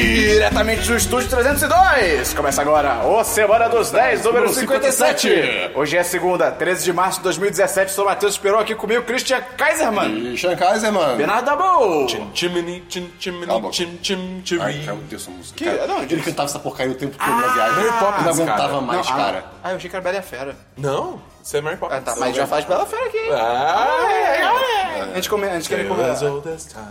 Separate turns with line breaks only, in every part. diretamente do estúdio 302. Começa agora o Semana dos 10, número 57. Hoje é segunda, 13 de março de 2017. Sou Matheus Esperou aqui comigo, Christian Kaiserman.
Sean Kaiser, mano.
Bernardo Dabu.
Chimney, chim, chimney,
Cala a boca.
chim, chim, chim.
Ai, cara, eu odeio essa música.
Que-
cara.
não, de-
ele cantava essa porcaria o tempo todo na viagem.
Mary Poppins,
Não aguentava
cara.
mais,
ah,
cara.
Ah, eu achei que era Bela e a Fera. É.
Não, isso é Mary Poppins.
Ah, tá, mas já faz Bela e a Fera aqui. É.
Ah,
Antes, de come- antes, que ele come-
as old as time.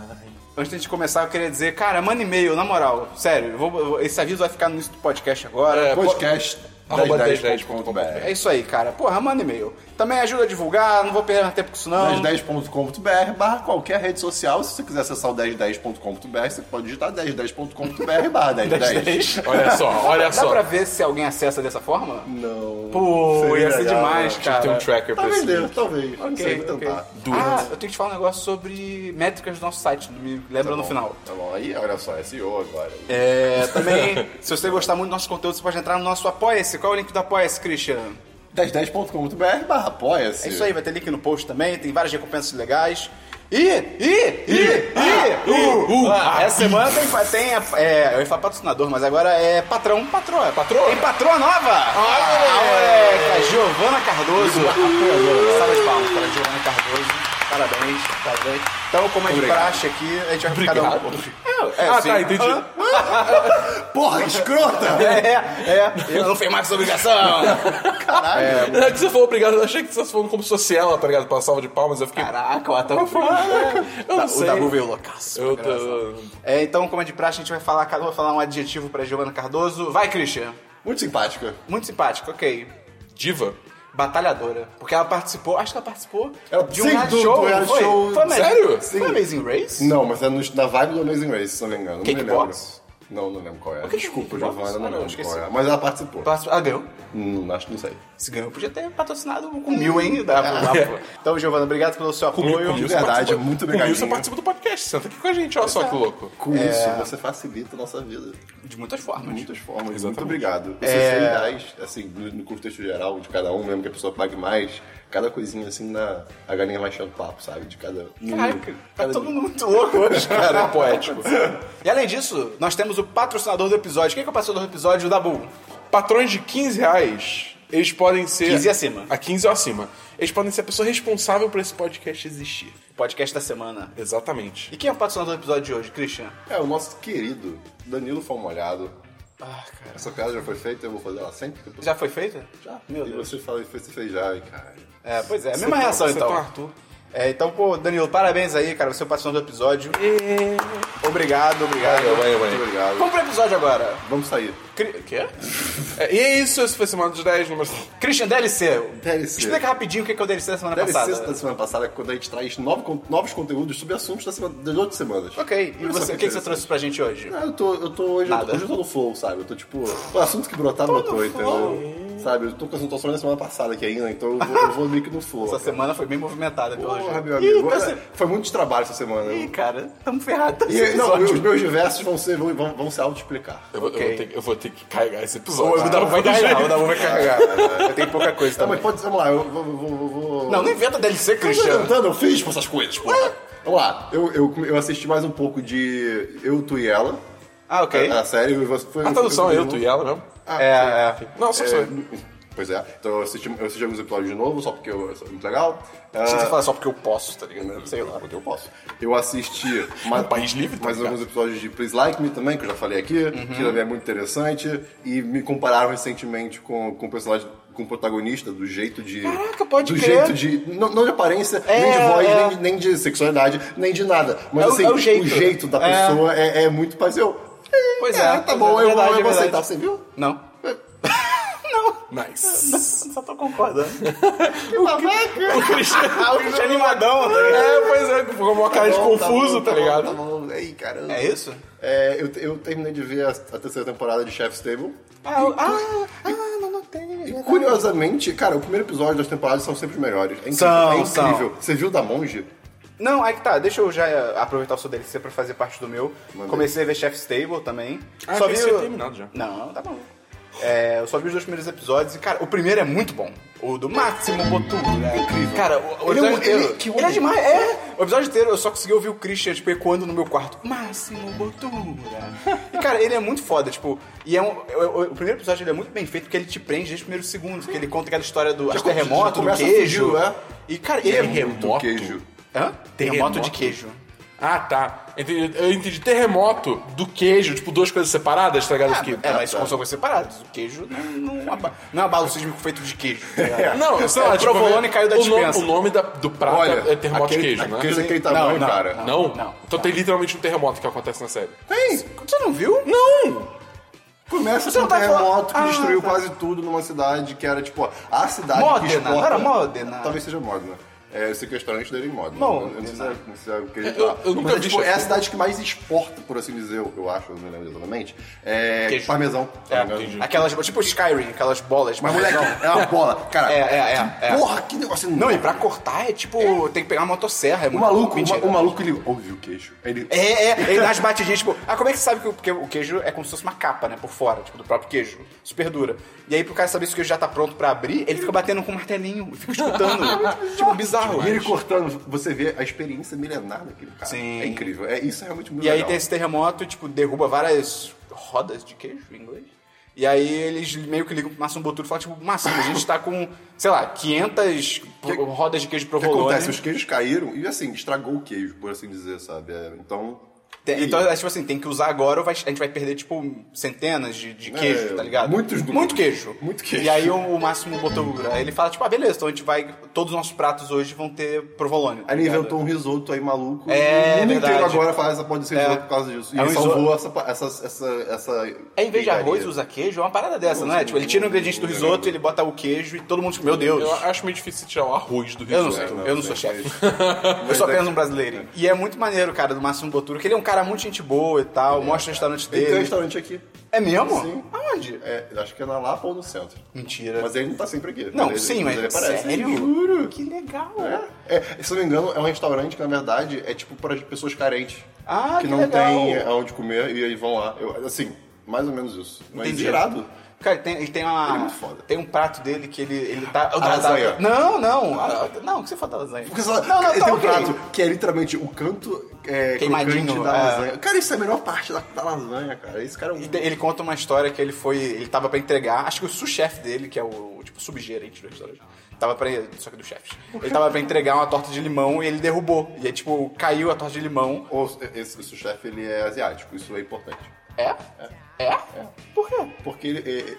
antes de a gente começar, eu queria dizer, cara, manda e-mail, na moral. Sério, eu vou- eu vou- esse aviso vai ficar no início do podcast agora.
É,
Podcast
Arroba
1010.com.br.
É isso aí, cara. Porra, manda e-mail. Também ajuda a divulgar, não vou perder mais tempo com isso não.
1010.com.br barra qualquer rede social. Se você quiser acessar o 1010.com.br, você pode digitar 1010.com.br barra 1010.
Olha só, olha
Dá
só.
pra ver se alguém acessa dessa forma?
Não.
Pô, ia ser
legal,
demais,
né?
cara.
Tem um tracker
Tá
pra
Talvez
esse
dê, talvez. Não sei,
ok.
vou um tentar.
Ah, eu tenho que te falar um negócio sobre métricas do nosso site, me lembra no final.
Tá bom, aí olha só, SEO agora.
É, também, se você gostar muito do nosso conteúdo, você pode entrar no nosso Apoia-se. Qual é o link do Apoia-se, Christian?
1010.com.br barra apoia-se.
É isso aí, vai ter link no post também, tem várias recompensas legais. E, e, e, e,
uh, uh,
Ah,
ah,
essa semana tem, pa- tem é, eu ia falar patrocinador, mas agora é patrão, patroa. Patroa? Tem patroa nova! Ah, moleque, a Giovana Cardoso. Salva de palmas para a Giovana Cardoso. Parabéns, parabéns. Então, como é de
Obrigado.
praxe aqui, a gente vai ficar
Obrigado.
um... É, é,
Ah,
sim.
tá, entendi.
Porra, que escrota!
É, é. Eu não fiz mais essa obrigação. É.
Caralho.
Na hora É, que você falou obrigado, eu achei que você falou como se fosse ela, tá ligado? Pra salva de palmas, eu fiquei.
Caraca, o Atão.
Eu não
O
sei.
Dabu veio loucaço.
Eu tô.
É, então, como é de praxe, a gente vai falar, cada um vai falar um adjetivo pra Giovana Cardoso. Vai, Christian.
Muito simpática.
Muito simpático, ok.
Diva?
Batalhadora. Porque ela participou, acho que ela participou
Ela-
de um
sim,
reality
do-
show.
do
não
reality
foi?
show.
Foi Amazing-
Sério?
Foi Amazing Race?
Não, mas é no- na vibe do Amazing Race, se não me engano. Não me
Kickbox?
lembro. Não, não lembro qual é.
que que é
Desculpa,
kickbox?
Giovanna,
Ah,
não
não,
lembro
esqueci. Tá.
qual é. Mas ela participou.
Participou- Ela ganhou.
Hum, acho que não sei.
Se ganhou, Ah, podia ter patrocinado com
Hum.
mil, hein? Da, da-
É.
Então, Giovana, obrigado pelo seu apoio.
com mil,
De verdade, é
um
muito
Com
obrigado.
isso, eu participo do podcast. Senta aqui com a gente, olha só que louco.
Com isso, você É, facilita a nossa vida
De muitas
de
formas.
muitas formas.
Exatamente.
Muito obrigado.
É.
Vocês são ideais, assim, no, no contexto geral de cada um, mesmo que a pessoa pague mais, cada coisinha assim na. A galinha vai enchendo papo, sabe? De cada. um.
Caraca,
número,
tá
cada
todo mundo muito louco hoje, cara.
Cara, é poético.
E além disso, nós temos o patrocinador do episódio. Quem é que é o patrocinador do episódio? O Dabu.
Patrões de 15 reais, eles podem ser.
15 e acima.
A 15 ou acima. Eles podem ser a pessoa responsável por esse podcast existir.
Podcast da semana.
Exatamente.
E quem é o patrocinador do episódio de hoje, Christian?
É, o nosso querido Danilo Falmolhado.
Ah, cara.
Essa piada já foi feita, eu vou fazer ela sempre. que eu-
Já foi feita? Já. Meu
E
Deus.
você fala e você fez já, hein, cara.
É, pois é, a
Você
mesma
tá-
reação
você
então.
tá, Arthur?
É, então, pô, Danilo, parabéns aí, cara. Você é o patrocinador do episódio. Obrigado, obrigado.
Valeu, valeu,
Muito
valeu.
obrigado.
Vamos pro episódio agora.
Vamos sair.
Cri... Quê?
É, E é isso, esse foi semana dos 10, número.
Christian, DLC.
DLC.
Explica rapidinho o que é o DLC da semana
Deve
passada.
ser da semana passada, quando a gente traz novos, con- novos conteúdos sobre assuntos da semana, das outras semanas.
Ok, e
Olha só
você, o que, que você
interessante.
trouxe pra gente hoje?
Ah, eu tô, eu tô hoje,
Nada.
hoje eu tô no flow, sabe? Eu tô tipo, o assunto que brotar brotou, entendeu? Sabe? Eu tô com a situação da semana passada aqui ainda, então eu vou, eu vou meio que no flow.
Essa
cara.
semana foi bem movimentada pelo
Porra, meu
Ih,
amigo.
tá
olha,
se-
Foi muito trabalho essa semana.
Ih, cara, tamo ferrado.
E, não, os meus diversos vão, ser, vão, vão, vão se auto-explicar.
Eu, vou- eu
Ok.
vou ter, que- eu vou ter que carregar esse episódio.
o Dabu vai
Tá?
carregar, o Dabu vai carregar. Eu tenho pouca coisa também.
Não, Tá, mas pode, vamos lá, eu vou... vou, vou, vou...
Não, não inventa DLC,
Eu tô
Christian.
tentando, eu fiz pra essas coisas, pô. Vamos lá, eu, eu, eu assisti mais um pouco de Eu, Tu e Ela.
Ah, ok. Ah, tá
A, a série foi... um
A tradução é eu, tu e ela mesmo?
Ah,
É, é.
Não, só sou eu.
Pois é, então eu assisti, eu assisti alguns episódios de novo, só porque eu, é muito legal. Ah,
Você fala só porque eu posso, tá ligado? Sei lá. Um
Porque eu posso. Eu assisti mais,
país livre, tá
mais
ligado?
alguns episódios de Please Like Me também, que eu já falei aqui, que
Uhum.
também é muito interessante. E me compararam recentemente com, com o personagem, com o protagonista, do jeito de.
Caraca, pode
Do
crer.
jeito de. Não, não de aparência, nem
É,
de voz,
é.
nem, nem de sexualidade, nem de nada. Mas
É o-
assim,
é o jeito.
da
É.
pessoa é, é muito parecido.
Pois é,
tá
pois
bom,
é,
eu,
verdade,
vou, eu
é
vou
verdade.
aceitar, você viu?
Não.
Nice.
Só tô concordando.
Que babaca!
O Cristiano.
Ah, o Christian é animadão, tá ligado?
É, pois é, ficou uma cara de confuso, tá
Tá
ligado?
bom, Ei, caramba.
É isso?
É, eu, eu terminei de ver a, a terceira temporada de Chef's Table.
Ah, eu- ah, ah, não, não tem.
E curiosamente, cara, o primeiro episódio das temporadas são sempre os melhores. É incrível.
São,
é incrível.
são.
Você viu da Monge?
Não, aí que tá. Deixa eu já eh, aproveitar o seu DLC pra fazer parte do meu.
Manda aí.
Comecei a ver Chef's Table também.
Ah, achei que você tinha terminado já.
Não, tá bom. É, eu só vi os dois primeiros episódios e, cara, o primeiro é muito bom. O do Máximo Botudo, né? Incrível. Cara, o, o
Ele é um-
episódio inteiro.
ele- que homem.
é demais, é. O episódio inteiro eu só consegui ouvir o Christian, tipo, ecoando no meu quarto. Máximo Botura. E, cara, ele é muito foda, tipo. E é um, o, o- o primeiro episódio ele é muito bem feito porque ele te prende desde os primeiros segundos, porque ele conta aquela história do as
come- já
terremoto, do
começa
queijo.
fugindo, né?
E, cara, ele é muito.
Do queijo.
Hã? Terremoto de
Terremoto?
queijo.
Ah, tá. Entendi- eu entendi terremoto do queijo, tipo duas coisas separadas, tá ligado?
Ah,
Fiquei-
é, mas são coisas separadas. O queijo não, não, aba- não é um abalo sísmico feito de queijo. tá ligado?
Não, sei lá,
É,
tipo,
provolone caiu da
o nome,
dispensa.
o nome da- do prato
Olha,
é terremoto
aquele,
de queijo, né?
aquele daquele tamanho,
Não, não,
cara.
Não?
Não.
Então tem literalmente um terremoto que acontece na série.
Tem.
Você não viu?
Não!
Começa
Você
com
não
um
tá falando-
terremoto que
Ah,
destruiu
tá.
quase tudo numa cidade que era, tipo, a cidade
Modena,
que exporta...
não era Modena?
Talvez seja Modena. É, eu sei que o restaurante dele é em Modena.
Modena.
Eu não sei se é, não sei se é o que ele
Eu-
fala.
eu nunca
Mas é,
vi
tipo,
isso.
é a cidade que mais exporta, por assim dizer, eu eu acho, eu não lembro exatamente. É
Queijo.
parmesão. se
É,
não me engano.
aquelas, tipo Skyrim, aquelas bolas. de
Mas, moleque,
parmesão.
é uma bola. Cara,
É, é, é, é.
porra, que negócio
Não, e
enorme.
pra cortar é tipo. Tem que pegar uma motosserra. É
O
muito
maluco, o,
mentira.
ma- o maluco, ele ouve o queijo. Ele...
É, é, ele dá as batidinhas, tipo, ah, como é que você sabe que o, porque o queijo é como se fosse uma capa, né, por fora, tipo, do próprio queijo, super dura. E aí, pro cara saber se o queijo já tá pronto pra abrir, ele fica batendo com um martelinho, e fica escutando, tipo, bizarro.
E ele cortando, você vê a experiência milenar daquele cara.
Sim.
É incrível. É, isso é realmente muito
E aí
legal.
tem esse terremoto e, tipo, derruba várias rodas de queijo em inglês. E aí eles meio que ligam pro Massimo Botura e falam, tipo, Massimo, a gente tá com, sei lá, 500 rodas de queijo
O que
provolone.
acontece? Os queijos caíram e assim, estragou o queijo, por assim dizer, sabe? É, então.
Tem- Então, é tipo assim, tem que usar agora ou vai- a gente vai perder, tipo, centenas de, de queijo,
É,
tá ligado?
muitos números.
Muito queijo.
Muito queijo.
E aí o, o Máximo botou, ele fala, tipo, ah, beleza, então a gente vai, todos os nossos pratos hoje vão ter provolone. tá
Aí ele
ligado?
inventou um risoto aí maluco.
É,
e o mundo
verdade.
inteiro agora faz essa pode ser
É.
risoto por causa disso. E
É um
ele salvou essa, essa, essa, essa.
É, em vez de arroz,
brigaria.
usa queijo, é uma parada dessa,
Não,
não é?
sim,
Tipo, ele tira o
não,
ingrediente do
não,
risoto,
não.
ele bota o queijo e todo mundo, tipo, meu Deus.
Eu acho meio difícil tirar o arroz do
É,
Eu
risoto.
não sei, eu não sou
sei,
chefe. Eu
Mas
sou
é
apenas
que-
um brasileiro. E é muito maneiro, cara, do Máximo Boturo, que ele é um cara muito gente boa e tal, mostra o restaurante
Ele tem um
dele.
restaurante aqui.
É mesmo?
Sim.
Aonde?
É, acho que é na Lapa ou no centro.
Mentira.
Mas ele não tá sempre aqui.
Não,
ele-
sim, mas.
ele aparece.
sério?
Juro.
Que legal.
É, se eu não me engano, é um restaurante que, na verdade, é tipo para pessoas carentes.
Ah, que
que não
legal.
tem aonde comer e aí vão lá. Eu- assim, mais ou menos isso. Mas
Entendi.
irado.
Cara, tem, ele tem uma.
Ele é muito foda.
Tem um prato dele que ele, ele tá.
o da lasanha. Ah.
Não, não. a- não, o que você fala da lasanha?
Porque só,
não, não,
ele
tá
tem um
ok.
prato que é literalmente o canto é,
Queimadinho,
crocante da
é.
lasanha. Cara, isso é a melhor parte da, da lasanha, cara. Esse cara é um...
E te- Ele conta uma história que ele foi. Ele tava pra entregar. Acho que o sous-chefe dele, que é o tipo subgerente do restaurante. Tava pra. Só que do chefe. Ele tava pra entregar uma torta de limão e ele derrubou. E aí, tipo, caiu a torta de limão.
Ou, esse, esse chefe, ele é asiático. Isso é importante.
É? É? Por quê?
Porque ele... é- é-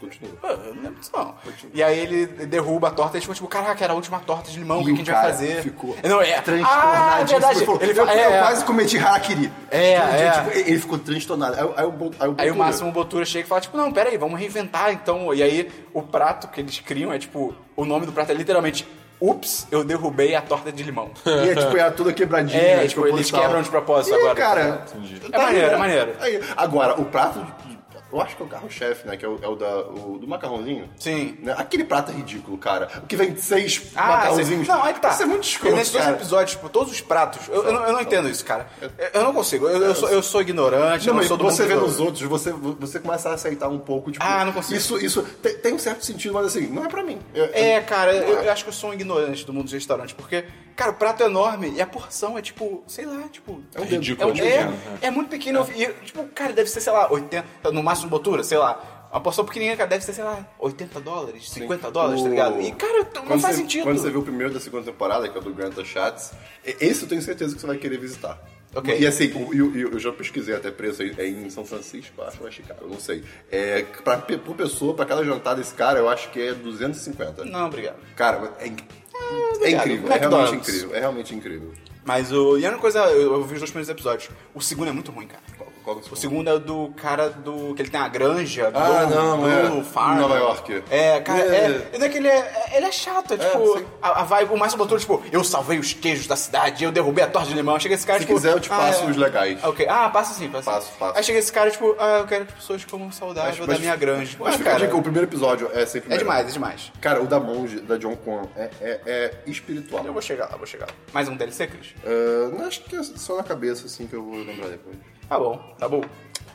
Continua.
Pô, eu não lembro disso, não. E aí ele derruba a torta e tipo, tipo, caraca, era a última torta de limão, o que,
E
que a gente vai
cara
fazer?
Ficou
não, é. Ah, é
transtornadíssimo.
verdade.
Ele falou,
Ele
eu,
fala, é,
eu
é.
quase cometi harakiri.
É, é.
Tipo, ele ficou transtornado. Aí, aí, o Bo- aí,
Aí o
Botura-
Máximo Botura chega e fala, tipo, não, pera aí, vamos reinventar, então. E aí o prato que eles criam é, tipo, o nome do prato é literalmente, ups, eu derrubei a torta de limão.
E é, tipo, era toda quebradinha.
É,
né,
tipo,
proposital.
eles quebram de propósito
Ih,
agora.
cara. tá
É maneiro,
aí,
é maneiro.
Aí, agora, o prato... de- Eu acho que é o carro-chefe, né? Que é o, é o da, o do macarrãozinho.
Sim.
Né, Aquele prato é ridículo, cara. O que vem de seis
Ah, sim.
macarrãozinhos.
Não, aí que tá.
Isso é muito
E
escroto,
Nesses dois
cara.
episódios, tipo, todos os pratos, eu, eu não, eu não entendo isso, cara. Eu, eu não consigo, eu, eu sou, eu sou ignorante, eu não
Não, mas
sou do
você
mundo
vê
todo.
nos outros, você, você começa a aceitar um pouco, tipo...
Ah, não consigo.
Isso, isso tem, tem um certo sentido, mas assim, não é pra mim. Eu-
É, cara, eu, eu acho que eu sou um ignorante do mundo dos restaurantes, porque, cara, o prato é enorme e a porção é tipo, sei lá, tipo. É
um dedo.
É,
Ridículo,
um-
tipo,
é,
né?
é muito pequeno. E, tipo, cara, deve ser, sei lá, 80, no máximo botura, sei lá. Uma porção pequenininha, cara, deve ser, sei lá, 80 dólares, 50 dólares, tá ligado? E, cara, não
Quando
faz
você-
sentido.
Quando você vê o primeiro da segunda temporada, que é o do Grant Schatz, e- esse eu tenho certeza que você vai querer visitar.
Ok.
E assim, o- e o- e eu, já pesquisei até preço aí, é em São Francisco, acho, ou é Chicago, eu não sei. É, pra, pe- por pessoa, pra cada jantada desse cara, eu acho que é 250.
Não, obrigado.
Cara, mas é, inc- é
obrigado.
incrível, é realmente
McDonald's.
incrível, é realmente incrível.
Mas o. E a única coisa, eu, eu vi os dois primeiros episódios. O segundo é muito ruim, cara.
Qual- qual que é o
O segundo é do cara do. que ele tem a granja, do
Ah,
Blue-
não, é.
Blue Farm.
Nova York.
É, cara, é.
É.
é daquele, é, ele é chato, é tipo.
sim.
a, a vibe, o Márcio Botura, tipo, eu salvei os queijos da cidade, eu derrubei a torta de limão. Chega esse cara
Se
tipo.
quiser, eu te passo
é.
os legais.
Ok, ah, passa sim, passa.
Passo,
sim.
passo.
Aí chega esse cara, tipo, ah, eu quero que pessoas comam saudável da minha granja.
Mas
Ah,
fica a
cara,
dica, o primeiro episódio é sempre
é
melhor.
demais, é demais.
Cara, o da monge, da John Quan, é, é- é espiritual.
Eu vou chegar lá, vou chegar lá. Mais um DLC, Cris?
Ah, não acho que é só na cabeça, assim, que eu vou lembrar depois.
Tá bom, tá bom.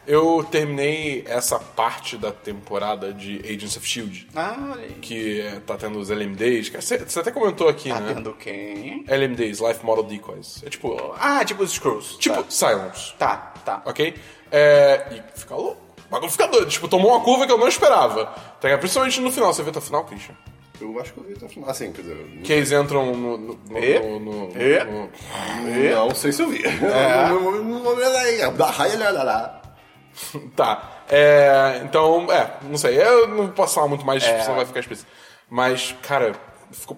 Eu terminei essa parte da temporada de Agents of Shield,
Ah, olha aí.
que é, tá tendo os LMDs. que Você você até comentou aqui,
Tá
né?
tendo quem?
LMDs, Life Model Decoys. É tipo.
Ah, tipo os Screws.
Tipo, Silence.
Tá, tá.
ok? É, e fica louco. O bagulho fica doido. Tipo, tomou uma curva que eu não esperava. Tá ligado? Principalmente no final. Você viu até o final, Christian?
Eu acho que eu vi até o final. Assim, quer dizer,
Que eles entram no... no, no,
E?
no- no-
E?
no-
não sei se eu vi.
É?
É.
Tá. É, então, é. Não sei. Eu não vou passar muito mais,
É.
senão vai ficar explícito. Mas, cara, ficou...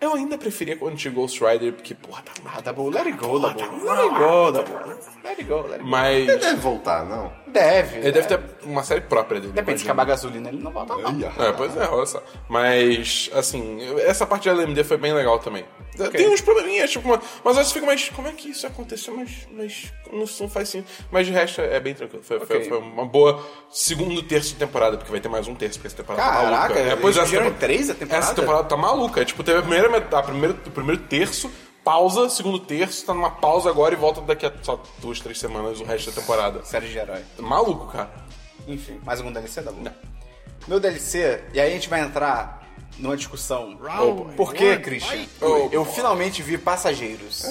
Eu ainda preferia quando tinha Ghost Rider, porque, porra, tá
Ah,
nada.
Dabu, let it go,
Ah,
Dabu. Let it go, Dabu. Let it go, let it go.
Mas...
Ele deve voltar, não?
Deve. né?
Ele deve ter uma série própria dele.
Depende se
imagino.
acabar a gasolina, ele não volta não.
Ia.
É, pois é, olha só. Mas, assim, essa parte da LMD foi bem legal também. Tem uns probleminhas, tipo, uma- mas aí você fica, mas como é que isso aconteceu? Mas, mas não, não faz sentido. Mas de resto é bem tranquilo. Foi, foi-
Ok.
foi uma boa segundo terço de temporada, porque vai ter mais um terço, porque essa temporada tá
Caraca,
maluca. É, pois é,
eles
essa
viram
temporada,
em três a temporada?
Essa temporada tá maluca. É, Tipo, teve a primeira metade, a primeira, o primeiro terço, pausa, segundo terço, tá numa pausa agora e volta daqui a só duas, três semanas o resto da temporada.
Série de herói.
Maluco, cara.
Enfim, mais algum DLC, Dabu? Não. Meu DLC, e aí a gente vai entrar numa discussão. Por que, Christian?
Oh,
eu finalmente vi Passageiros.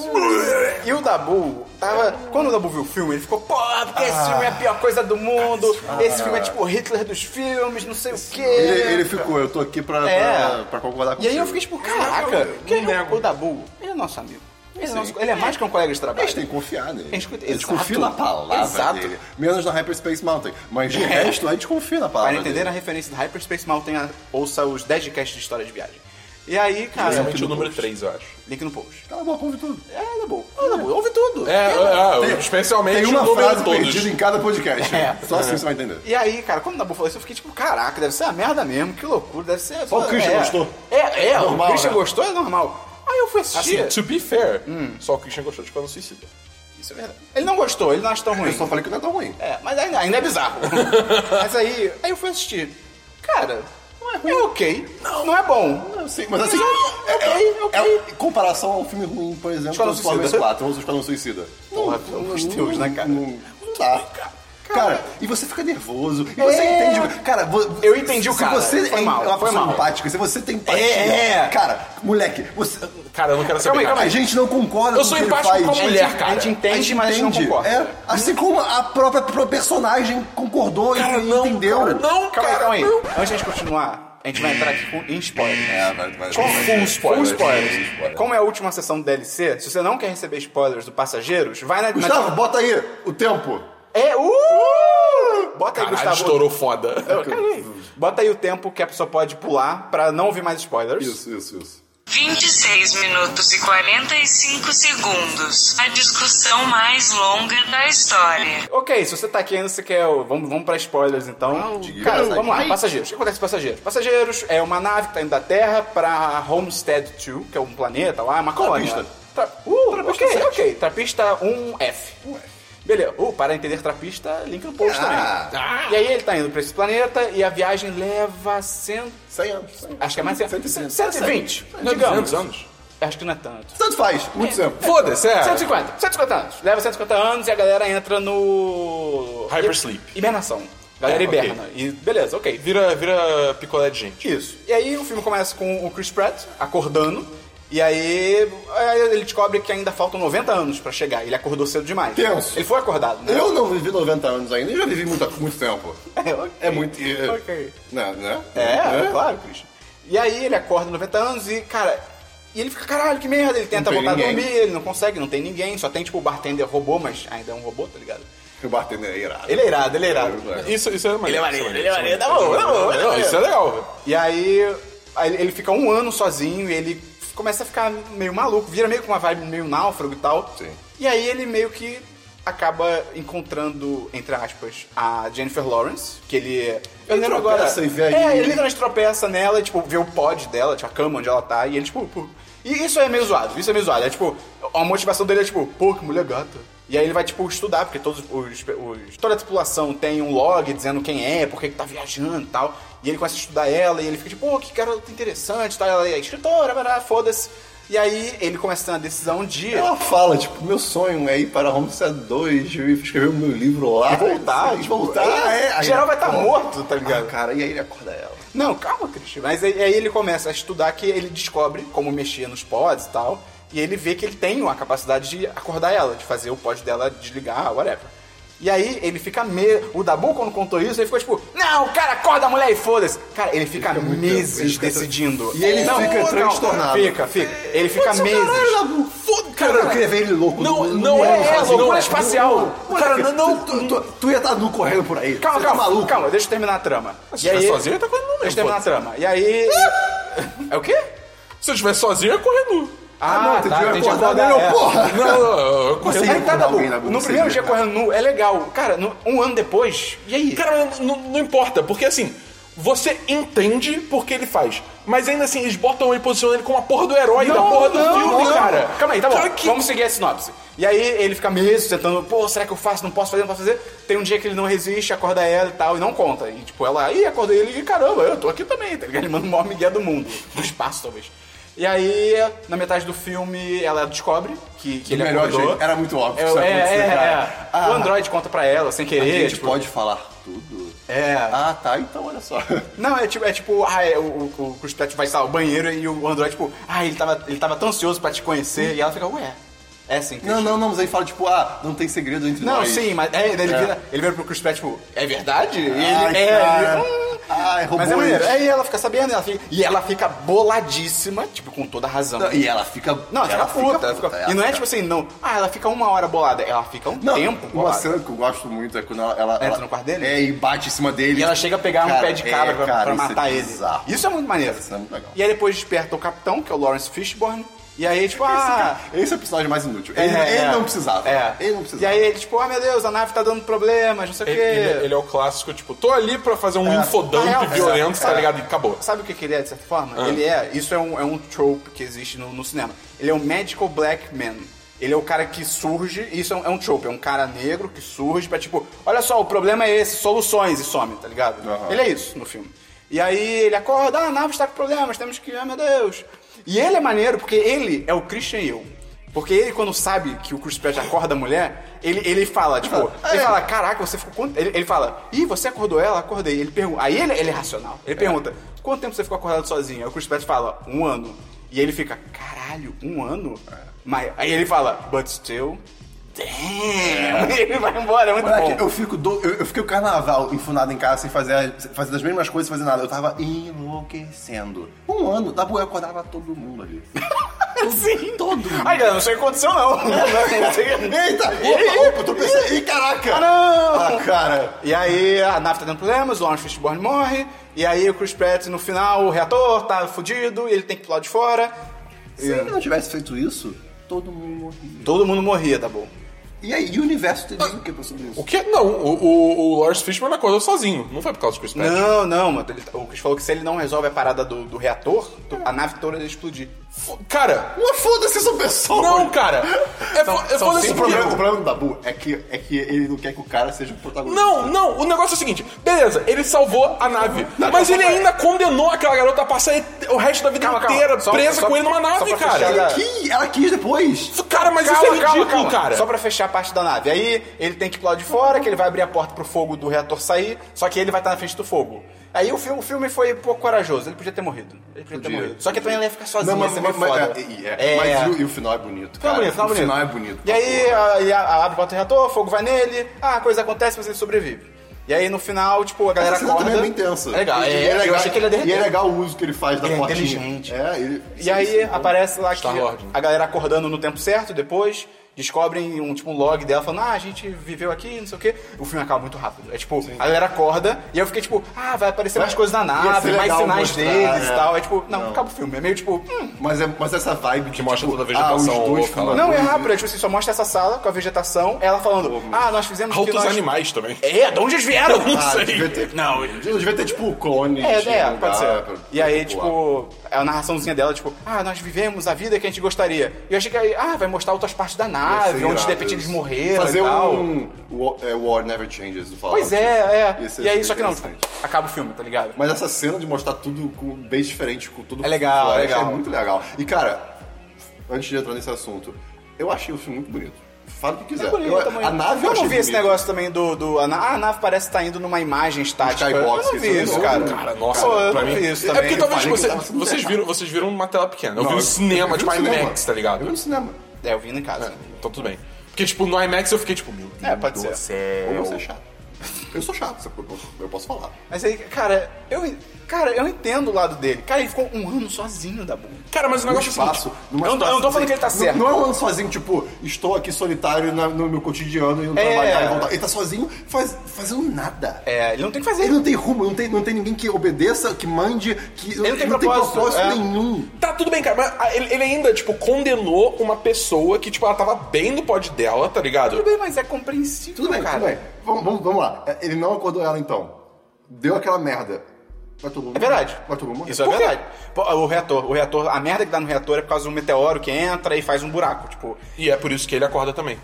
E o Dabu tava. Quando o Dabu viu o filme, ele ficou, pô, porque
Ah.
esse filme é a pior coisa do mundo. Esse filme é tipo o Hitler dos filmes, não sei o quê.
Ele, ele ficou, eu tô aqui pra,
É.
pra, pra concordar com
E aí eu
você.
fiquei tipo, caraca, que é
nego.
o Dabu, ele é nosso amigo. Ele é, nosso- ele é mais que um colega de
A
trabalho.
gente Ah, tem que confiar nele.
A gente-
A gente
exato.
confia na palavra
Exato.
dele. Menos na Hyperspace Mountain. Mas de resto, a gente confia na palavra
Para entender né? a
dele.
referência do Hyperspace Mountain, a- ouça os 10 casts de história de viagem. E aí, cara, é
Principalmente o número 3, eu acho.
link no post.
Cala a boca, ouve tudo.
É, Dabu, é, Dabu, ouve tudo.
É, é, é, especialmente
Tem uma
o número
frase
todos.
perdida em cada podcast.
É.
Só assim você vai entender.
E aí, cara, quando o Dabu falou isso, eu fiquei tipo, caraca, deve ser uma merda mesmo, que loucura, deve ser...
Só o Christian
é,
gostou.
É, é,
Normal,
o Christian
né?
gostou, é normal. Aí eu fui assistir...
Assim, to be fair, só o Christian gostou de quando suicida.
Isso é verdade. Ele não gostou, ele não acha tão ruim.
Eu só falei que não é tão ruim.
É, mas ainda, ainda é bizarro. mas aí, aí eu fui assistir. Cara, não é ruim. É ok. Não, é bom.
Eu sei, mas assim.
Mas é- é ok, é ok.
um em comparação ao filme ruim, por exemplo,
Esquadrão
Transformers
Suicida.
4 ou Esquadrão Suicida.
Porra, pelo amor de Deus, né, cara?
Não, não dá. Cara, e você fica nervoso. E você
É.
entende. Cara, vo-
Eu entendi o
se
cara.
Você
Foi
é
mal,
uma
foi
pessoa
mal.
empática, se você tem empatia.
É.
Cara, moleque, você.
Cara, eu não quero saber.
aí, calma
A
cara.
gente não concorda
Eu
com
sou
o que ele
empático
faz.
com a
gente.
mulher, cara.
a gente entende, mas a gente não
entende.
concorda.
É, assim como a própria, pro- personagem concordou
Cara,
e
não,
entendeu.
cara, não,
Calma aí,
cara,
calma aí.
não.
Antes de a gente continuar, a gente vai entrar aqui com, em spoilers.
É, vai- vai-
Com
vai-
full
vai-
spoilers.
full
spoilers.
spoilers.
Como é a última sessão do DLC, se você não quer receber spoilers do Passageiros, vai na...
Gustavo,
na...
bota aí o tempo.
É, uh! Bota aí,
Caralho,
Gustavo.
estourou foda.
Eu caguei. Bota aí o tempo que a pessoa pode pular pra não ouvir mais spoilers.
Isso, isso, isso.
26 minutos e 45 segundos. A discussão mais longa da história.
Ok, se você tá aqui ainda, você quer. o- Vamos, vamos pra spoilers então.
diga.
Cara,
Vai.
vamos lá, passageiros. O que acontece com passageiros? Passageiros é uma nave que tá indo da Terra pra Homestead 2, que é um planeta lá, é uma colônia.
Trapista.
Tra... Uh, ok, ok. Trapista 1F. Beleza. Uh, para entender trapista, link no post
Ah.
também. E aí ele tá indo pra esse planeta e a viagem leva cento.
100 anos. 100 anos.
Acho que é mais de 120.
120.
120
Não é
digamos.
200 anos?
Acho que não é tanto.
Tanto faz, muito tempo.
Foda-se, é.
150, 150 anos. Leva 150 anos e a galera entra no.
Hypersleep.
Hibernação. A galera
É, ok.
hiberna. E beleza, ok.
Vira, vira picolé de gente.
Isso. E aí o filme começa com o Chris Pratt acordando. E aí, aí ele descobre que ainda faltam 90 anos pra chegar. Ele acordou cedo demais.
Tenso.
Ele foi acordado, né?
Eu não vivi 90 anos ainda, eu já vivi muito, muito tempo.
É, ok.
É muito. É,
Ok.
Não, né?
É,
Né?
claro, Christian. E aí ele acorda 90 anos e, cara. E ele fica, caralho, que merda. Ele tenta
tem
voltar a
ninguém.
dormir, ele não consegue, não tem ninguém. Só tem, tipo, o bartender robô, mas ainda é um robô, tá ligado?
O bartender é irado.
Ele é irado, ele é irado.
Isso, isso é maneiro.
Ele é maneiro,
isso
ele é maneiro, tá bom, tá bom, tá
Não,
bom.
isso é legal. velho.
E aí, aí ele fica um ano sozinho e ele começa a ficar meio maluco, vira meio com uma vibe meio náufrago e tal.
Sim.
E aí ele meio que acaba encontrando, entre aspas, a Jennifer Lawrence, que ele. Eu lembro agora.
tropeça e vê aí.
É, ele literalmente tropeça nela e, tipo, vê o pod dela, tipo, a cama onde ela tá, e ele, tipo. pô. E isso é meio zoado, isso é meio zoado. É tipo, a motivação dele é tipo, pô, que mulher gata. E aí ele vai, tipo, estudar, porque todos os, os- Toda a tripulação tem um log dizendo quem é, por que que tá viajando e tal. E ele começa a estudar ela e ele fica tipo, pô, que garota interessante, tá? Ela é escritora, bará, foda-se. E aí ele começa a ter uma decisão de
Ela fala, tipo, meu sonho é ir para Homestead 2 e escrever o meu livro lá.
voltar,
e
tipo,
voltar,
é,
é. Aí
geral vai
ela,
estar
pô,
morto, tá ligado?
Ah, cara, e aí ele acorda ela.
Não, calma, Christian. Mas aí, aí ele começa a estudar que ele descobre como mexer nos pods e tal. E ele vê que ele tem uma capacidade de acordar ela, de fazer o pod dela desligar, whatever. E aí ele fica me... O Dabu, quando contou isso, ele ficou tipo, não, cara, acorda a mulher e foda-se. Cara, ele fica, meses
ele fica-
decidindo.
E ele fica
não,
transtornado.
Fica, fica. Ele fica meses.
Dabu.
Foda,
Cara, eu queria ver ele louco.
Não,
no-
não
no-
é,
no-
é,
no-
loucura
no-
espacial.
Cara,
Moleque,
não, não, tu, tu, tu ia estar nu correndo por aí.
Calma,
Você
tá calma,
tá maluco.
calma, deixa eu terminar a trama.
Se eu estiver sozinho, ele tá correndo nu mesmo,
Deixa eu terminar a trama. E aí. é o quê?
Se eu estiver sozinho, eu ia correr nu.
Ah,
não, tu devia
entendi.
tá,
Acordar
acordar
É.
nele,
ela.
porra.
Não, não, eu corri
Você
Aí
nu.
ia
tá,
acordar
Dabu.
alguém na
No
Google,
primeiro
você
dia
ia-
correndo nu é legal. Cara, no- um ano depois, e aí?
Cara, mas não, não importa, porque assim, você entende porque ele faz. Mas ainda assim, eles botam ele, posicionam ele como a porra do herói da porra do filme, cara.
Calma aí, tá bom.
Cara, que-
Vamos seguir a sinopse. E aí ele fica meses tentando, pô, será que eu faço? Não posso fazer, não posso fazer. Tem um dia que ele não resiste, acorda ela e tal, e não conta. E tipo, ela, ih, acordei ele, e caramba, eu tô aqui também, tá ligado? Ele manda o maior migué do mundo, do espaço talvez. E aí, na metade do filme, ela descobre que, que ele
melhor
acordou.
jeito. Era muito óbvio que isso
É,
ia
é,
acontecer,
é,
cara.
é. O
Ah.
Android conta pra ela, sem
A
querer.
gente
tipo,
pode falar tudo.
É.
Ah, tá, então olha só.
Não, é tipo, é tipo, ah, é, o, o, o Chris Pratt vai sair ao banheiro e o Android, tipo, ah, ele tava, ele tava tão ansioso pra te conhecer, e ela fica, ué, é assim, Chris.
Não, não, não, mas aí fala tipo, ah, não tem segredo entre
Não,
nós.
sim, mas é, ele,
É.
Vira, ele vira pro Chris Pratt, tipo, é verdade? E ele,
Ai,
é,
cara.
ele, hum.
Ai, robôs.
mas é maneiro. Aí ela fica sabendo, ela fica- e ela fica boladíssima, tipo, com toda a razão.
Não, E ela fica.
Não, ela, fica puta, ela fica- E não é
fica-
tipo assim, não, ah, ela fica uma hora bolada, ela fica um
Não,
tempo
uma
bolada.
cena que eu gosto muito é quando ela, ela
Entra
ela-
no quarto dele?
É, e bate em cima dele.
E ela
tipo,
chega a pegar um
cara,
pé de cabra
é,
pra,
cara,
pra
isso é
matar ele.
bizarro.
Isso é muito maneiro.
Isso é muito legal.
E aí depois desperta o capitão, que é o Lawrence Fishburne. E aí, tipo, ah.
Esse é o personagem mais inútil. Ele,
é,
ele
é.
não precisava.
É.
Ele não precisava.
E aí ele, tipo, ah, meu Deus, a nave tá dando problemas, não sei o quê.
Ele, ele- ele é o clássico, tipo, tô ali pra fazer um infodump
Ah, é,
violento,
é,
tá
é.
ligado? E acabou. Ah.
Sabe o que que ele é, de certa forma? Ele é, isso é um, é um trope que existe no, no cinema. Ele é um medical black man. Ele é o cara que surge, e isso é um, é um trope, é um cara negro que surge pra tipo, olha só, o problema é esse, soluções e some, tá ligado?
Aham.
Ele é isso no filme. E aí ele acorda, ah, a nave está com problemas, temos que, ah, meu Deus. E ele é maneiro porque ele é o Christian Hill. Porque ele, quando sabe que o Chris Pratt acorda a mulher, ele, ele fala, tipo, ele fala, caraca, você ficou quanto... Ele, ele fala, ih, você acordou ela? Acordei. Ele pergunta, aí ele, ele é racional. Ele pergunta, quanto tempo você ficou acordado sozinho? Aí o Chris Pratt fala, um ano. E ele fica, caralho, um ano? Mas, aí ele fala, but still, damn. E ele vai embora, é muito
Moleque,
bom.
eu fico do- eu, eu fiquei o carnaval enfunado em casa sem fazer, as- fazendo as mesmas coisas, sem fazer nada. Eu tava enlouquecendo. Um ano, da boa, eu acordava todo mundo ali.
Sim. Todo Ai, galera, não sei o que aconteceu, não. Não sei o que-
Eita! Opa, opa, tô pensando. Ih, caraca!
Ah, não!
Ah, cara!
E aí a nave tá dando problemas, o Lawrence Fishburne morre, e aí o Chris Pratt no final, o reator tá fudido, e ele tem que pular de fora.
Se ele não tivesse feito isso, todo mundo morria.
Todo mundo morria, tá bom?
E aí, e o universo teria o que pra sobre
O
isso?
que? Não, o, o, o Lawrence Fishburne acordou sozinho. Não foi por causa do Chris Pratt.
Não, não, mano. ele- tá, o Chris falou que se ele não resolve a parada do, do reator, do- a nave toda ia explodir.
F- Cara,
Não foda-se essa pessoa!
não, cara. É, fo- é
são
foda-se
O
cinco
porque-
problema, o problema do Dabu é que, é que ele não quer que o cara seja o protagonista.
Não, não, o negócio é o seguinte, beleza, ele salvou a nave, mas ele ainda condenou aquela garota a passar et- o resto da vida
Calma, calma,
inteira
só-
presa
só-
com ele numa
só
nave,
pra
cara.
fechar-
Ela, quis, ela quis depois.
Isso, Cara, mas isso é ridículo, cara.
Só pra fechar a parte da nave. Aí ele tem que pular de fora, que ele vai abrir a porta pro fogo do reator sair, só que ele vai estar na frente do fogo. Aí o filme, o filme foi um pouco corajoso, ele podia ter morrido. Ele podia ter
Podia.
morrido. Só que também ele ia ficar sozinho,
Não, mas,
ia ser
mas,
meio foda.
mas, é, é. mas e, o, e o final é bonito,
Final
cara.
bonito, final
o
bonito.
final é bonito.
E
pra
aí,
porra.
a, e a, abre o bota reator, fogo vai nele, ah, a coisa acontece, mas ele sobrevive. E aí, no final, tipo, a galera
Essa cena
acorda...
também é bem tensa.
É legal,
E,
é,
e é legal,
eu achei que ele ia derreter.
E é legal o uso que ele faz da
Ele é
portinha.
inteligente.
É, ele,
E aí aparece lá que
Star-Lord, né?
a galera acordando no tempo certo, depois descobrem um tipo um log dela falando, ah, a gente viveu aqui, não sei o quê. O filme acaba muito rápido. É tipo, a galera acorda e eu fiquei tipo, ah, vai aparecer mais coisas na
Ia ser
nave, mais
legal
sinais
mostrar,
deles
é.
e tal. É tipo, não, acaba o filme. É meio tipo, hum,
Mas, é, mas essa vibe que
mostra
tipo,
toda a vegetação
ah, os dois
louca
fumando.
não, é rápido. É tipo assim, só mostra essa sala com a vegetação, ela falando, ah, nós fizemos o que
Altos
nós...
animais também.
É, de onde eles vieram?
Não
Ah,
sei.
devia ter,
Não,
devia ter tipo clones.
É,
de
é,
lugar
pode ser.
pra-
E aí,
pra
tipo, a narraçãozinha dela, tipo, ah, nós vivemos a vida que a gente gostaria. E eu achei que aí, ah, vai mostrar outras partes da
pular.
nave,
Ia ser
ah, onde de
irado
repente eles
isso.
morreram
Fazer
e tal.
um Wa- é, War Never Changes do Fallout.
Pois é,
Ia
é.
ser
E aí, só que não,
interessante.
tipo, acaba o filme, tá ligado?
Mas essa cena de mostrar tudo com- bem diferente, com tudo
É legal,
com flash,
é legal.
É muito legal. E cara, antes de entrar nesse assunto, eu achei o filme muito bonito. Fala o que quiser.
É bonito
Eu-
também.
a nave eu
eu não
achei
vi esse
bonita.
negócio também do. do a, na- ah, a nave parece estar indo numa imagem estática.
skybox,
eu não vi
isso,
isso,
não.
cara.
Cara, nossa,
Pô, eu
pra
não
mim.
vi isso
é
também.
porque talvez
eu falei que
você-
tava sendo
vocês,
deixado.
viram, vocês viram uma tela pequena. Eu vi
Não,
um
eu- eu
cinema,
vi
tipo
no cinema.
IMAX, tá ligado?
Eu vi no cinema.
É, eu vi em casa.
Então tudo bem. Porque, tipo, no IMAX eu fiquei, tipo, meu Deus
É, pode ser.
do
Ou
céu.
você é chato. Eu sou chato, sabe? eu posso, eu posso falar.
Mas aí, cara, eu. Cara, eu entendo o lado dele. Cara, ele ficou um ano sozinho da bunda.
Cara, mas o
No
negócio é o
Um espaço,
seguinte,
numa
eu não tô- eu não tô falando que ele tá
não-
certo.
Não é um ano sozinho, tipo, estou aqui solitário na- no meu cotidiano e não
É.
trabalhar e voltar. Ele tá sozinho faz, fazendo nada.
É, ele não tem o que fazer.
Ele não tem rumo, não tem, não tem ninguém que obedeça, que mande, que
não tem propósito, é.
nenhum.
Tá, tudo bem, cara, mas ah, ele, ele ainda, tipo, condenou uma pessoa que, tipo, ela tava bem no pod dela, tá ligado?
Tudo bem, mas é compreensível,
Tudo bem,
cara.
tudo bem. Vamos, vamos- vamos lá. É, Ele não acordou ela então. Deu aquela merda. Vai todo mundo.
É verdade.
Vai todo mundo.
Isso é
Por quê?
verdade. Pô, O reator, o reator, a merda que dá no reator é por causa de um meteoro que entra e faz um buraco, tipo.
E é por isso que ele acorda também.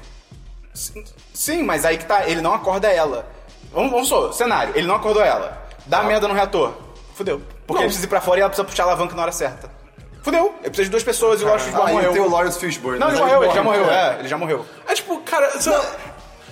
Sim, Sim, mas aí que tá, ele não acorda ela. Vamos, vamos só, cenário, ele não acordou ela.
Tá.
Dá merda no reator. Fudeu. Porque
Não.
ele precisa ir pra fora e ela precisa puxar a alavanca na hora certa. Fudeu. Ele precisa de duas pessoas e o Washington
Ah, e
morreu.
tem o Lawrence Fishburne.
Não,
né?
ele morreu, ele já morreu.
É.
É, ele já morreu.
É tipo, cara, você-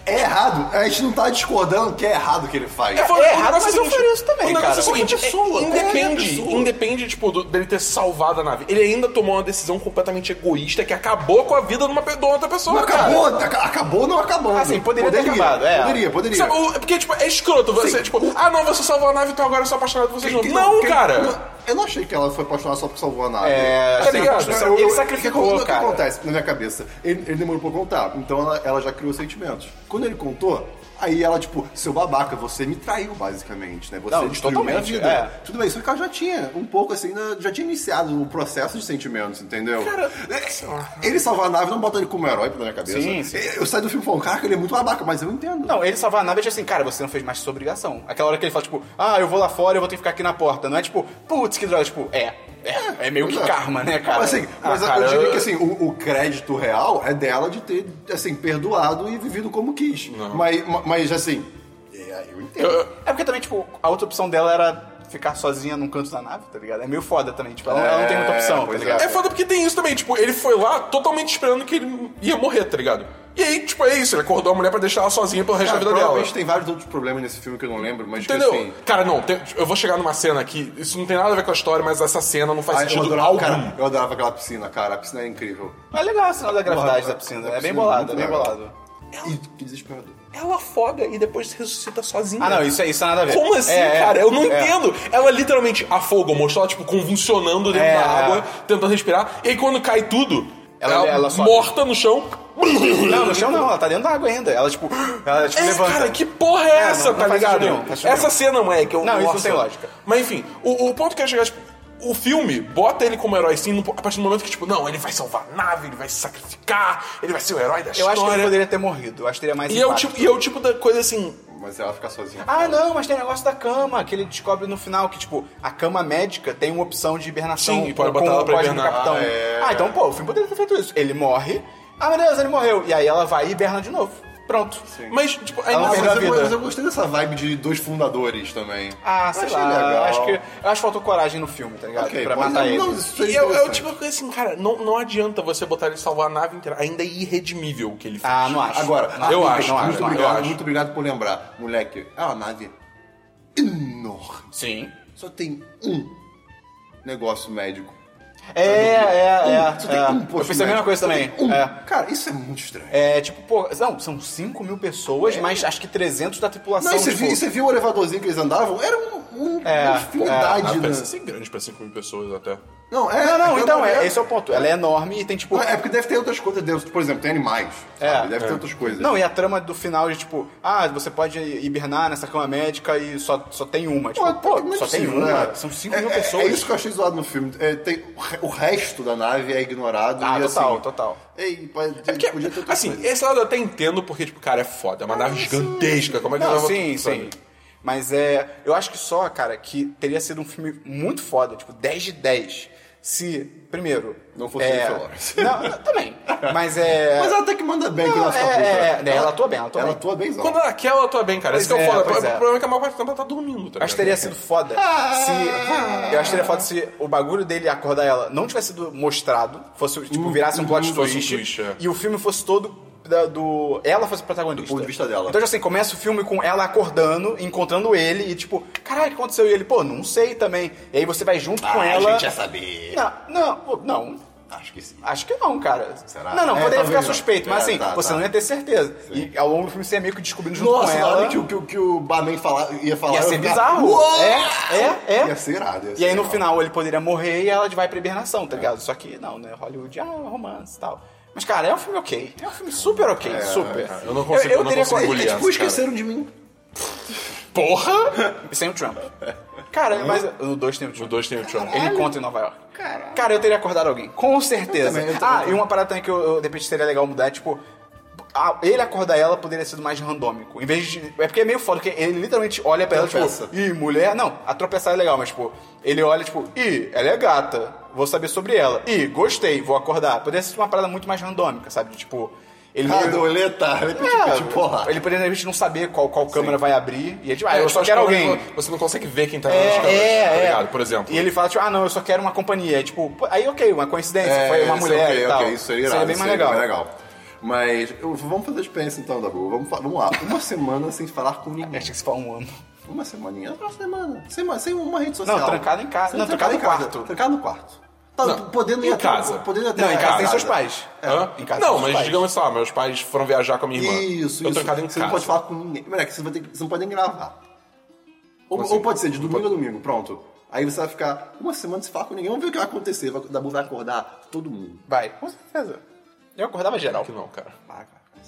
É errado. A gente não tá discordando que é errado o que ele faz.
foi-
é
o
errado,
negócio
mas
é o
eu faria isso também,
o negócio
cara.
É o seguinte,
Qualquer pessoa,
é- independe,
qualquer pessoa.
independe, tipo, do- dele ter salvado a nave. Ele ainda tomou uma decisão completamente egoísta que acabou com a vida de uma, pe- de uma outra pessoa,
Não
cara.
acabou, aca- acabou não acabou.
Assim, poderia ter acabado, é.
Poderia, poderia.
Sabe, o- porque, tipo, é escroto você,
Sim.
tipo, ah, não, você salvou a nave, então agora eu sou apaixonado por vocês de
Que-
novo. Não,
que-
cara!
Eu não achei que ela foi apaixonada só porque salvou a nave.
É,
Tá ligado?
assim,
Eu- eu-
ele
o que-
sacrificou,
O que
cara.
acontece na minha cabeça? Ele, ele demorou pra contar, então ela, ela já criou sentimentos. Quando ele contou, aí ela, tipo, seu babaca, você me traiu, basicamente, né? Você
Não,
destruiu minha
totalmente,
vida.
é.
Tudo bem, só que ela já tinha um pouco, assim, na- já tinha iniciado o processo de sentimentos, entendeu?
Cara,
ele salvar a nave não bota ele como um herói pela minha cabeça.
Sim, sim.
Eu saio do filme falando, caraca, ele é muito babaca, mas eu entendo.
Não, ele salvar a nave é tipo assim, cara, você não fez mais sua obrigação. Aquela hora que ele fala, tipo, ah, eu vou lá fora, eu vou ter que ficar aqui na porta. Não é tipo, putz, que droga, tipo, é. É, é meio que
Pois é.
karma, né, cara?
Mas, assim,
Ah,
mas
cara,
eu diria que assim, o, o crédito real é dela de ter assim, perdoado e vivido como quis. Mas, ma- mas assim, é, eu entendo.
É porque também, tipo, a outra opção dela era ficar sozinha num canto da nave, tá ligado? É meio foda também, tipo, ela, ela não tem muita opção, tá
pois é.
ligado?
É foda porque tem isso também, tipo, ele foi lá totalmente esperando que ele ia morrer, tá ligado? E aí, tipo, é isso, ele acordou a mulher pra deixar ela sozinha pelo resto
Cara,
da vida dela.
provavelmente tem vários outros problemas nesse filme que eu não lembro, mas
Entendeu?
que assim.
Cara, não, tem- eu vou chegar numa cena aqui, isso não tem nada a ver com a história, mas essa cena não faz
Ah, eu,
sentido
adorava,
algum.
cara, eu adorava aquela piscina, cara. A piscina é incrível.
Mas é legal o sinal da gravidade
Porra,
da piscina, é bem
piscina
bolado,
muito
é bem
legal.
bolado.
E que desesperador.
Ela afoga e depois ressuscita sozinha.
Ah, não, isso, é- isso é nada a ver.
Como assim,
É, é,
cara? Eu não
é.
entendo. Ela literalmente afoga, mostrou ela, tipo, convulsionando dentro
É.
da água, tentando respirar. E aí, quando cai tudo,
Ela-
ela,
ela sobe.
morta no chão.
Não, no chão não, ela tá dentro da água ainda. Ela, tipo, ela, tipo,
É,
levanta.
cara, que porra é,
não,
essa,
não
tá
faz sentido
ligado?
nenhum, faz sentido
essa cena, moleque, eu
Não, isso não
nossa.
tem lógica.
Mas enfim, o, o ponto que eu ia chegar, tipo, o filme bota ele como herói sim, no- a partir do momento que, tipo, não, ele vai salvar a nave, ele vai se sacrificar, ele vai ser o herói da
Eu
história.
acho que ele poderia ter morrido, eu acho que teria mais
E é, o
impacto.
tipo, e é o tipo da coisa assim.
Mas ela fica sozinha.
Ah, não, mas tem negócio da cama, que ele descobre no final que, tipo, a cama médica tem uma opção de hibernação.
Sim, e pode
com
botar ela
o
pra
código
hibernar.
do capitão.
Ah,
é.
Ah, então, pô, o filme poderia ter feito isso. Ele morre, ah, meu Deus, ele morreu. E aí ela vai e hiberna de novo. Pronto.
Mas, tipo, ainda
não
Ah,
assim,
perdeu a
mas, eu,
É vida.
mas eu gostei dessa vibe de dois fundadores também.
Ah,
Eu
sei
achei
lá,
legal.
eu acho que, eu acho que faltou coragem no filme, tá ligado?
Ok,
pra
pode-
matar
não,
ele.
não, isso é
E é, o- é o
interessante.
tipo de coisa assim, cara, não, não adianta você botar ele e salvar a nave inteira. Ainda é irredimível o que ele fez.
Ah, não acho.
Agora,
não,
eu
não,
acho,
não
muito
não
obrigado,
acho.
muito obrigado por lembrar. Moleque, é uma nave enorme.
Sim.
Só tem um negócio médico.
É, é, é.
Só tem
é.
um
eu
posto
pensei a mesma
médico.
coisa
Só
também.
tem um.
É.
Cara, isso é muito estranho.
É, tipo, pô, não, são 5 mil pessoas, mas acho que 300 da tripulação.
É. Não, é e você,
tipo,
viu, você viu o elevadorzinho que eles andavam? Era um, um-
É,
uma infinidade,
Ah,
né?
parece ser grande pra 5 mil pessoas até.
Não, é,
Não, não,
é-
então, é, esse é o ponto. Ela é enorme e tem, tipo.
É porque deve ter outras coisas dentro. Por exemplo, tem animais.
É.
sabe? Deve ter outras coisas.
Não, e a trama do final de tipo, ah, você pode hibernar nessa cama médica e só, só tem uma. Tipo, pô,
não é
só tem
possível,
uma.
né?
São 5
É-
mil
é-
pessoas.
É, isso que eu achei zoado no filme. É, tem, o re- o resto da nave é ignorado.
Ah,
e,
total,
assim,
total.
Ei, pai,
É porque,
podia ter outra
assim,
coisa.
esse lado eu até entendo porque, tipo, cara, é foda. É uma nave gigantesca. Como é que
Ah, Não,
ela vai-
sim,
sabe?
sim. Mas é. Eu acho que só, cara, que teria sido um filme muito foda, tipo, 10 de 10. se, primeiro.
Não fosse
é...
Jennifer Lawrence.
Não, não, também. Mas é.
Mas ela até que manda bem com
Não,
nossa
é,
puta.
é, né, ela atua bem, ela atua
Ela
bem.
atua bem,
Quando ela quer, ela tá bem, cara. Esse que
Pois
é
é,
o foda.
pois
O
é.
problema é que a maior parte do tempo ela tá dormindo, tá
Acho que teria
ligado?
sido foda se. Eu acho que teria foda se o bagulho dele acordar ela não tivesse sido mostrado, fosse,
Uhum.
tipo, virasse um plot
Hum,
twist,
fosse um twist, é.
e o filme fosse todo da- do. Ela fosse protagonista.
Do ponto de vista dela.
Então, assim, começa o filme com ela acordando, encontrando ele e tipo, caralho, o que aconteceu? E ele, pô, não sei também. E aí você vai junto
Ah,
com ela.
é saber.
Não, não, não.
Acho que sim.
Acho que não, cara.
Será?
Não, não,
É,
poderia
talvez
ficar
não.
suspeito, mas
É,
assim,
tá,
você
tá.
não ia ter certeza. E ao longo do filme você ia meio que descobrindo junto
Nossa,
com
na
ela.
hora que, o- que, o- que o Barman fala, ia falar...
Ia
eu
ser
ia ficar,
bizarro.
"Uau!"
É, é, é.
Ia ser irado. ia
E
ser
aí no
irado.
final ele poderia morrer e ela vai pra hibernação,
É.
tá ligado? Só que não, né? Hollywood, ah, romance e tal. Mas, cara, é um filme ok. É um filme super ok, super.
cara, É. eu não consigo- eu não
teria
consigo
co-
engolir
tipo,
essa.
de mim.
Porra! Sem o Trump. Cara, mas
Hum?
no 2 tem o
No
Trump.
2 tem o Trump.
Ele encontra em Nova York. Cara, eu teria acordado alguém, com certeza.
Eu também, eu
ah,
também.
e uma parada também que eu, eu, de repente seria legal mudar é tipo. a- ele acordar ela poderia ser mais randômico. Em vez de. É porque é meio foda, porque ele literalmente olha pra ela,
Tropeça.
tipo, ih, mulher. Não, a tropeçar é legal, mas tipo, ele olha, tipo, ih, ela é gata, vou saber sobre ela. Ih, gostei, vou acordar. Poderia ser uma parada muito mais randômica, sabe? Tipo, ele
Ah, doleta.
É,
Repete, tipo, porra.
ele poderia, de repente, não saber qual, qual câmera vai abrir. E ele, tipo, ah,
É,
eu
tipo,
só
as
quero
câmeras
alguém.
não- Você não consegue ver quem tá
É,
nas câmeras,
é,
tá
é.
ligado? Por exemplo.
E ele fala, tipo, ah, não, eu só quero uma companhia. É tipo, pô, aí ok, uma coincidência,
É,
foi uma
isso,
mulher
ok,
e tal.
ok, isso seria, irado,
bem mais
seria
legal.
bem legal. Mas eu- vamos fazer a experiência então, Dabu. Vamos, fa- vamos lá. Uma semana sem falar com ninguém.
Acho que se fala um ano.
Uma semaninha. Uma semana. Sem, sem uma rede social.
Não, trancado em casa.
Sem-
Não, trancado em
casa.
quarto.
Trancado no quarto. Tá,
Não,
podendo
em
ir até-
casa.
Podendo ir até
Não, em
a
casa tem seus pais.
É.
Hã?
Em casa tem
não,
seus
mas
pais.
digamos só, meus pais foram viajar com a minha irmã.
Isso,
eu
isso.
trancado em casa.
você não pode falar com ninguém. Moleque, você, vai ter que- você não pode nem gravar. Ou,
Como
ou
assim?
pode ser de domingo a domingo, pronto. Aí você vai ficar uma semana sem falar com ninguém. Vamos ver o que vai acontecer. Vai, Dabu vai acordar todo mundo.
Vai, com certeza. Eu acordava geral.
Pior que não, cara.
Ah,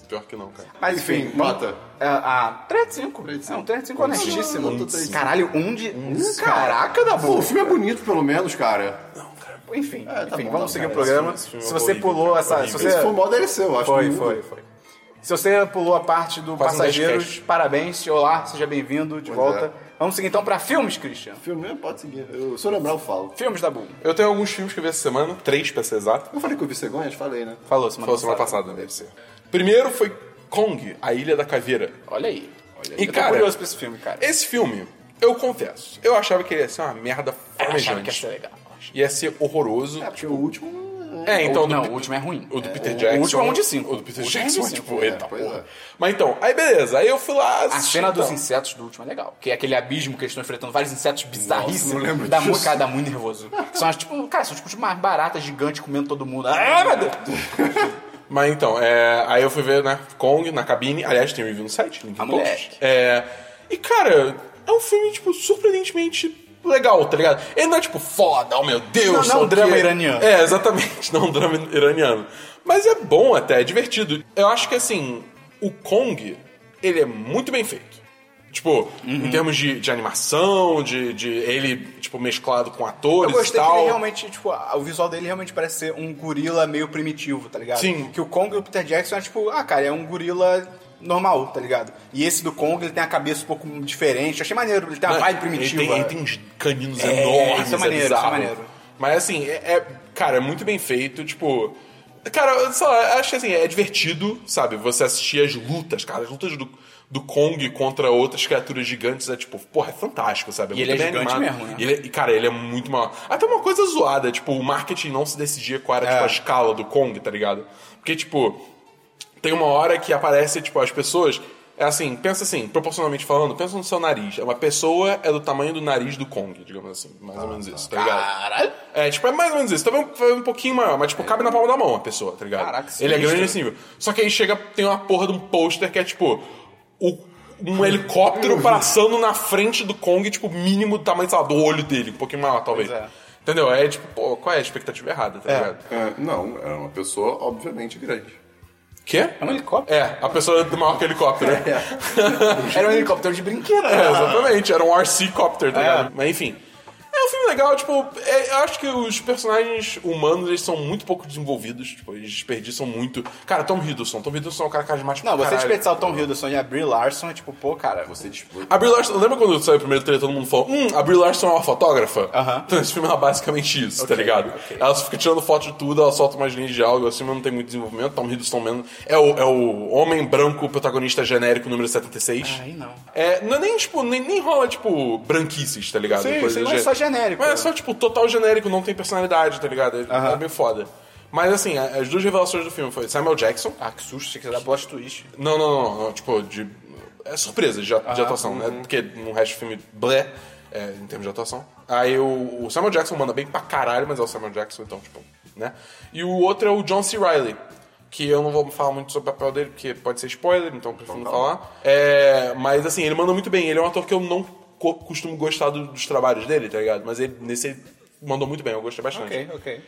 Pior que não, cara.
Mas enfim,
Enfim, mata.
É, Ah, 3 de 5.
3 de cinco.
Não, 3 de 5 honestíssimo.
Não, não, não, não, não.
Caralho, um de... Caraca, da
Pô, o
boa.
filme é bonito, pelo menos, cara.
Enfim,
É, tá
enfim,
bom, tá bom,
vamos seguir o
cara.
programa.
Esse filme é
Se você
horrível,
pulou
cara,
essa... Se
horrível.
você...
Esse foi o maior DLC, eu acho.
É. Foi,
do mundo.
foi, foi. Se você pulou a parte do
Faz um
Passageiros,
dashcast.
parabéns, olá, seja bem-vindo de
Pois
volta.
é.
Vamos seguir então pra filmes, Christian.
Filme, pode seguir. Eu, se eu lembrar, eu falo.
Filmes da Boom.
Eu tenho alguns filmes que eu vi essa semana, três pra ser exato.
Eu falei que eu vi cegonhas? Falei, né?
Falou
Falou semana passada, deve ser. Primeiro foi Kong, A Ilha da Caveira.
Olha aí. Olha aí.
E,
eu tô
cara, é
curioso pra esse filme, cara.
Esse filme, eu confesso, eu achava que ele ia ser uma merda
Eu achava que ia
flamejante.
ser legal.
Ia ser horroroso.
É, porque o último.
É, então.
O- não,
do-
o último é ruim.
O do
É,
Peter
o-
Jackson.
o último é um de cinco.
O do Peter
O último é um de
Jackson, é
cinco.
tipo,
É,
eita
pois
porra.
é.
Mas então, aí beleza. Aí eu fui lá
A
assistir,
cena dos
então.
insetos do último é legal. Que é aquele abismo que eles estão enfrentando vários insetos bizarríssimos.
não lembro
dá
disso.
muito, cara, dá muito nervoso. são as, tipo, cara, são tipo umas baratas gigantes comendo todo mundo.
É,
Ah, meu Deus!
Mas então, é, aí eu fui ver, né, Kong na cabine. Aliás, tem review no site, link
Ah,
em post.
moleque.
É, e, cara, é um filme, tipo, surpreendentemente legal, tá ligado? Ele não é, tipo, foda, oh meu Deus.
Não, não é um
sei o
drama
quê.
iraniano.
É, exatamente, não é um drama iraniano. Mas é bom até, é divertido. Eu acho que, assim, o Kong, ele é muito bem feito. Tipo,
Uhum.
em termos de, de animação, de, de ele, tipo, mesclado com atores
Eu gostei
e
que
tal.
ele realmente, tipo, a- o visual dele realmente parece ser um gorila meio primitivo, tá ligado?
Sim.
Que o Kong e o Peter Jackson é tipo, ah, cara, é um gorila normal, tá ligado? E esse do Kong, ele tem a cabeça um pouco diferente. Eu achei maneiro, ele tem uma
Não,
vibe primitiva.
Ele tem, ele tem uns caninos
É,
enormes,
isso é maneiro, isso é
bizarro.
maneiro.
Mas assim, é, é- Cara, é muito bem feito, tipo. Cara, sei lá, acho que assim, é divertido, sabe? Você assistir as lutas, cara, as lutas do, do Kong contra outras criaturas gigantes é tipo, porra, é fantástico, sabe?
E ele
muito
é
bem
gigante
animado.
mesmo, né?
E, ele, e, cara, ele é muito maior. Até uma coisa zoada, tipo, o marketing não se decidia qual era
É.
tipo, a escala do Kong, tá ligado? Porque, tipo, tem uma hora que aparece, tipo, as pessoas. É assim, pensa assim, proporcionalmente falando, pensa no seu nariz. Uma pessoa é do tamanho do nariz do Kong, digamos assim. Mais
Ah,
ou menos isso, tá ligado?
Caralho!
É, tipo, é mais ou menos isso. Talvez um, um pouquinho maior, mas, tipo, cabe na palma da mão a pessoa, tá ligado?
É. Caraca, que
Ele é
sinistro.
grande nesse nível. Só que aí chega, tem uma porra de um pôster que é, tipo, o- um helicóptero passando na frente do Kong, tipo, mínimo do tamanho, sei lá, do olho dele. Um pouquinho maior, talvez.
Pois é.
Entendeu? É, tipo, pô, qual é a expectativa errada, tá ligado?
É, não, é uma pessoa, obviamente, grande.
Quê?
É um helicóptero?
É, a pessoa é maior que o helicóptero, né?
Era um helicóptero de brinquedo,
É,
né?
exatamente, era um RC copter, tá
É.
ligado? Mas enfim. É um filme legal, tipo, é- eu acho que os personagens humanos, eles são muito pouco desenvolvidos, tipo, eles desperdiçam muito. Cara, Tom Hiddleston, Tom Hiddleston é o cara carismático
Não,
pra
você
caralho.
desperdiçar o Tom Hiddleston e a Brie Larson é tipo, pô, cara, você...
Você disputa.
A Brie Larson, lembra quando saiu o primeiro trailer todo mundo falou, hum, a Brie Larson é uma fotógrafa?
Aham.
Então esse filme é basicamente isso,
Ok,
tá ligado?
ok.
Ela só fica tirando foto de tudo, ela solta umas linhas de algo assim, mas não tem muito desenvolvimento. Tom Hiddleston menos. É o, é o homem branco protagonista genérico número 76.
Aí não.
É, não é nem, tipo, nem, nem rola, tipo, branquices, tá ligado?
Sim, sim,
do
não é
gê-
só genérico.
Mas é só, tipo, total genérico, não tem personalidade, tá ligado? É,
Aham.
é bem foda. Mas, assim, a- as duas revelações do filme foi Samuel Jackson.
Ah, que susto, tinha que dar plot twist.
Não, não, não, não, tipo, de... É surpresa de, a- de atuação, né? Porque no resto do filme, blé, é, em termos de atuação. Aí o, o Samuel Jackson manda bem pra caralho, mas é o Samuel Jackson, então, tipo, né? E o outro é o John C. Reilly. Que eu não vou falar muito sobre o papel dele, porque pode ser spoiler, então eu prefiro não falar. É, mas assim, ele manda muito bem. Ele é um ator que eu não co- costumo gostar do- dos trabalhos dele, tá ligado? Mas ele, nesse ele mandou muito bem, eu gostei bastante.
Ok, ok.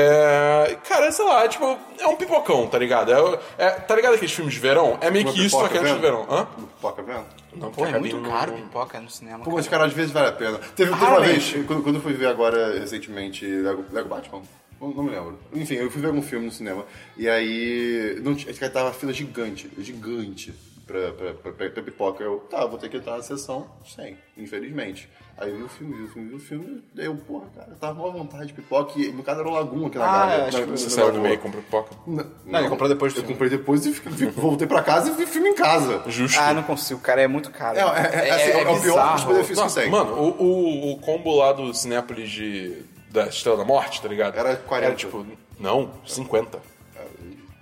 É. Cara, sei lá, é tipo, é um pipocão, tá ligado? É, é- tá ligado aqueles filmes de verão? É meio
Uma
que isso, só
pipoca
que antes do
vendo?
verão. Hã?
Uma Pipoca tá vendo? um-
Não,
Pô, é muito
não-
caro
não-
pipoca no cinema.
Pô,
cara.
mas cara, às vezes vale a pena. Teve teve uma
Raramente.
vez, quando, quando eu fui ver agora recentemente Lego, Lego Batman. Não, não me lembro. Enfim, eu fui ver algum filme no cinema. E aí. Não, tinha- cara, tava uma fila gigante, gigante, pra, pra, pra, pra- pra pipoca. Eu, tá, vou ter que entrar na sessão sem, infelizmente. Aí eu vi o filme, vi o filme, vi o filme. Daí eu, porra, cara, tava com uma vontade de pipoca. E no caso era o Laguna aqui na
Ah,
galera.
acho que
Você saiu do meio e comprou pipoca.
Não,
Não, ele comprou depois do
Eu
filme.
comprei depois e fi- vi- voltei pra casa e vi filme em casa.
Justo.
Ah, não consigo, cara, é muito caro.
É, é- é- assim, é o pior
bizarro.
dos benefícios que
Nossa,
tem.
mano, o, o, o combo lá do Cinépolis de. da Estrela da Morte, tá ligado?
Era 40.
Era tipo, não, 50.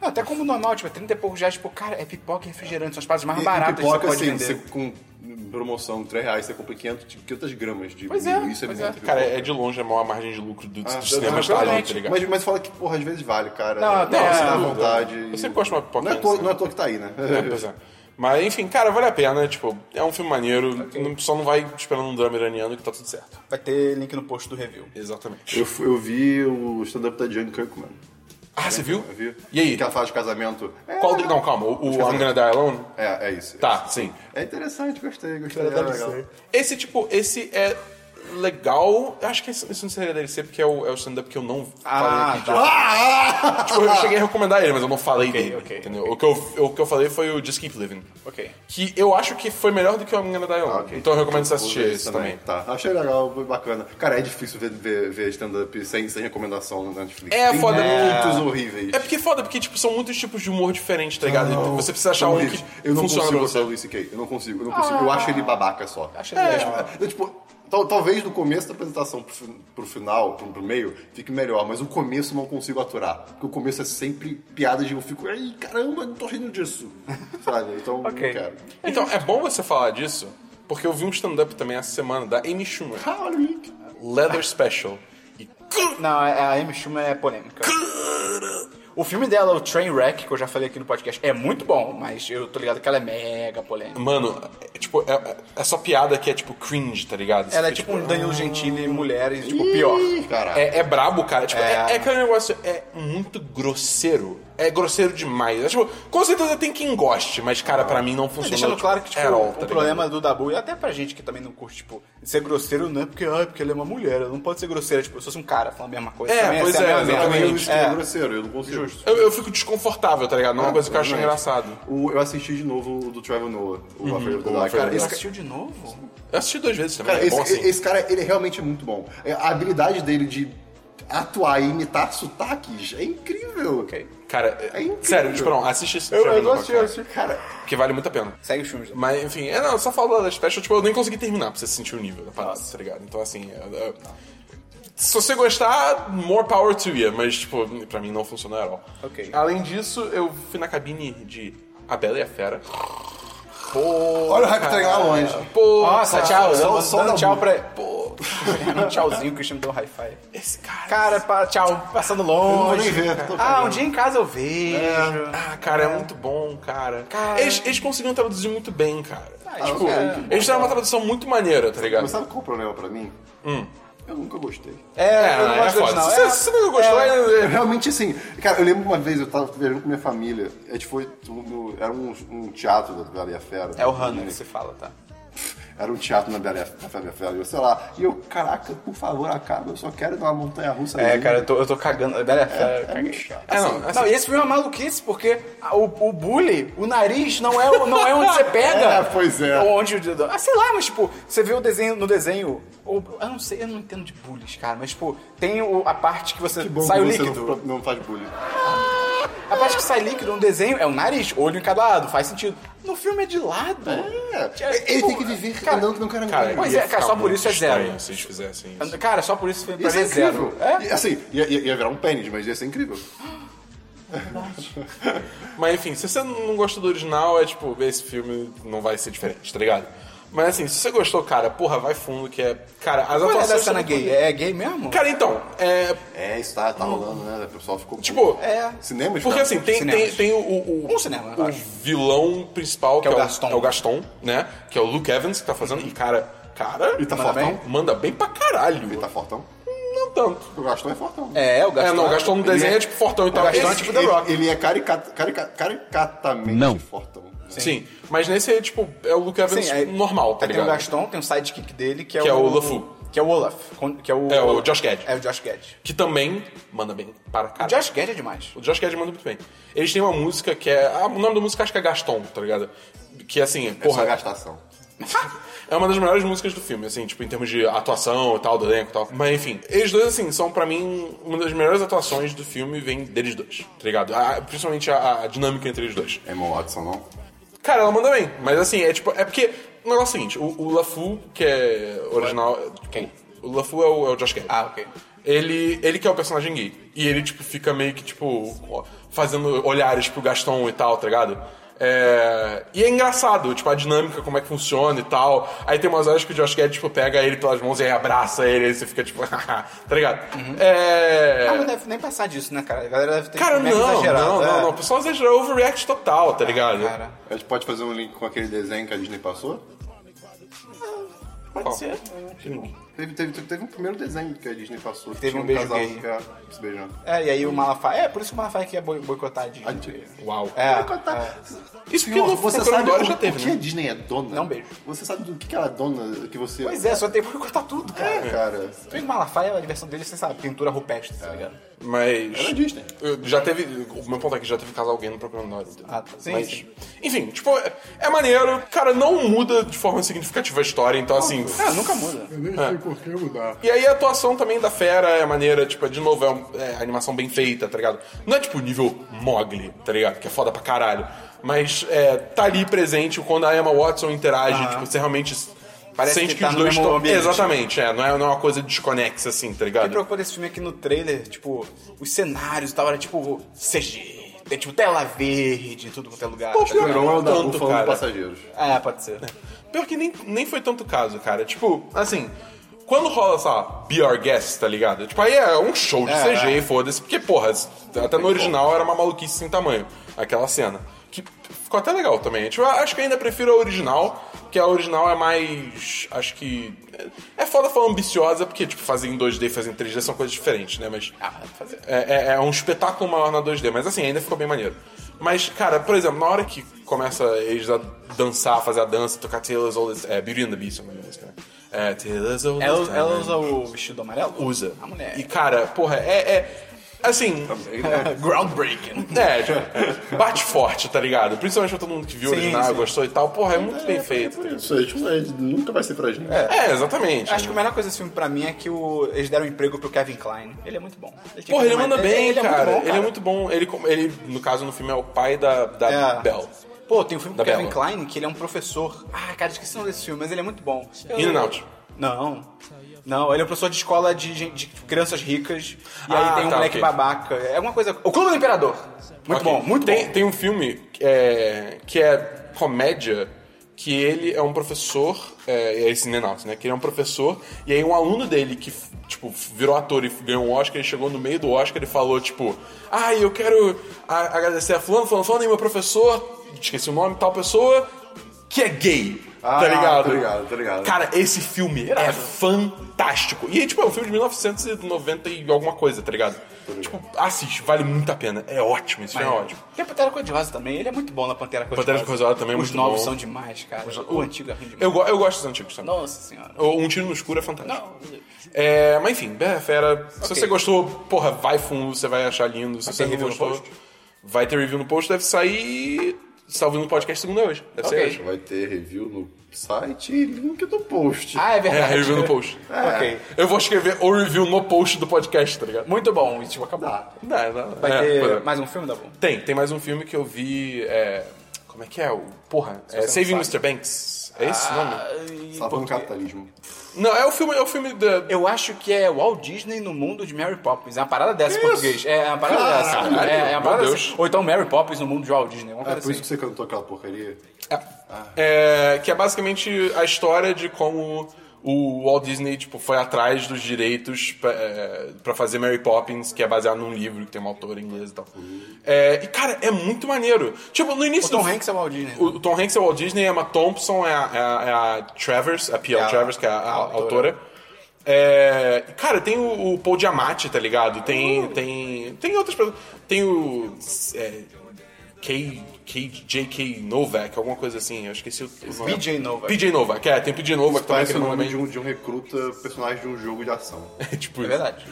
Não, até como normal, tipo, é 30 e poucos reais, tipo, cara, é pipoca e refrigerante, são as partes
E-
mais
e
baratas
pipoca,
que você pode
assim,
vender.
você com promoção de 3 reais, você compra 500, tipo, 500 gramas de
Pois é,
milho. Isso é
pois
muito
é.
pipoca.
Cara, é de longe a maior margem de lucro do,
Ah,
do cinema
mas-
está ali,
realmente,
tá ligado?
Mas, mas fala que, porra, às vezes vale, cara.
Não,
Não,
até-
você dá
não,
vontade.
eu sempre gosto de uma pipoca
Não é, à toa,
antes,
não é à toa que tá aí, né?
É, pois é. Mas enfim, cara, vale a pena, tipo, é um filme maneiro, não- só não vai esperando um drama iraniano que tá tudo certo.
Vai ter link no post do review.
Exatamente.
Eu, fui- eu vi o stand-up da Jane Kirkman.
Ah, você viu?
Eu vi.
E aí?
Que ela fala de casamento. É,
Qual do... Não, calma, o, o I'm Gonna Die Alone?
é, é isso.
Tá, sim.
É interessante, gostei, gostei.
Deve
é legal.
ser.
Esse, tipo, esse é legal. Eu Acho que esse, esse não seria DLC, porque é o, é o stand-up que eu não falei
Ah,
aqui.
tá.
Tipo, eu cheguei a recomendar ele, mas eu não falei dele.
ok,
entendeu? O, que eu, o que eu falei foi o Just Keep Living.
Ok.
Que eu acho que foi melhor do que o I'm Gonna Die Alone.
Ah, ok.
Então eu recomendo você
Vou
assistir
ver
esse também.
Tá, achei legal, foi bacana. Cara, é difícil ver, ver, ver stand-up sem, sem recomendação na Netflix.
É,
Tem
foda.
muitos horríveis.
É porque é foda, porque tipo, são muitos tipos de humor diferentes, tá ligado?
Não,
você precisa achar
são
um que
horríveis. Eu não
funciona
consigo
pra você.
gostar
Ah.
do Luis C.K. Eu não consigo, eu não consigo. Eu acho ele babaca só.
Acho legal.
Eu, tipo, tal- talvez do começo da apresentação pro, fin- pro final, pro, pro meio, fique melhor, mas o começo eu não consigo aturar. Porque o começo é sempre piada de eu fico, ai caramba, eu não tô rindo disso. Sabe? Então,
Ok.
não quero.
Então, é bom você falar disso, porque eu vi um stand-up também essa semana da Amy Schumer,
tá,
Ah, olha o link.
Leather Special. E
Não, a a Amy Schumer é polêmica. O filme dela, o Trainwreck, que eu já falei aqui no podcast, é muito bom, mas eu tô ligado que ela é mega polêmica.
Mano, é, tipo, é, é só piada que é tipo cringe, tá ligado? Você
Ela é
fica,
tipo um Danilo Gentili mulheres, tipo, pior.
Ih, caralho.
É, é brabo, cara. Tipo, é,
É.
é aquele negócio, é muito grosseiro. É grosseiro demais. É, tipo, com certeza tem quem goste, mas, cara, pra mim não funciona.
Deixando
tipo,
claro que, tipo,
at all,
o
tá ligado?
problema do Dabu, e até pra gente que também não curte, tipo, ser grosseiro não é porque, ah, é porque ela é uma mulher, ela não pode ser grosseira. Tipo, se fosse um cara falando a mesma coisa,
É,
também ia
pois
ser a
é,
mesma merda.
Também o
exatamente.
Luis C.K. é grosseiro, eu não consigo. Justo.
Eu, eu fico desconfortável, tá ligado? Não é uma coisa que eu acho
Exatamente.
engraçado. Uhum.
O- eu assisti de novo o do Trevor Noah, o Alfredo
o
Dark. Cara,
Alfredo
esse,
Ela
ca-
assistiu de novo?
Eu assisti duas vezes também.
cara,
é
esse-
bom assim.
esse cara, ele realmente é muito bom. É, A habilidade dele de atuar e imitar sotaques é incrível.
Cara,
É incrível.
sério, tipo, não, assiste esse
Eu, eu
Trevor
não
Noah,
assisti, eu
cara,
assisti, cara.
Que vale muito a pena.
Segue os filmes. Dabu.
Mas, enfim, é, não, só falo da Special, tipo, eu nem consegui terminar pra você sentir o nível da parada, tá ligado? Então, assim, é- é- se você gostar, more power to you, mas, tipo, pra mim não funciona at all.
Ok.
Além disso, eu fui na cabine de A Bela e a Fera.
Olha o hype trem lá longe.
Pô,
Nossa,
cara,
tchau.
só-
Só,
só
dando
Dabu.
tchau pra...
Pô,
um tchauzinho, o Cristiano deu um hi-fi.
esse cara...
Cara, pa- tchau. Passando
Eu não
longe.
vou nem ver, tô
Ah, um
cagando.
dia em casa eu vejo.
Ah, cara, é muito bom, cara.
Cara.
Eles, eles conseguiram traduzir muito bem, cara.
Ah,
tipo,
cara, que bom,
eles fizeram uma tradução muito maneira, tá ligado?
Mas sabe qual é o problema pra mim?
Hum.
Eu nunca gostei.
É, eu não
é
gosto
foda.
original.
Se
É,
você- se você não gostou,
é.
é-
Eu realmente assim, cara, eu lembro uma vez eu tava viajando com minha família,
É
a gente foi no, no- era um, um teatro da Bela e a Fera.
É o Hannah que se fala, tá?
Era um teatro na Bela na Filadélfia, sei lá. E eu, caraca, por favor, acaba, eu só quero ir numa montanha russa.
É,
ali.
cara, eu tô, eu tô cagando. Bela é fera, eu
É
caguei.
muito chato.
É, não, assim,
Não, e esse filme é uma maluquice, porque a- o, o bully, o nariz, não é, o- não é onde você pega.
É, pois é.
Onde, o- ah, sei lá, mas tipo, você vê o desenho no desenho. o- eu não sei, eu não entendo de bullies, cara, mas tipo, tem o- a parte que você
Que bom
sai
que
o
você
líquido.
Não, não faz bullying.
A parte que sai líquido no desenho é o nariz, olho em cada lado, faz sentido. No filme é de lado.
É, ele
tipo,
tem que viver
cara,
não, não quero
cara,
Pois
ia
é, cara,
ficar
só por
muito
isso é
estranho
zero.
Se eles fizessem isso.
Cara, só por isso foi pra
Isso
mim
é
é
incrível.
zero. É?
E, assim, ia, ia- ia virar um pênis, mas ia ser incrível.
Mas enfim, se você não gostou do original, é tipo, esse filme não vai ser diferente, tá ligado? Mas assim, se você gostou, cara, porra, vai fundo, que é. Cara,
Qual
as
é
atuações.
da
são
cena
muito
gay?
bonitas.
É gay mesmo?
Cara, então, é.
É, isso tá, tá rolando, né? O pessoal ficou.
Tipo,
É.
Cinemas?
Porque
cara?
assim, tem,
Cinemas.
tem, tem o, o, o-
Um cinema, eu
o
acho.
vilão principal, que,
é o
é, o,
Gaston. Uhum.
é o Gaston, né? Que é o Luke Evans que tá fazendo. E cara, cara.
Ele tá
Manda
fortão?
bem?
Manda bem pra caralho.
Ele tá fortão?
Não tanto.
O Gastão é fortão.
É, o Gaston.
é, não, o Gaston no
Ele
desenho é,
é-
tipo fortão e
O
tal.
Gastão é
Esse-
tipo The Rock. Ele é caricata, carica- caricatamente
Não.
fortão.
Sim. mas nesse é tipo, é o Luke Evans
Sim, aí-
normal, tá
aí tem o
ligado?
Gaston, tem o sidekick dele, que é,
Que é
o...
o LeFou.
Que é o Olaf. con- Que é o...
É, o Josh Gad.
É o Josh Gad.
Que também manda bem para
O
caralho.
Josh Gad é demais.
O Josh Gad manda muito bem. Eles têm uma música que é. ah, O nome da música acho que é Gaston, tá ligado? Que assim,
Porra.
porra.
Essa gastação.
é uma das melhores músicas do filme, assim, tipo, em termos de atuação e tal, do elenco e tal. Mas enfim, eles dois, assim, são pra mim uma das melhores atuações do filme vem deles dois, tá ligado? A- principalmente a, a dinâmica entre eles dois.
Emma É Watson, não?
Cara, ela manda bem, mas assim, é tipo. É porque. O negócio é o seguinte, o, o LaFu, que é original. Quem? O LaFu é o, é o Josh Gad.
Ah, ok.
Ele, ele que é o personagem gay. E ele, tipo, fica meio que, tipo, ó, fazendo olhares pro Gaston e tal, tá ligado? É, E é engraçado, tipo, a dinâmica, como é que funciona e tal. Aí tem umas horas que o Josh Gad, tipo, pega ele pelas mãos e aí abraça ele, aí você fica, tipo, tá ligado? É...
Uhum. Ah, não deve nem passar disso, né, cara? A galera deve ter
Cara,
tipo, mega
não,
exagerado.
não,
é. Ah,
não, não. O pessoal exagerou overreact total, tá ligado?
Cara.
A gente pode fazer um link com aquele desenho que a Disney passou?
Pode ser.
Teve, teve, teve, teve um primeiro desenho que a Disney passou. que
Teve
tinha
um beijo
casal
gay.
que era se beijando.
É, e aí o Malafaia... É, por isso que o Malafaia quer boi- boicotar de...
A gente-
Uau.
É,
Isso porque
Pior,
não
você
você
sabe
Dora
o,
já teve,
o que a
né?
Disney é dona?
Não beijo.
Você sabe do que, que ela é dona que você...
Pois é, só tem que boicotar tudo, cara.
É, cara.
Tem o Malafaia, a diversão dele, você sabe, pintura rupestre,
É.
tá ligado?
Mas.
Ela é Disney.
Eu- Já teve. O meu ponto aqui já teve casal alguém no Procurando Dory. entendeu?
Ah, tá. Sim,
é? Mas,
sim.
Enfim, tipo, é, é maneiro. Cara, não muda de forma significativa a história, então assim. É.
Ah, nunca muda.
Eu nem sei por que mudar.
E aí a atuação também da fera é maneira, tipo, de novo, é, um- é animação bem feita, tá ligado? Não é tipo nível Mogli, tá ligado? Que é foda pra caralho. Mas é, tá ali presente quando a Emma Watson interage, tipo, você realmente
Parece que
sente que,
tá
os
no
dois
mesmo
estão.
ambiente.
Exatamente, é não, é. não é uma coisa desconexa assim, tá
Eu
ligado?
preocupa desse filme aqui no trailer, tipo, os cenários e tal, era tipo CG, tem tipo tela verde, tudo quanto é lugar.
Pô,
tá
pior-
ligado?
Verão é o da
Tipo, um Tanto,
Bufa,
cara.
dos passageiros.
É, pode ser.
Pior que nem, nem foi tanto caso, cara. Tipo, assim, quando rola essa Be Our Guest, tá ligado? Tipo, aí é um show de
É,
CG, foda-se. Porque, porra, até no original era uma maluquice sem tamanho, aquela cena. Que ficou até legal também. Tipo, eu acho que ainda prefiro a original, que a original é mais. Acho que. É foda falar ambiciosa, porque, tipo, fazer em 2D e fazer em 3D são coisas diferentes, né? Mas.
Ah, fazer.
É, é- é um espetáculo maior na 2D, mas assim, ainda ficou bem maneiro. Mas, cara, por exemplo, na hora que começa eles a dançar, fazer a dança, tocar Taylor's All This... É, Beauty and the Beast, não me lembro cara. É, Taylor's All This
Ela,
Time.
ela usa o vestido amarelo?
né? Usa.
A mulher.
E, cara, porra, é... é assim...
Groundbreaking.
É, tipo, bate forte, tá ligado? Principalmente pra todo mundo que viu o
Sim,
original,
sim.
gostou e tal. Porra, é muito bem feito. tá ligado?
Isso aí, tipo, é, nunca vai ser pra gente.
É, exatamente.
Acho que a melhor coisa desse filme pra mim é que o- eles deram emprego pro Kevin Klein. Ele é muito bom. tinha
Porra,
que
ele
ser mais-
manda bem,
ele é muito
cara.
bom,
Ele é muito bom. Ele, com- ele, no caso, no filme, é o pai da, da
É.
Belle.
Pô, tem um filme
Da
do Kevin
Bela.
Klein que ele é um professor. Ah, cara, esqueci o nome desse filme, mas ele é muito bom.
In and Out.
Não. Não, ele é um professor de escola de, gente- de crianças ricas. E aí
Ah,
tem um
tá,
moleque
ok.
babaca. É uma coisa. O Clube do Imperador. Muito
Ok.
bom, muito
tem,
bom.
Tem um filme que é, que é comédia, que ele é um professor, é, é esse Nenalto, né? Que ele é um professor, e aí um aluno dele que, tipo, virou ator e ganhou um Oscar, ele chegou no meio do Oscar e falou, tipo, ai, eu quero a- agradecer a fulano, fulano, fulano, e meu professor, esqueci o nome, tal pessoa... que é gay.
Ah,
tá ligado?
tô ligado, tô ligado.
Cara, esse filme é fantástico. E, tipo, é um filme de 1990 e alguma coisa, tá ligado? Tipo, assiste, vale muito a pena. É ótimo, esse filme é ótimo.
Tem a Pantera Cor-de-Rosa também. Ele é muito bom na Pantera Cor-de-Rosa.
Pantera Cor-de-Rosa também é
Os
muito
novos
bom.
são demais, cara. O antigo é ruim demais.
Eu, go- eu gosto dos antigos também.
Nossa senhora.
Ou Um Tiro no Escuro é fantástico.
Não.
É, mas enfim, Bela Fera, se
Ok.
você gostou, porra, vai fundo, você vai achar lindo. Se você
ter
não
review no
gostou,
post?
vai ter review no post, deve sair. Salve no podcast segunda hoje. Deve
Ok.
ser hoje.
Vai ter review no site e link do post.
Ah, é
É,
verdade.
review no post.
Ok.
Eu vou escrever o review no post do podcast, tá ligado?
Muito bom. E, tipo, acabou.
Dá, dá.
Vai
é,
ter
pois é.
mais um filme, Dabu?
Tem, tem mais um filme que eu vi. é, Como é que é? O, porra, é
você
Saving
não Ah.
Mr. Banks. É esse o nome?
Salvando o capitalismo.
Não, é o filme, é o filme da.
Eu acho que é Walt Disney no mundo de Mary Poppins. É uma parada dessa em português. É uma parada
Caralho.
dessa. É, é uma parada
Meu
dessa.
Deus.
Ou então Mary Poppins no mundo de Walt Disney. Uma
É
coisa
por
assim.
isso que você cantou aquela porcaria?
É, que é basicamente a história de como o Walt Disney tipo, foi atrás dos direitos pra, é, pra fazer Mary Poppins, que é baseado num livro que tem uma autora inglesa e tal. É, e cara, é muito maneiro. Tipo, no início
O Uhum. Tom
do-
Hanks é Walt Disney.
o Tom Hanks é o Walt Disney, a Emma Thompson é a, é a- é a Travers, a P.L.
É a-
Travers, que é a, a
a
autora.
autora.
É, e, cara, tem o, o Paul Diamatti, tá ligado? Tem, tem, tem outras pessoas. Tem o é, K, K, J.K. Novak, alguma coisa assim. Eu esqueci o, o nome.
PJ Novak.
PJ Novak, é. Tem PJ Novak também, que
Parece
é
o nome
normalmente...
de um, de um recruta, personagem de um jogo de ação.
tipo
É
isso.
verdade.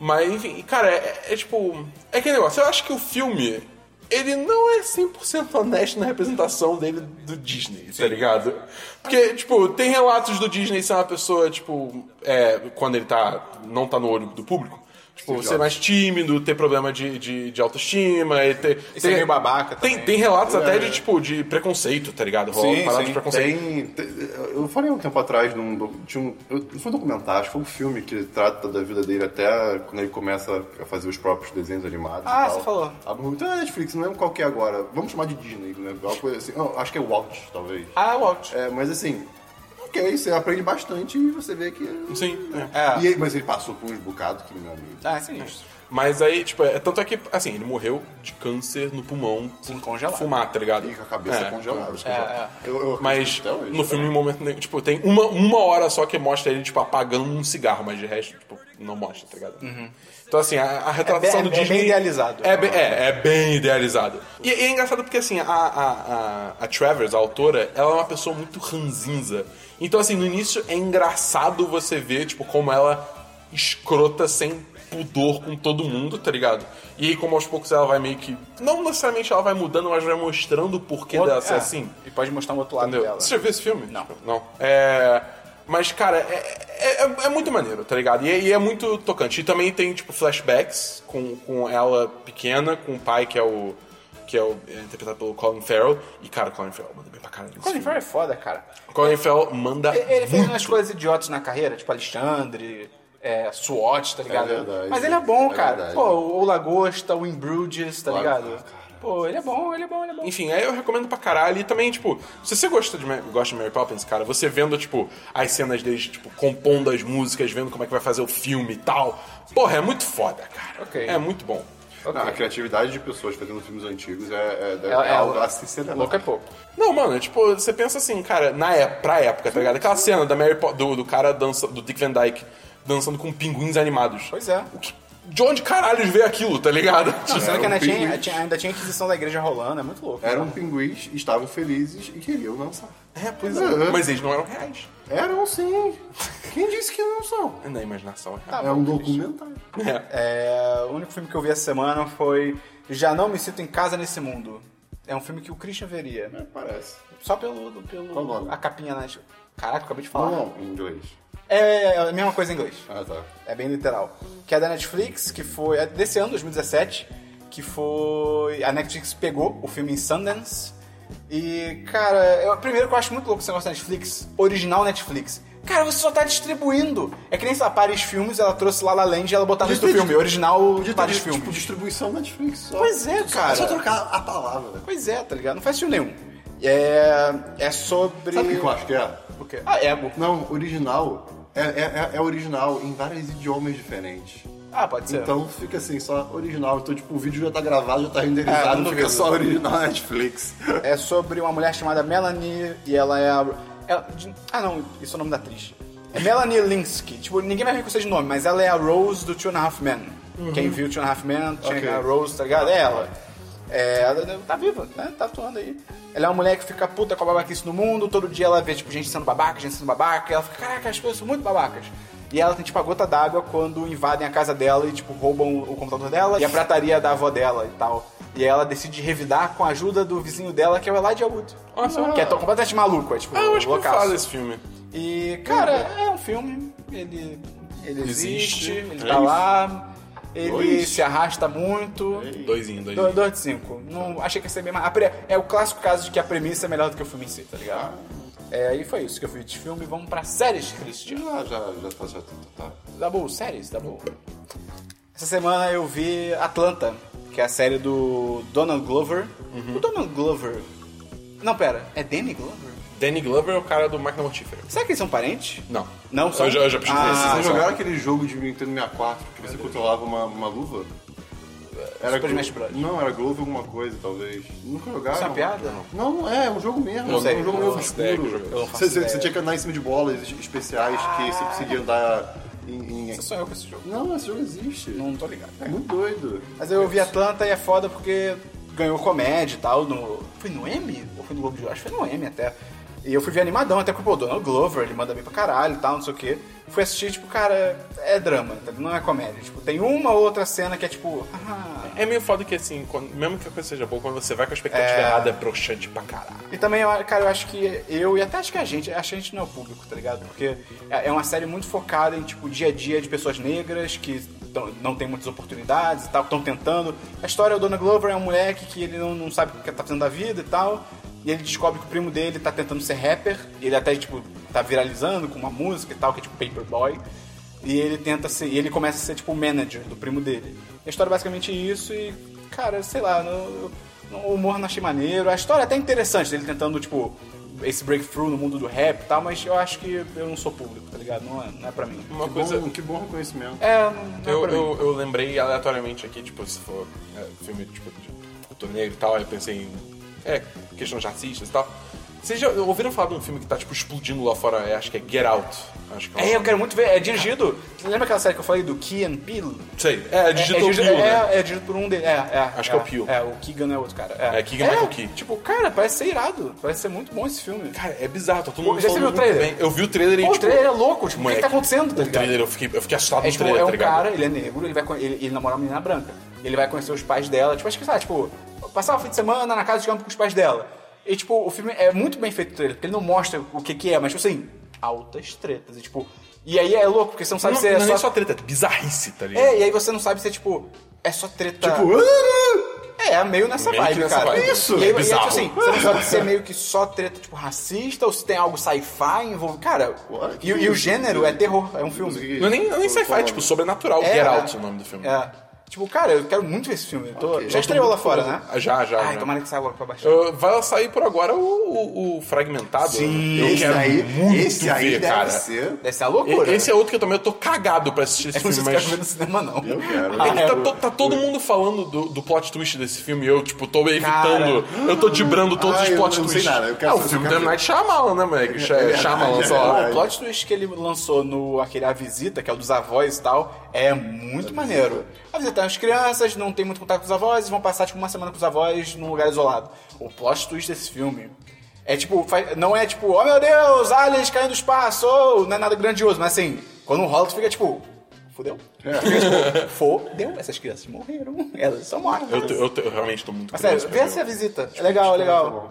Mas, enfim, e, cara, é, é tipo. É aquele negócio, eu acho que o filme. Ele não é 100% honesto na representação dele do Disney, tá ligado? Porque, tipo, tem relatos do Disney ser uma pessoa, tipo, é, quando ele tá, não tá no olho do público. Tipo, ser mais tímido, ter problema de, de, de autoestima e ter...
E ser
ter-
meio babaca
Tem,
também. É.
tem relatos até de, tipo, de preconceito, tá ligado? Rola
Sim,
uma parada
sim.
de preconceito.
Tem, tem- Eu falei um tempo atrás num. do- de um- eu- não foi um documentário, acho que foi um filme que trata da vida dele até quando ele começa a fazer os próprios desenhos animados.
Ah,
e tal.
você falou.
Ah, muito é Netflix, não lembro qual que é agora. Vamos chamar de Disney, né? Alguma coisa assim. Não, acho que é Walt, talvez.
Ah, Walt.
É, mas assim, ok, você aprende bastante e você vê que.
Sim, é.
É.
E ele- mas ele passou por uns bocados que meu amigo.
Ah, é sinistro.
Mas aí, tipo, é, tanto é que, assim, ele morreu de câncer no pulmão.
Sim, congelado.
Fumar, tá ligado?
E com a cabeça
É,
congelada.
é.
Eu, eu acredito
Mas
até hoje.
no filme,
né?
em momento nenhum, tipo, tem uma, uma hora só que mostra ele, tipo, apagando um cigarro, mas de resto, tipo, não mostra, tá ligado? Então, assim, a, a retratação
Uhum. É bem-
do
é bem
Disney...
idealizado.
É, bem- é, é bem idealizado. E, e é engraçado porque, assim, a, a, a, a Travers, a autora, ela é uma pessoa muito ranzinza. Então, assim, no início é engraçado você ver, tipo, como ela escrota sem pudor com todo mundo, tá ligado? E aí, como aos poucos ela vai meio que... Não necessariamente ela vai mudando, mas vai mostrando o porquê dela ser
É.
assim.
E pode mostrar um outro lado
Entendeu?
dela.
Você já viu esse filme? Tipo,
Não.
Não. É. Mas, cara, é, é- é- é muito maneiro, tá ligado? E, é- e é muito tocante. E também tem, tipo, flashbacks com, com ela pequena, com o pai que é o. que é, o, é interpretado pelo Colin Farrell. E, cara, o Colin Farrell manda bem pra caralho. nesse
Colin
filme.
Farrell é foda, cara.
Colin Farrell manda.
Ele ele fez
muito.
umas coisas idiotas na carreira, tipo Alexandre, é, SWAT, tá ligado?
verdade.
Mas ele é bom,
É
cara.
verdade.
Pô, o Lagosta, o Imbruges, tá
Claro,
ligado?
cara.
Pô, ele é bom, ele é bom, ele é bom.
Enfim, aí eu recomendo pra caralho. E também, tipo, se você gosta de, Ma- gosta de Mary Poppins, cara, você vendo, tipo, as cenas deles, tipo, compondo as músicas, vendo como é que vai fazer o filme e tal. Porra, é muito foda, cara.
Ok.
É muito bom.
Não, a criatividade de pessoas fazendo filmes antigos é, é, deve-
É-
é
é-
algo a se celebrar.
Louco é pouco.
Não, mano, é tipo, você pensa assim, cara, na época, pra época, tá ligado? Aquela cena da Mary Po- do, do cara dança, do Dick Van Dyke dançando com pinguins animados.
Pois é.
O que- de onde caralho veio aquilo, tá ligado?
Não, sendo
era
que
um
ainda tinha,
pinguim.
tinha- ainda tinha a Inquisição da Igreja rolando, é muito louco.
Eram pinguins, estavam felizes e queriam dançar.
É, pois é.
Uhum.
Mas eles não eram reais.
Eram sim. Quem disse que não são?
É Na imaginação é real.
é um documentário.
É, o único filme que eu vi essa semana foi Já Não Me Sinto em Casa Nesse Mundo. É um filme que o Christian veria.
É, parece.
Só pelo.
Qual o
pelo
nome?
a capinha nas. Caraca, eu acabei de
Não,
falar.
não, em inglês.
É a mesma coisa em inglês.
Ah, tá.
É bem literal. Que é da Netflix, que foi. É desse ano, 2017, que foi. A Netflix pegou o filme em Sundance. E, cara, eu, primeiro que eu acho muito louco esse negócio da Netflix, original Netflix. Cara, você só tá distribuindo. É que nem sei lá, Paris Filmes, ela trouxe La La Land e ela botava isso
Podia
no
ter
filme,
dis-
original
Podia ter
Paris
tipo
Filmes.
distribuição Netflix só.
Pois é, cara.
É só trocar a palavra.
Pois é, tá ligado? Não faz filme nenhum. É. É sobre.
Sabe o que eu acho que é?
O quê? Ah, ego.
Não, original. É, é, é- é original em vários idiomas diferentes.
Ah, pode ser.
Então fica assim, só original. Então, tipo, o vídeo já tá gravado, já tá renderizado, fica só original na Netflix.
É sobre uma mulher chamada Melanie e ela é a. ela- de- ah, não, isso é o nome da atriz. É Melanie Linsky. Tipo, ninguém vai reconhecer de nome, mas ela é a Rose do Two and a Half Men. Quem viu Two and a Half Men tinha
Ok.
a Rose, tá ligado? É ela. É, ela tá viva, né? Tá atuando aí. Ela é uma mulher que fica puta com a babaquice no mundo, todo dia ela vê, tipo, gente sendo babaca, gente sendo babaca, e ela fica, caraca, as coisas são muito babacas. E ela tem, tipo, a gota d'água quando invadem a casa dela e, tipo, roubam o computador dela e a prataria da avó dela e tal. E ela decide revidar com a ajuda do vizinho dela, que é o Elijah Wood.
Nossa.
que é tão completamente maluco, é tipo,
Ah, eu acho que eu
loucaço.
falo Uhum. desse filme.
E, cara, é um filme. Ele, ele existe,
Existe.
ele
É
tá
isso.
lá, ele
Dois.
se arrasta muito.
Doisinho, doisinho.
2 de 5. Não, achei que ia ser bem mais. a pre- É o clássico caso de que a premissa é melhor do que o filme em si, tá ligado? É, e foi isso que eu fui de filme. Vamos pra séries, Christian.
Já, já, já tá, já tá. tá.
Dabu, séries, Dabu. Essa semana eu vi Atlanta, que é a série do Donald Glover.
Uhum.
O Donald Glover. Não, pera, é Danny Glover?
Danny Glover é o cara do Máquina Mortífera.
Será que eles são parentes?
Não.
Não, são?
Eu já, eu já pesquisei. é
Ah,
Vocês
só.
não jogaram aquele jogo de Nintendo 64 que você controlava uma, uma luva? Era
Super
Glo-
Smash Bros.
Não, era Glove alguma coisa, talvez. Nunca jogaram?
Isso é uma piada?
Não, não é, é um jogo mesmo.
sei,
É um jogo
eu
meio
não
faço ideia que
obscuro.
jogo é esse.
Você, você- você tinha que andar em cima de bolas especiais que você conseguia andar em... em-
Sou eu com esse jogo.
Não, esse jogo existe.
Não tô ligado.
É muito doido.
Mas eu vi Atlanta e é foda porque ganhou comédia e tal. No... Foi no M? Ou foi no Globo de Ouro? Acho que foi no M até. E eu fui ver animadão, até porque pô, o Donald Glover, ele manda bem pra caralho e tal, não sei o quê. Fui assistir, tipo, cara, é drama, tá? não é comédia. Tipo, tem uma outra cena que é tipo. ah.
É meio foda que assim, quando- mesmo que a coisa seja boa, quando você vai com a expectativa
É.
errada, é broxante pra caralho.
E também, eu- cara, eu acho que eu e até acho que a gente, acho que a gente não é o público, tá ligado? Porque é é uma série muito focada em, tipo, dia a dia de pessoas negras que tão- não tem muitas oportunidades e tal, estão tentando. A história do Dona Glover é um moleque que ele não, não sabe o que tá fazendo da vida e tal, e ele descobre que o primo dele tá tentando ser rapper, e ele até, tipo, tá viralizando com uma música e tal, que é tipo Paperboy. E ele tenta ser. E ele começa a ser tipo o manager do primo dele. A história é basicamente isso e, cara, sei lá, no- no- o humor não achei maneiro. A história é até interessante, dele tentando, tipo, esse breakthrough no mundo do rap e tal, mas eu acho que eu não sou público, tá ligado? Não é, não é pra mim.
Uma
que,
coisa.
bom, que bom reconhecimento.
É, não é
Eu,
pra mim.
eu, eu lembrei aleatoriamente aqui, tipo, se for é, filme tipo, de cultura negra e tal, aí eu pensei em. É, questões racistas e tal. Vocês já ouviram falar de um filme que tá, tipo, explodindo lá fora? É, acho que é Get Out. Acho que
É,
é.
eu quero muito ver. É dirigido. Você lembra aquela série que eu falei do Key and Peele?
Sei. É, é
é,
Digital
é,
Deal, né?
é, é dirigido por um deles. É, é,
Acho
é,
que é o Peele.
É, o Keegan é outro cara.
É, Keegan Michael Key.
Tipo, cara, parece ser irado. Parece ser muito bom esse filme.
Cara, é bizarro, tá todo mundo
Já você
falando
viu o
muito
trailer?
bem. Eu vi o trailer e,
Pô,
tipo...
o trailer é louco, tipo, o que que
moleque,
tá acontecendo, tá
O
ligado?
trailer, eu fiquei, eu fiquei assustado
É,
no
tipo,
trailer,
é
tá
um
ligado?
cara, ele é negro, ele, vai, con- ele, ele namora uma menina branca. Ele vai conhecer os pais dela, tipo, acho que, sabe, tipo, passar o fim de semana na casa de campo com os pais dela. E, tipo, o filme é muito bem feito, o trailer, porque ele não mostra o que que é, mas, tipo assim, altas tretas, e, tipo... E aí é louco, porque você não sabe
Não,
se
não
é
é nem
só...
só treta, é bizarrice, tá ligado?
É, e aí você não sabe se é, tipo, é só treta...
Tipo, ah,
É, meio nessa
Meio que
vibe,
nessa
cara.
vibe.
Isso, e
É
aí, e aí, tipo
bizarro.
assim, você não sabe se é meio que só treta, tipo, racista, ou se tem algo sci-fi envolvido. Cara,
What?
e, e o gênero é terror, é um filme.
consegui.
Não é nem, não é nem sci-fi,
Falando.
tipo, sobrenatural.
É,
Get
é.
Out é o nome do filme.
É. Tipo, cara, eu quero muito ver esse filme. Eu tô-
Ok.
Já estreou lá fora, né?
Ah, Já, já.
Ai,
já.
tomara que saia logo pra baixar.
Eu- Vai sair por agora o, o- o Fragmentado. né?
Sim,
eu
Esse
quero
aí,
muito
esse
ver,
aí deve
cara.
ser... É,
Deve ser a loucura.
E- Esse é outro que eu também eu tô cagado pra assistir esse
Eu não
filme,
sei se eu
tá
quero ver no cinema,
mas...
não.
Eu quero.
Ah,
É que tá,
é.
to- tá todo mundo falando do, do plot twist desse filme e eu, tipo, tô evitando. Eu tô dibrando todos
Ah,
os
eu
plot
não sei
twists.
nada, eu quero
é
É,
o
saber,
filme
eu
do
quero
M. Night Shyamalan, né, moleque? Shy- Shyamalan, sei lá.
Ó, O plot twist que ele lançou no aquele A Visita, que é o dos avós e tal, é muito maneiro. A Visita é as crianças, não tem muito contato com os avós, e vão passar tipo uma semana com os avós num lugar isolado. O plot twist desse filme é tipo, fa- não é tipo, oh meu Deus, aliens caindo do espaço, ou não é nada grandioso, mas assim, quando rola tu fica tipo, fudeu.
É.
Fica, tipo, fodeu, essas crianças morreram, elas são mortas.
Eu, tô- eu tô- eu realmente tô muito
é,
Mas sério,
curioso
vê
pra
essa
ver.
visita. É legal, é legal.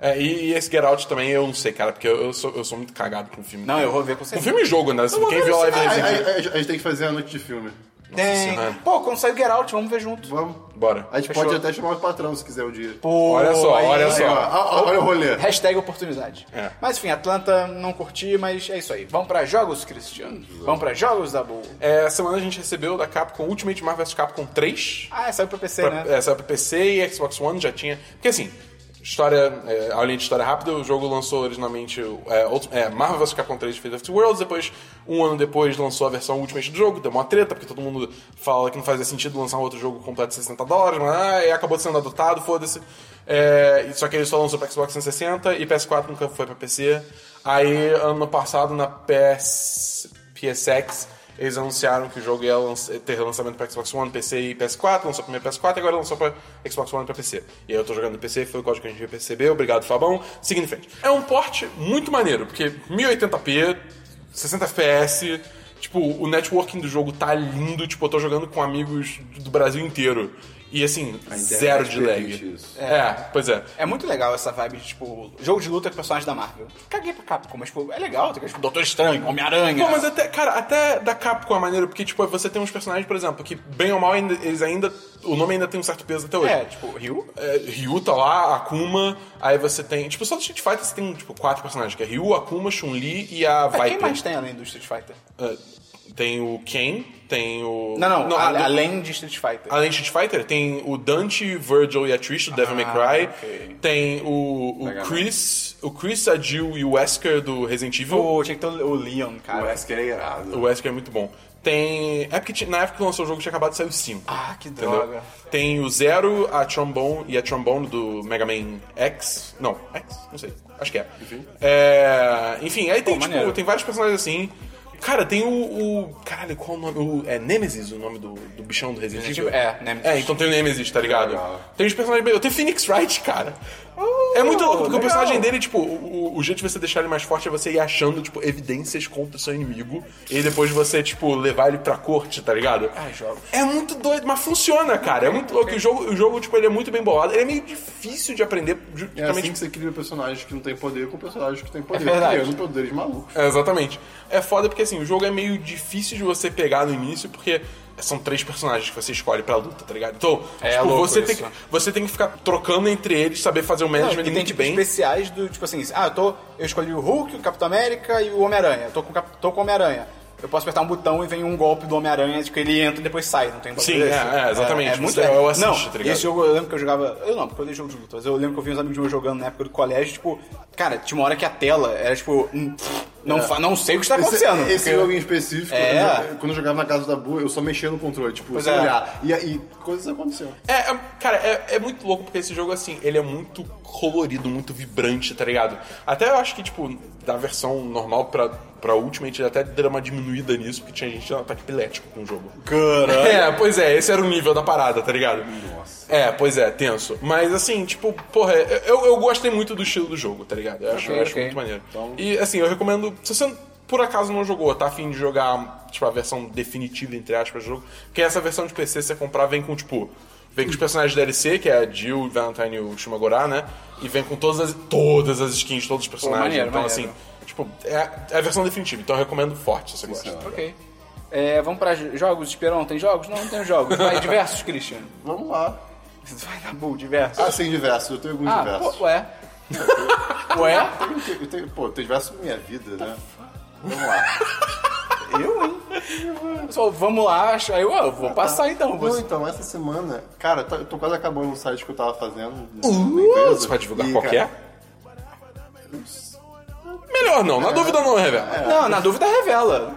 É, e, e esse Get Out também, eu não sei, cara, porque eu, eu sou, eu sou muito cagado com filme.
Não, eu vou ver com
Com
certeza.
filme e jogo, né? Quem viu a live
A,
deles aqui,
a- a- a gente tem que fazer a noite de filme.
é
Tem.
Senhora.
Pô, quando sair o Get Out, vamos ver junto.
Vamos?
bora.
A gente
Fechou.
pode até chamar o patrão se quiser o dia.
Pô, é
Olha só, olha
Aí, ó,
só.
ó, olha o rolê. É assim
Hashtag oportunidade.
É.
Mas enfim, Atlanta não curti, mas é isso aí. Vamos pra jogos, Cristiano. Vamos pra jogos da boa.
É, semana a gente recebeu da Capcom Ultimate Marvel vs Capcom 3.
Ah, saiu pra PC,
Pra,
né?
é, saiu pra PC e Xbox One já tinha. Porque assim, História, é, a linha de história rápida, o jogo lançou originalmente é, Ult- é, Marvel vs Capcom 3 Fate of Two Worlds, depois, um ano depois, lançou a versão Ultimate do jogo, deu uma treta, porque todo mundo fala que não fazia sentido lançar um outro jogo completo de 60 dólares, mas ah, e acabou sendo adotado, foda-se. É, e só que ele só lançou pra Xbox 360 e PS4 nunca foi pra PC. Aí, ano passado, na PS... PSX, eles anunciaram que o jogo ia lanç- ter lançamento para Xbox One, PC e PS4, lançou primeiro PS4 e agora lançou para Xbox One e para PC. E aí eu tô jogando no PC, foi o código que a gente percebeu, obrigado Fabão, seguindo em frente. É um porte muito maneiro, porque 1080p, 60 FPS, tipo, o networking do jogo tá lindo, tipo, eu tô jogando com amigos do Brasil inteiro. E assim,
internet
zero de
permite
lag.
isso.
É. pois é.
É muito legal essa vibe de, tipo, jogo de luta com personagens da Marvel. Caguei pra Capcom, mas, tipo, é legal. Tem, tipo, Doutor Estranho, Homem-Aranha.
Pô, mas até, cara, até da Capcom é maneiro, porque, tipo, você tem uns personagens, por exemplo, que bem ou mal ainda- eles ainda. O nome ainda tem um certo peso até hoje.
É, tipo, Ryu.
É, Ryu tá lá, Akuma, aí você tem. Tipo, só no Street Fighter você tem tipo, quatro personagens, que é Ryu, Akuma, Chun-Li e a
Mas
Viper.
É, quem mais tem além do Street Fighter?
É, tem o Ken, tem o.
Não, não, a-
a- do-
além de Street Fighter.
Além de Street Fighter, tem o Dante, Virgil e a Trish do Devil May Cry.
Ah, ok.
Tem o, o
Mega Man.
Chris, o Chris, a Jill e o Wesker do Resident Evil.
Pô, tinha que ter o Leon,
O
cara.
Wesker é irado.
O Wesker é muito bom. Tem. É porque ti- na época que lançou o jogo tinha acabado de sair o 5.
Ah, que
entendeu?
droga.
Tem o Zero, a Trombone e a Trombone do Mega Man X. Não, X? Não sei. Acho que é. Enfim, é... Enfim aí tem,
Pô,
tipo,
maneiro.
tem vários personagens assim. Cara, tem o. o- Caralho, qual o nome? O- é Nemesis o nome do, do bichão do Resident Evil?
É, Nemesis.
É, então tem o Nemesis, tá ligado?
Legal.
Tem os personagens. bem- Eu tenho Phoenix Wright, cara. é muito louco, porque o
Oh, legal.
personagem dele, tipo, o, o- o jeito de você deixar ele mais forte é você ir achando, tipo, evidências contra o seu inimigo. E depois você, tipo, levar ele pra corte, tá ligado?
Ai, Ah, jogos.
É muito doido, mas funciona, cara. É muito louco. E O, jogo, o jogo, tipo, ele é muito bem bolado. Ele é meio difícil de aprender, ju-
É
justamente.
assim que você cria personagens que não tem poder com personagens que têm poder.
É verdade.
Criando poderes malucos.
É, exatamente. É foda porque, assim, o jogo é meio difícil de você pegar no início, porque são três personagens que você escolhe pra luta, tá ligado? Então,
É
tipo,
louco
você,
isso.
tem que, você tem que ficar trocando entre eles, saber fazer o
Não,
management
e tem
muito
tipo,
bem.
especiais do tipo assim, ah, eu tô. Eu escolhi o Hulk, o Capitão América e o Homem-Aranha. Eu tô com o Cap- tô com o Homem-Aranha. Eu posso apertar um botão e vem um golpe do Homem-Aranha, tipo, ele entra e depois sai, não tem um bagulho
Sim,
desse.
é, é, exatamente.
É, é muito
Você- eu assisto,
não,
tá ligado?
Esse jogo eu lembro que eu jogava. Eu não, porque eu dei jogo de luta, mas eu lembro que eu vi uns amigos meus jogando na época do colégio, tipo, cara, tinha uma hora que a tela era tipo. hum, Não,
É.
fa- não sei o que está
Esse,
acontecendo.
esse
porque-
jogo em específico,
É.
quando, eu, jo- quando eu jogava na casa da Bu, eu só mexia no controle, tipo,
Pois
sem
é.
olhar. E, e coisas aconteceram.
É, é- cara, é, é muito louco porque esse jogo, assim, ele é muito colorido, muito vibrante, tá ligado? Até eu acho que, tipo, da versão normal pra, pra Ultimate, ele é até deu uma diminuída nisso, porque tinha gente que tinha um ataque epilético com o jogo.
Caralho.
É, pois é, esse era o nível da parada, tá ligado? Nossa. É, pois é, tenso. Mas assim, tipo, porra, eu, eu gostei muito do estilo do jogo, tá ligado? Eu acho,
Ok,
eu acho
ok.
muito maneiro. E assim, eu recomendo. Se você por acaso não jogou, tá afim de jogar, tipo, a versão definitiva, entre aspas, do jogo, que essa versão de PC você comprar vem com, tipo. Vem com os personagens DLC, que é a Jill, Valentine e o Shimagorá, né? E vem com todas as, todas as skins, todos os personagens.
maneiro,
então,
maneiro.
assim, tipo, é, a- é a versão definitiva. Então, eu recomendo forte, se você gosta.
Ok. É, vamos pra j- jogos, Esperão, tem jogos? Não, não tem jogos. Vai, diversos, Cristiano.
Vamos lá.
Vai na bull, diversos.
Ah, sem diversos, eu tenho alguns
Ah,
diversos. um
pô, ué. ué?
Eu tenho, pô, tem diversos na minha vida, né? Vamos lá.
Eu, hein? Só vamos lá, acho- aí eu, ah, eu
Tá.
vou passar então.
Não,
Você.
então, essa semana, cara, tá- eu tô quase acabando um site que eu tava fazendo.
Uh, você pode divulgar
E,
é?
qualquer?
cara,
Melhor não, na
É.
dúvida não revela.
Não, na dúvida revela.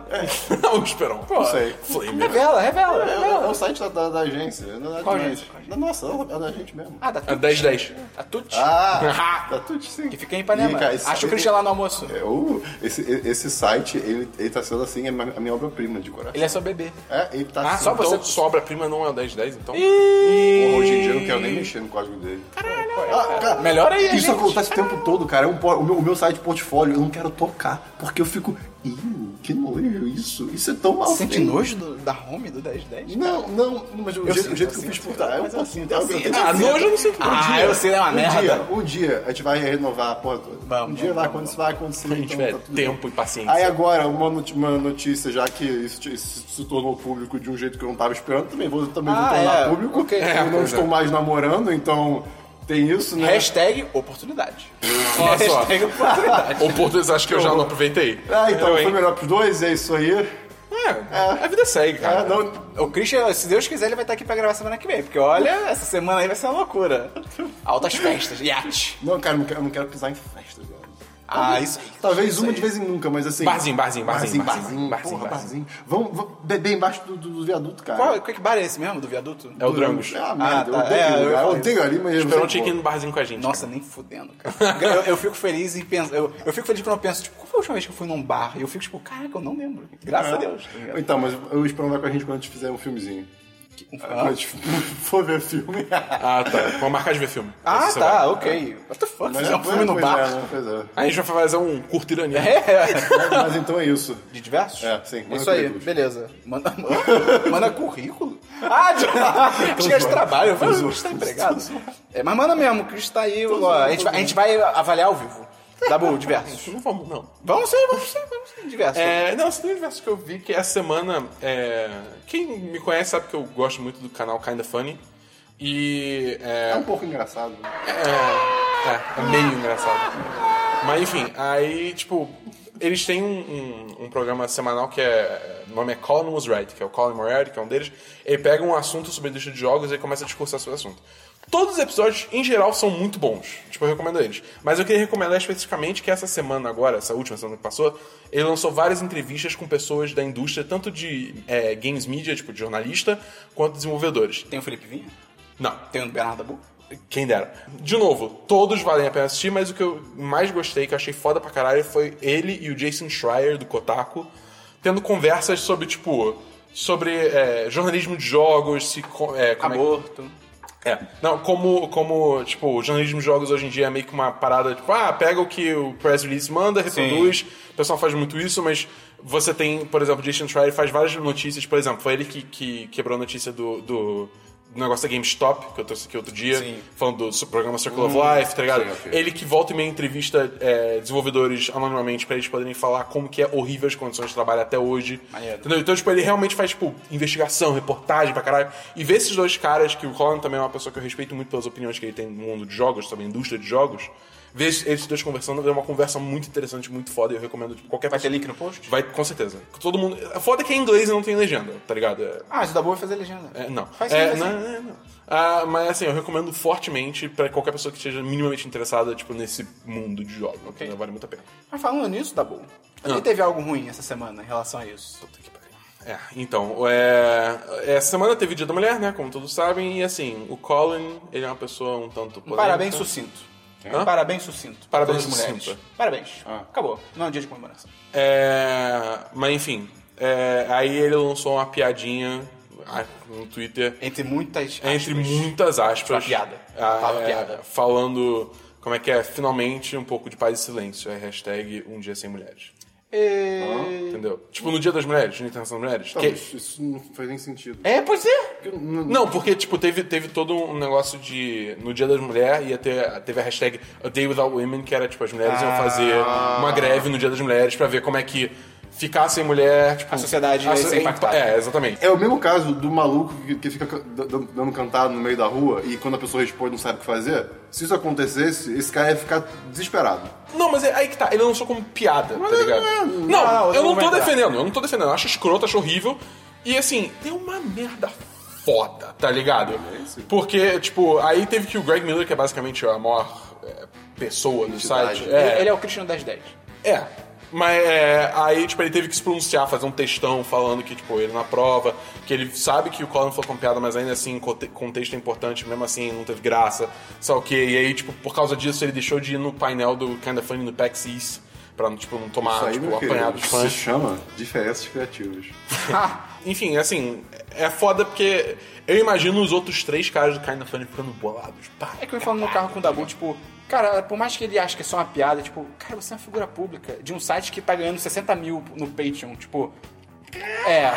Não, Esperão.
Pô,
não sei.
Flame.
Revela, revela,
É, é
revela.
o site da, da, da agência. Não é
Qual
da gente?
agência?
Da nossa, é da gente mesmo.
Ah, da
É
Tuti.
10-10.
Da Tuti.
Ah, tá tudo sim.
Que fica em Ipanema.
Ih, cara, esse-
Acho o Cristian lá no almoço.
É, uh, esse, esse site, ele, ele tá sendo assim, a minha a minha obra-prima de coração.
Ele é só bebê.
É, ele tá
Ah,
assim,
só
então,
você sobra prima não é o 10-10, então.
Porra, hoje em dia eu não quero nem mexer no código dele. Ah, cara,
é, Melhor aí,
Isso
gente.
acontece o tempo todo, cara. É um por- o, meu, o meu site portfólio, eu não quero tocar, porque eu fico. Ih, que nojo isso. Isso é tão mal
Sente
feito."
nojo do- da home do 1010?
Não, não, não, mas o, jeito, o jeito que eu fiz por trás, eu assim, tá? Eu tenho-
Ah, nojo eu não sei por
Ah, eu sei, é uma
um
merda.
dia, um dia a gente vai renovar a porra toda.
Vamos,
um dia
vamos,
lá,
vamos,
quando isso vai acontecer,
Se a gente
então
tiver
tá tudo
tempo
bem.
e
um-
paciência.
Aí agora, uma noti- uma notícia, já que isso, isso se tornou público de um jeito que eu não tava esperando, também vou, também
Ah,
vou tornar
é.
público.
Ok. É,
eu não
pois
estou
é.
mais namorando, então tem isso, né?
Hashtag oportunidade.
Olha só.
Hashtag oportunidade.
Oportunos, acho que eu já não aproveitei.
é Ah, então
Eu,
foi
hein?
melhor pros dois, é isso aí.
É, a vida segue, cara.
Ah, não,
O Christian, se Deus quiser, ele vai estar aqui pra gravar semana que vem. Porque olha, essa semana aí vai ser uma loucura. Altas festas, iate.
Não, cara, eu não quero, eu não quero pisar em festas, velho.
Ah, isso aí.
Talvez uma de vez em nunca, mas assim.
Barzinho, barzinho, barzinho,
barzinho.
barzinho,
Barzinho, barzinho. Porra,
barzinho.
barzinho. Vamos, vamos beber embaixo do, do- do viaduto, cara.
Qual, qual que bar é esse mesmo, do viaduto?
É o Drangos.
Ah,
Ah,
merda,
tá.
eu odeio
É,
aquele
eu
lugar. Eu
falei.
odeio ali, mas. é
Esperou um
você-
check-in no barzinho com a gente.
Nossa, nem fudendo, cara. Eu, eu fico feliz em pensar. Eu, eu fico feliz quando eu penso, tipo, qual foi a última vez que eu fui num bar? E eu fico, tipo, caraca, eu não lembro. Graças
Ah.
a Deus. tá ligado?
Então, mas eu espero andar com a gente quando a gente fizer um filmezinho.
Ah.
Quando a gente for ver filme.
Ah, tá. Vamos marcar de ver filme.
Ah,
Essa
tá,
semana.
ok. What the fuck?
Mas
Fizer um
pois-
filme no
pois
bar.
É, né? Pois é.
Aí a gente vai fazer um curto iraniano.
É.
Mas- Mas então é isso.
De diversos?
É, sim. Manda
Isso aí,
currículos.
beleza. Manda, manda- manda currículo? Ah, de, acho que é de trabalho. Eu falo, está empregado. É, mas manda mesmo, que está aí. ó, a, gente, vai- a gente vai avaliar ao vivo. Tá bom, diversos.
Não vamos, não.
Vamos sim, vamos sim, vamos sim, diversos.
É, não, esse tem um universo que eu vi que essa semana. é, quem me conhece sabe que eu gosto muito do canal Kinda Funny. E. é,
É um pouco engraçado.
É, é meio engraçado. Mas enfim, aí, tipo, eles têm um, um- um programa semanal que é. O nome é Colin Was Right, que é o Colin Moriarty, que é um deles. Ele pega um assunto sobre a indústria de jogos e começa a discursar sobre o assunto. Todos os episódios, em geral, são muito bons. Tipo, eu recomendo eles. Mas eu queria recomendar especificamente que essa semana agora, essa última semana que passou, ele lançou várias entrevistas com pessoas da indústria, tanto de é, games media, tipo, de jornalista, quanto desenvolvedores.
Tem o Felipe Vinha?
Não,
Tem o Bernardo Abu?
quem dera. De novo, todos valem a pena assistir, mas o que eu mais gostei, que eu achei foda pra caralho, foi ele e o Jason Schreier, do Kotaku, tendo conversas sobre, tipo, sobre é, jornalismo de jogos, se... co- É, como é que-
Aborto.
é. Não, como, como tipo, o jornalismo de jogos hoje em dia é meio que uma parada, tipo, ah, pega o que o press release manda, reproduz. O pessoal faz muito isso, mas você tem, por exemplo, Jason Schreier faz várias notícias. Por exemplo, foi ele que, que quebrou a notícia do, do negócio da GameStop, que eu trouxe aqui outro dia, falando do su- programa Circle of Life, tá ligado? Ele que volta e meia entrevista é, desenvolvedores anonimamente pra eles poderem falar como que é horrível as condições de trabalho até hoje.
Maneiro.
Entendeu? Então, tipo, ele realmente faz, tipo, investigação, reportagem pra caralho. E ver esses dois caras, que o Colin também é uma pessoa que eu respeito muito pelas opiniões que ele tem no mundo de jogos, também indústria de jogos. Ver esses- eles dois conversando é uma conversa muito interessante, muito foda. E eu recomendo tipo, qualquer
Vai ter
pessoa.
link no post?
Vai, com certeza. Todo mundo. Foda que é em inglês e não tem legenda, tá ligado? É-
Ah, mas o Dabu vai fazer legenda.
é, não.
Faz
É,
sentido,
não,
assim.
é, não. Ah, mas assim, eu recomendo fortemente pra qualquer pessoa que esteja minimamente interessada, tipo, nesse mundo de jogos. entendeu? Vale muito a pena.
Mas falando nisso, Dabu, também
Ah.
teve algo ruim essa semana em relação a isso.
Puta que pariu. É, então, é, essa semana teve Dia da Mulher, né? Como todos sabem, e assim, o Colin, ele é uma pessoa um tanto polêmica.
Parabéns sucinto.
Hã?
Parabéns sucinto. é.
Parabéns
Todas as mulheres.
sucinto.
Parabéns. Acabou. Não é um dia de comemoração.
É, mas enfim, é, aí ele lançou uma piadinha ah, no Twitter,
Entre muitas.
entre
aspas.
muitas aspas.
Uma piada. Fala
é,
piada.
Falando, como é que é, finalmente um pouco de paz e silêncio, é hashtag Um Dia Sem Mulheres.
E-
Entendeu? Tipo, no Dia das Mulheres, no Internacional das Mulheres.
Tá,
que-
mas Isso não faz nem sentido.
É, pode ser.
Não, porque, tipo, teve, teve todo um negócio de. No Dia das Mulheres ia ter. Teve a hashtag A Day Without Women, que era, tipo, as mulheres iam fazer
Ah.
uma greve no Dia das Mulheres pra ver como é que ficar sem mulher, tipo.
A sociedade ia
so-
ser impactada.
É, exatamente.
É o mesmo caso do maluco que, que fica ca- da- da- dando cantado no meio da rua e quando a pessoa responde não sabe o que fazer. Se isso acontecesse, esse cara ia ficar desesperado.
Não, mas é, aí que tá, ele lançou como piada, tá ligado? Não,
é, não,
eu não
não
tô
vai
defendendo, eu não tô defendendo. Eu acho escroto, acho horrível. E assim, tem uma merda foda, tá ligado?
É
Porque, tipo, aí teve que o Greg Miller, que é basicamente a maior é, pessoa do
Entidade.
site.
Ele- Ele é o Christian 1010.
É. Mas é, aí, tipo, ele teve que se pronunciar, fazer um textão falando que, tipo, ele na prova, que ele sabe que o Colin foi com piada, mas ainda assim, conte- contexto é importante, mesmo assim, não teve graça, só o quê. E aí, tipo, por causa disso, ele deixou de ir no painel do Kinda Funny no PAX East, pra, tipo, não tomar,
isso aí,
tipo,
meu
apanhado
querido,
dos
se
fãs.
chama diferenças criativas.
Ah,
Enfim, assim, é foda porque eu imagino os outros três caras do Kinda Funny ficando bolados. Pá,
É que eu ia falando no carro com o Dabu, tipo, cara, por mais que ele ache que é só uma piada, tipo, cara, você é uma figura pública de um site que tá ganhando 60 mil no Patreon, tipo. É,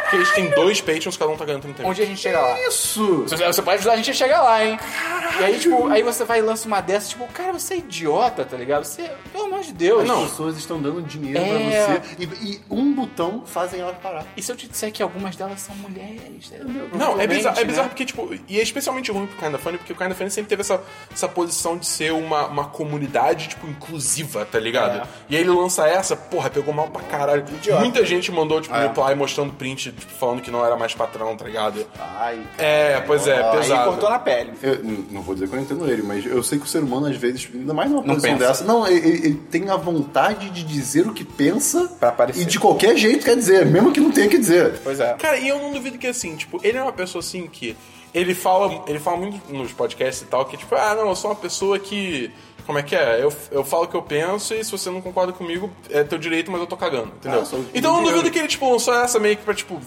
Porque eles têm dois Patreons, cada um tá ganhando 30 mil.
um dia a gente chega lá.
Isso!
Você- Você pode ajudar a gente a chegar lá, hein? E aí, tipo, aí você vai e lança uma dessa, tipo, cara, você é idiota, tá ligado? Você, pelo amor de Deus.
As pessoas estão dando dinheiro
É.
pra você e, e um botão fazem ela parar.
E se eu te disser que algumas delas são mulheres? né?
Não, é
Provavelmente,
bizarro, é
né?
bizarro porque, tipo, e é especialmente ruim pro Kinda Funny, porque o Kinda Funny sempre teve essa, essa posição de ser uma, uma comunidade, tipo, inclusiva, tá
É.
ligado? E aí ele lança essa, porra, pegou mal pra caralho. Muita gente mandou, tipo, reply mostrando print tipo, falando que não era mais patrão, tá ligado?
Ai,
É, pois é,
Aí
Aí
pesado.
cortou na pele.
Eu n- não vou dizer que eu entendo ele, mas eu sei que o ser humano, às vezes, ainda mais numa
Não
posição
pensa.
dessa, não, ele, ele tem a vontade de dizer o que pensa
Pra aparecer.
e de qualquer jeito quer dizer, mesmo que não tenha que dizer.
Pois é.
Cara, e eu não duvido que assim, tipo, ele é uma pessoa assim que. Ele fala, ele fala muito nos podcasts e tal, que tipo, ah, não, eu sou uma pessoa que. Como é que é? Eu, eu falo o que eu penso e se você não concorda comigo, é teu direito, mas eu tô cagando, entendeu?
Ah, sou-
então eu não duvido que ele, tipo, lançou essa meio que pra, tipo,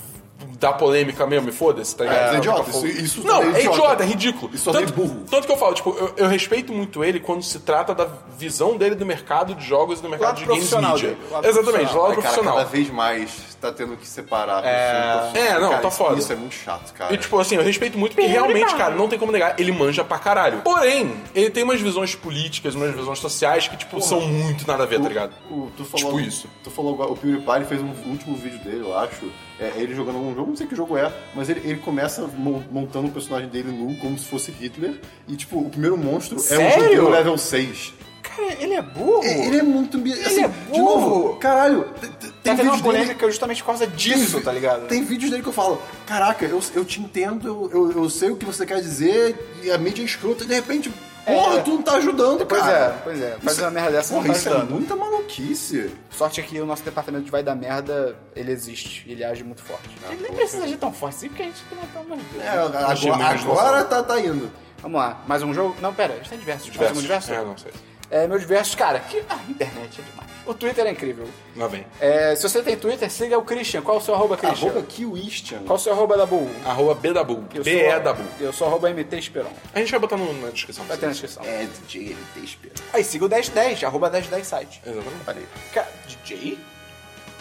dar polêmica mesmo, me foda-se, tá ligado?
mas é idiota,
Pra falar-
isso- isso
não,
é
é
idiota.
idiota, é ridículo.
Isso só tem
tanto,
burro.
tanto que eu falo, tipo, eu, eu respeito muito ele quando se trata da visão dele do mercado de jogos e do mercado
Lado
de games
profissional
media.
dele, lado
Exatamente,
profissional.
lado
Ai, cara,
profissional.
cada vez mais tá tendo que separar.
É.
profissional e
É, não,
cara,
tá
isso,
foda.
Isso é muito chato, cara.
E tipo assim, eu respeito muito porque realmente, cara, não tem como negar, ele manja pra caralho. Porém, ele tem umas visões políticas, umas visões sociais que, tipo, são muito nada a ver, tá ligado?
O- tu falou,
Tipo isso.
Tu falou agora, o PewDiePie ele fez um último vídeo dele, eu acho. É, ele jogando algum jogo, não sei que jogo é, mas ele, ele começa mon- montando o personagem dele nu, como se fosse Hitler. E, tipo, o primeiro monstro é um
Sério?
judeu level 6.
Cara, ele é burro.
É, Ele é muito. ambi- assim,
é
de
burro.
novo, caralho. t- t-
Tá
Tem
tendo uma
vídeos dele.
polêmica justamente por causa disso, tá ligado?
Tem vídeos dele que eu falo, caraca, eu, eu te entendo, eu, eu, eu sei o que você quer dizer, e a mídia é escrota, e de repente, porra, tu não tá ajudando,
É, Pois
cara.
é, pois é. Fazer uma merda dessa
Porra,
não tá
isso é
ajudando.
muita maluquice.
Sorte é que o nosso departamento de vai dar merda, ele existe. Ele age muito forte. né? ele nem precisa agir tão forte assim, porque a gente não é tão maluco.
É, agora,
Achei meio
agora
responsável.
tá, tá indo.
Vamos lá, mais um jogo? Não, pera, a gente tem diversos. Mais um diverso?
É, não sei.
É, meu diversos, cara, que... Ah, internet é demais. O Twitter é incrível.
Lá vem.
É, se você tem Twitter, siga o Christian. Qual o seu arroba, Christian?
Arroba Kiwistian.
Qual o seu arroba da Bull?
Arroba Bedabu.
Eu sou-
B-E-Dabu.
Eu sou arroba MT Esperon.
A gente vai botar no- na descrição.
Vai ter
pra
na
vocês.
descrição.
É DJ LT Espelho.
Aí siga o 1010, arroba 1010 site.
Exatamente.
Parei.
Cara, DJ?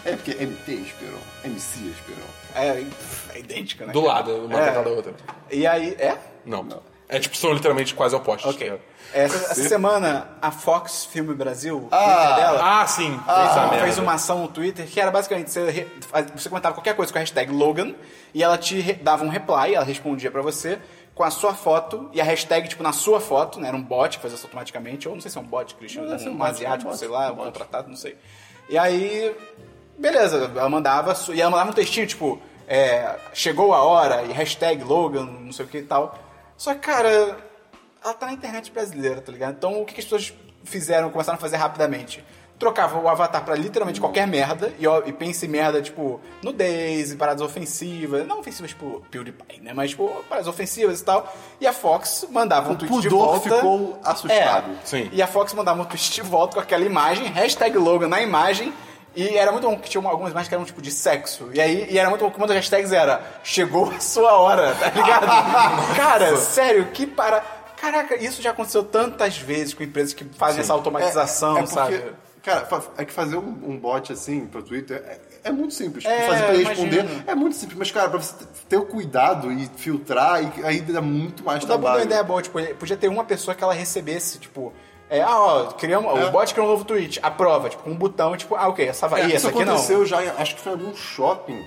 É porque é MT Esperon. MC Esperon.
É, é idêntica, né?
Do lado, uma
É.
tentada da outra.
E aí, é?
Não. É tipo, são literalmente quase opostos. tá
Ok. É, Essa, essa semana, a Fox Filme Brasil, ah, dela,
Ah, sim.
fez-
Essa merda.
fez uma ação no Twitter que era basicamente você, re- faz- você comentava qualquer coisa com a hashtag Logan e ela te re- dava um reply, ela respondia pra você com a sua foto e a hashtag, tipo, na sua foto, né? Era um bot que fazia isso automaticamente, ou não sei se é um bot, Cristiano,
Não, deve
um,
ser um
um
bot,
asiático,
um bot,
sei lá,
um
um
bot.
contratado, não sei. E aí, beleza, ela mandava, su- e ela mandava um textinho, tipo, é, chegou a hora, e hashtag Logan, não sei o que e tal. Só que, cara, ela tá na internet brasileira, tá ligado? Então, o que, que as pessoas fizeram, começaram a fazer rapidamente? Trocava o avatar pra literalmente qualquer merda, e, ó, e pense em merda, tipo, nudez, e paradas ofensivas, não ofensivas, tipo, PewDiePie, né? Mas, tipo, paradas ofensivas e tal. E a Fox mandava um
O
tweet de
pudor
volta.
ficou assustado.
É.
Sim.
E a Fox mandava um tweet de volta com aquela imagem, hashtag Logan na imagem. E era muito bom que tinha algumas imagens que eram tipo de sexo. E aí e era muito bom que uma das hashtags era Chegou a sua hora, tá ligado? Cara, sério, que para. Caraca, isso já aconteceu tantas vezes com empresas que fazem essa automatização,
é porque,
sabe?
Cara, fa- é que fazer um, um bot assim pro Twitter é, é muito simples.
É,
fazer pra ele responder
imagino.
é muito simples. Mas, cara, pra você ter o cuidado e filtrar, e aí dá muito mais
O Dabu deu uma
trabalho.
ideia boa, tipo, ele- podia ter uma pessoa que ela recebesse, tipo, é, ah, ó, criamos, o bot criou um novo tweet, aprova, tipo, com um botão, tipo, ah, ok, essa vai,
É,
e
isso
essa aqui não.
aconteceu já, em- acho que foi em algum shopping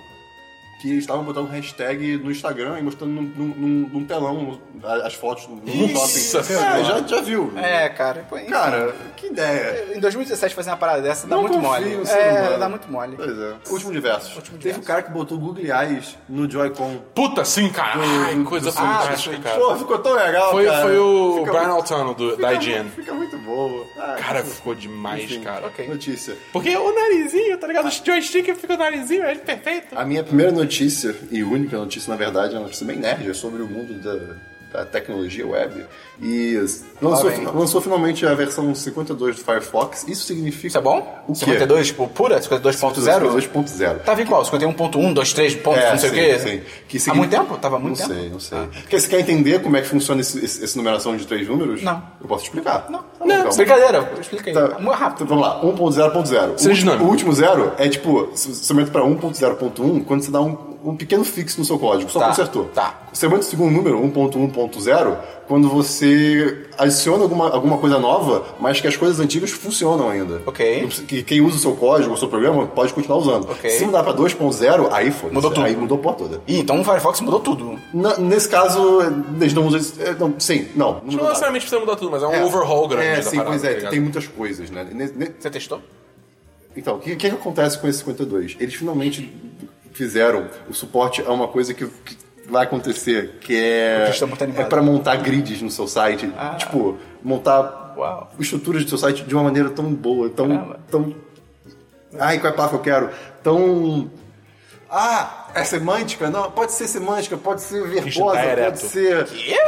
que eles estavam botando hashtag no Instagram e mostrando num, num- num- num telão a- as fotos no shopping.
Nossa
É,
Senhora.
já, já viu.
É, cara, pô, enfim.
Cara, que ideia.
Em 2017 fazer uma parada dessa dá
Não
muito
confio
mole.
no ser
É,
humano.
dá muito mole.
Pois é. Último diverso.
Último
Teve
diverso.
um cara que botou Google Eyes no Joy-Con.
Puta, sim, cara.
Hum,
Ai, coisa fantástica, cara.
Pô, ficou tão legal,
Foi,
cara.
foi o
Fica
Brian
muito-
Altano do,
fica
da
muito-
IGN.
Fica muito boa. Ah,
Cara, ficou demais,
enfim.
cara.
ok.
Notícia.
Porque o narizinho, tá ligado? Os joystick fica o narizinho, é perfeito.
A minha primeira notícia, e única notícia, na verdade, é uma notícia bem nerd, é sobre o mundo da, da tecnologia web. E lançou,
bem.
lançou finalmente a versão 52 do Firefox. Isso significa...
Isso é bom?
O quê?
52, tipo, pura? 52.0?
52.0,
Tava em qual? 51.1, 23, um ponto,
É,
Tá não sei
sim,
o quê?
sim. Que
Há
signi-
muito tempo? Tava há muito
não
tempo?
sei, não sei. Porque você quer entender como é que funciona esse, esse- essa numeração de três números?
Não.
Eu posso te explicar.
Não,
Tá bom,
não,
então.
brincadeira. Explica aí. É
Tá.
Muito rápido.
Então, vamos lá, 1.0.0.
Seja
O-
é dinâmico.
O último zero é tipo, se você aumenta pra 1.0.1, quando você dá um, um pequeno fixo no seu código, só
Tá,
consertou.
tá.
Você aumenta o segundo número, 1.1.0, quando você adiciona alguma, alguma coisa nova, mas que as coisas antigas funcionam ainda.
Ok.
Não precisa- Que quem usa o seu código, o seu programa, pode continuar usando.
Ok.
Se mudar pra 2.0, aí foi.
Mudou tudo.
Aí mudou a porra toda.
Ih, então o Firefox mudou tudo.
Na- nesse caso, eles não usam. esse- é, Não, sim, não. não
Não
mudou nada.
necessariamente precisa mudar tudo, mas é um overhaul grande
É,
da
sim,
parada,
pois
tá
é,
ligado?
tem muitas coisas, né? Ne- ne-
Você testou?
Então, o que, o que que acontece com esse 52? Eles finalmente fizeram, o suporte é uma coisa que, que vai acontecer, que é.
Eles tão muito
É
animados.
pra montar grids no seu site. Tipo, montar
Ah. Uau.
estruturas do seu site de uma maneira tão boa, tão.
Caramba.
tão... Ai, qual é a palavra que eu quero? Tão. Ah, é semântica? Não, pode ser semântica, pode ser
tá
verbosa, pode
direto.
ser.
Quê?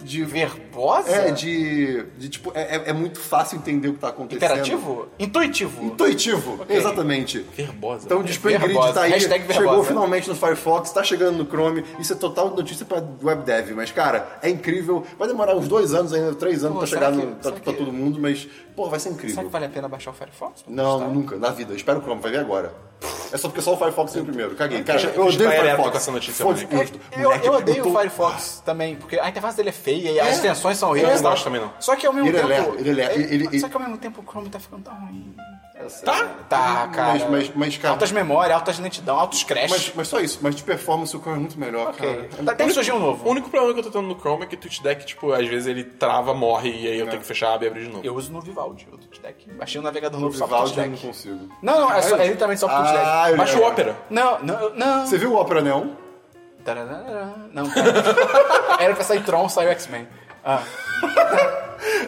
De
Verbosa?
É, de. de tipo, é, é- é muito fácil entender o que tá acontecendo.
Interativo? Intuitivo.
Intuitivo, exatamente.
Verbosa.
Então o Display Grid
verbosa.
tá aí,
Hashtag verbosa.
chegou finalmente no Firefox, tá chegando no Chrome, isso é total notícia pra web dev, mas cara, é incrível, vai demorar uns dois anos ainda, três anos
Pô,
pra
será
chegar
que-
no, pra,
será
pra
que-
todo mundo, mas pô, vai ser incrível.
Será que vale a pena baixar o Firefox? pra
Não,
testar?
nunca, na vida, espera o Chrome, vai ver agora. É só porque só o Firefox veio primeiro, caguei. Cara,
Eu
eu odeio o
fiquei ereto com
Firefox.
essa notícia,
Foda-se
moleque.
custo.
é Eu,
Moleque, é tipo
eu odeio
tô-
o Firefox também, porque a interface dele é feia e as extensões são horríveis.
Eu não gosto também, não.
Só que ao mesmo
Ele é
tempo.
lerdo, ele é lerdo, ele- ele-
Só que ao mesmo tempo o Chrome tá ficando tão ruim.
Tá?
Tá, cara.
Mas, mas, mas cara,
Altas memórias, altas lentidão, altos crash.
mas, mas só isso, mas de performance o Chrome é muito melhor,
Ok.
cara.
Tá, tem que surgir um
O
novo.
único problema que eu tô tendo no Chrome é que o Twitch Deck, tipo, às vezes ele trava, morre e aí É. eu tenho que fechar a aba e abrir de novo.
Eu uso no Vivaldi, o TweetDeck. Achei um navegador novo só pro
Vivaldi eu não
TweetDeck.
consigo.
Não, não, é, só, é literalmente só pro TweetDeck.
Ah, eu
Baixa o
lembro.
Opera.
Não, não, não.
Você viu o Opera Neon?
Tararara. Não, cara. Era pra sair Tron, saiu X-Men. Ah,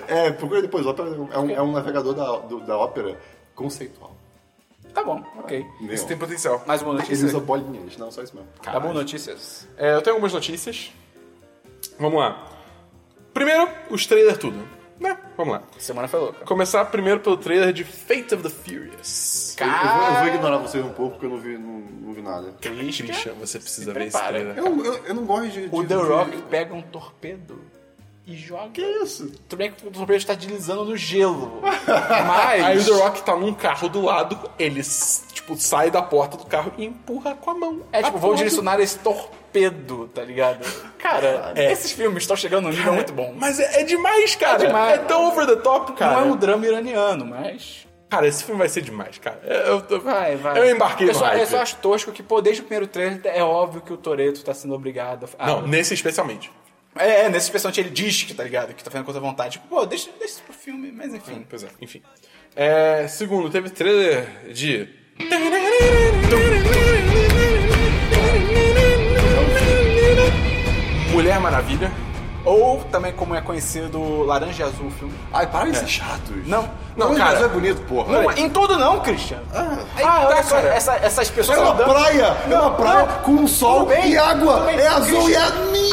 É, procura depois. Opera é um, é um navegador da, do- da ópera conceitual.
tá bom, ok.
Meu. é
Isso tem potencial.
Mais uma
Ele
notícia.
usa bolinhas, não, só isso mesmo.
Tá bom, notícias.
É, eu tenho algumas notícias. Vamos lá. Primeiro, os trailers tudo. Né? Vamos lá.
Semana foi louca.
Começar primeiro pelo trailer de Fate of the Furious.
Eu, eu vou, eu vou ignorar vocês um pouco, porque eu não vi, não, não vi nada.
Christian, você precisa ver esse
prepara.
trailer.
Eu, não- eu, eu não gosto de...
O
de-
The
de-
Rock pega um torpedo e joga.
Que isso?
Tudo bem que o torpedo está deslizando no gelo. Mas.
Aí o The Rock tá num carro do lado, ele tipo, sai da porta do carro e empurra com a mão.
É
Tá
tipo,
A
vou
porta.
direcionar esse torpedo, tá ligado? Cara, é. esses filmes estão chegando num nível muito bom.
Mas é, é demais, cara. É,
demais.
tão over the top,
Não
cara.
é um drama iraniano, mas.
Cara, esse filme vai ser demais, cara. Eu, eu-
Vai, vai.
Eu embarquei
eu
no
só,
hype.
eu só acho tosco que, pô, desde o primeiro trailer é óbvio que o Toreto tá sendo obrigado a.
Não, nesse especialmente.
É, é, nesse especialmente ele diz que, tá ligado? Que tá fazendo contra a vontade. Tipo, pô, deixa, deixa isso pro filme, mas enfim.
Pois é, enfim. É, segundo, teve trailer de. Mulher Maravilha.
Ou também como é conhecido Laranja e Azul o filme.
Ai, para de ser chatos.
Não,
não,
Mas
cara.
é bonito, porra.
Não, em todo não, Christian. Ah, olha só,
cara.
essa- essas pessoas
É uma
andando.
praia! é uma praia
não.
com sol
Tudo bem,
e água!
tudo bem.
é azul e é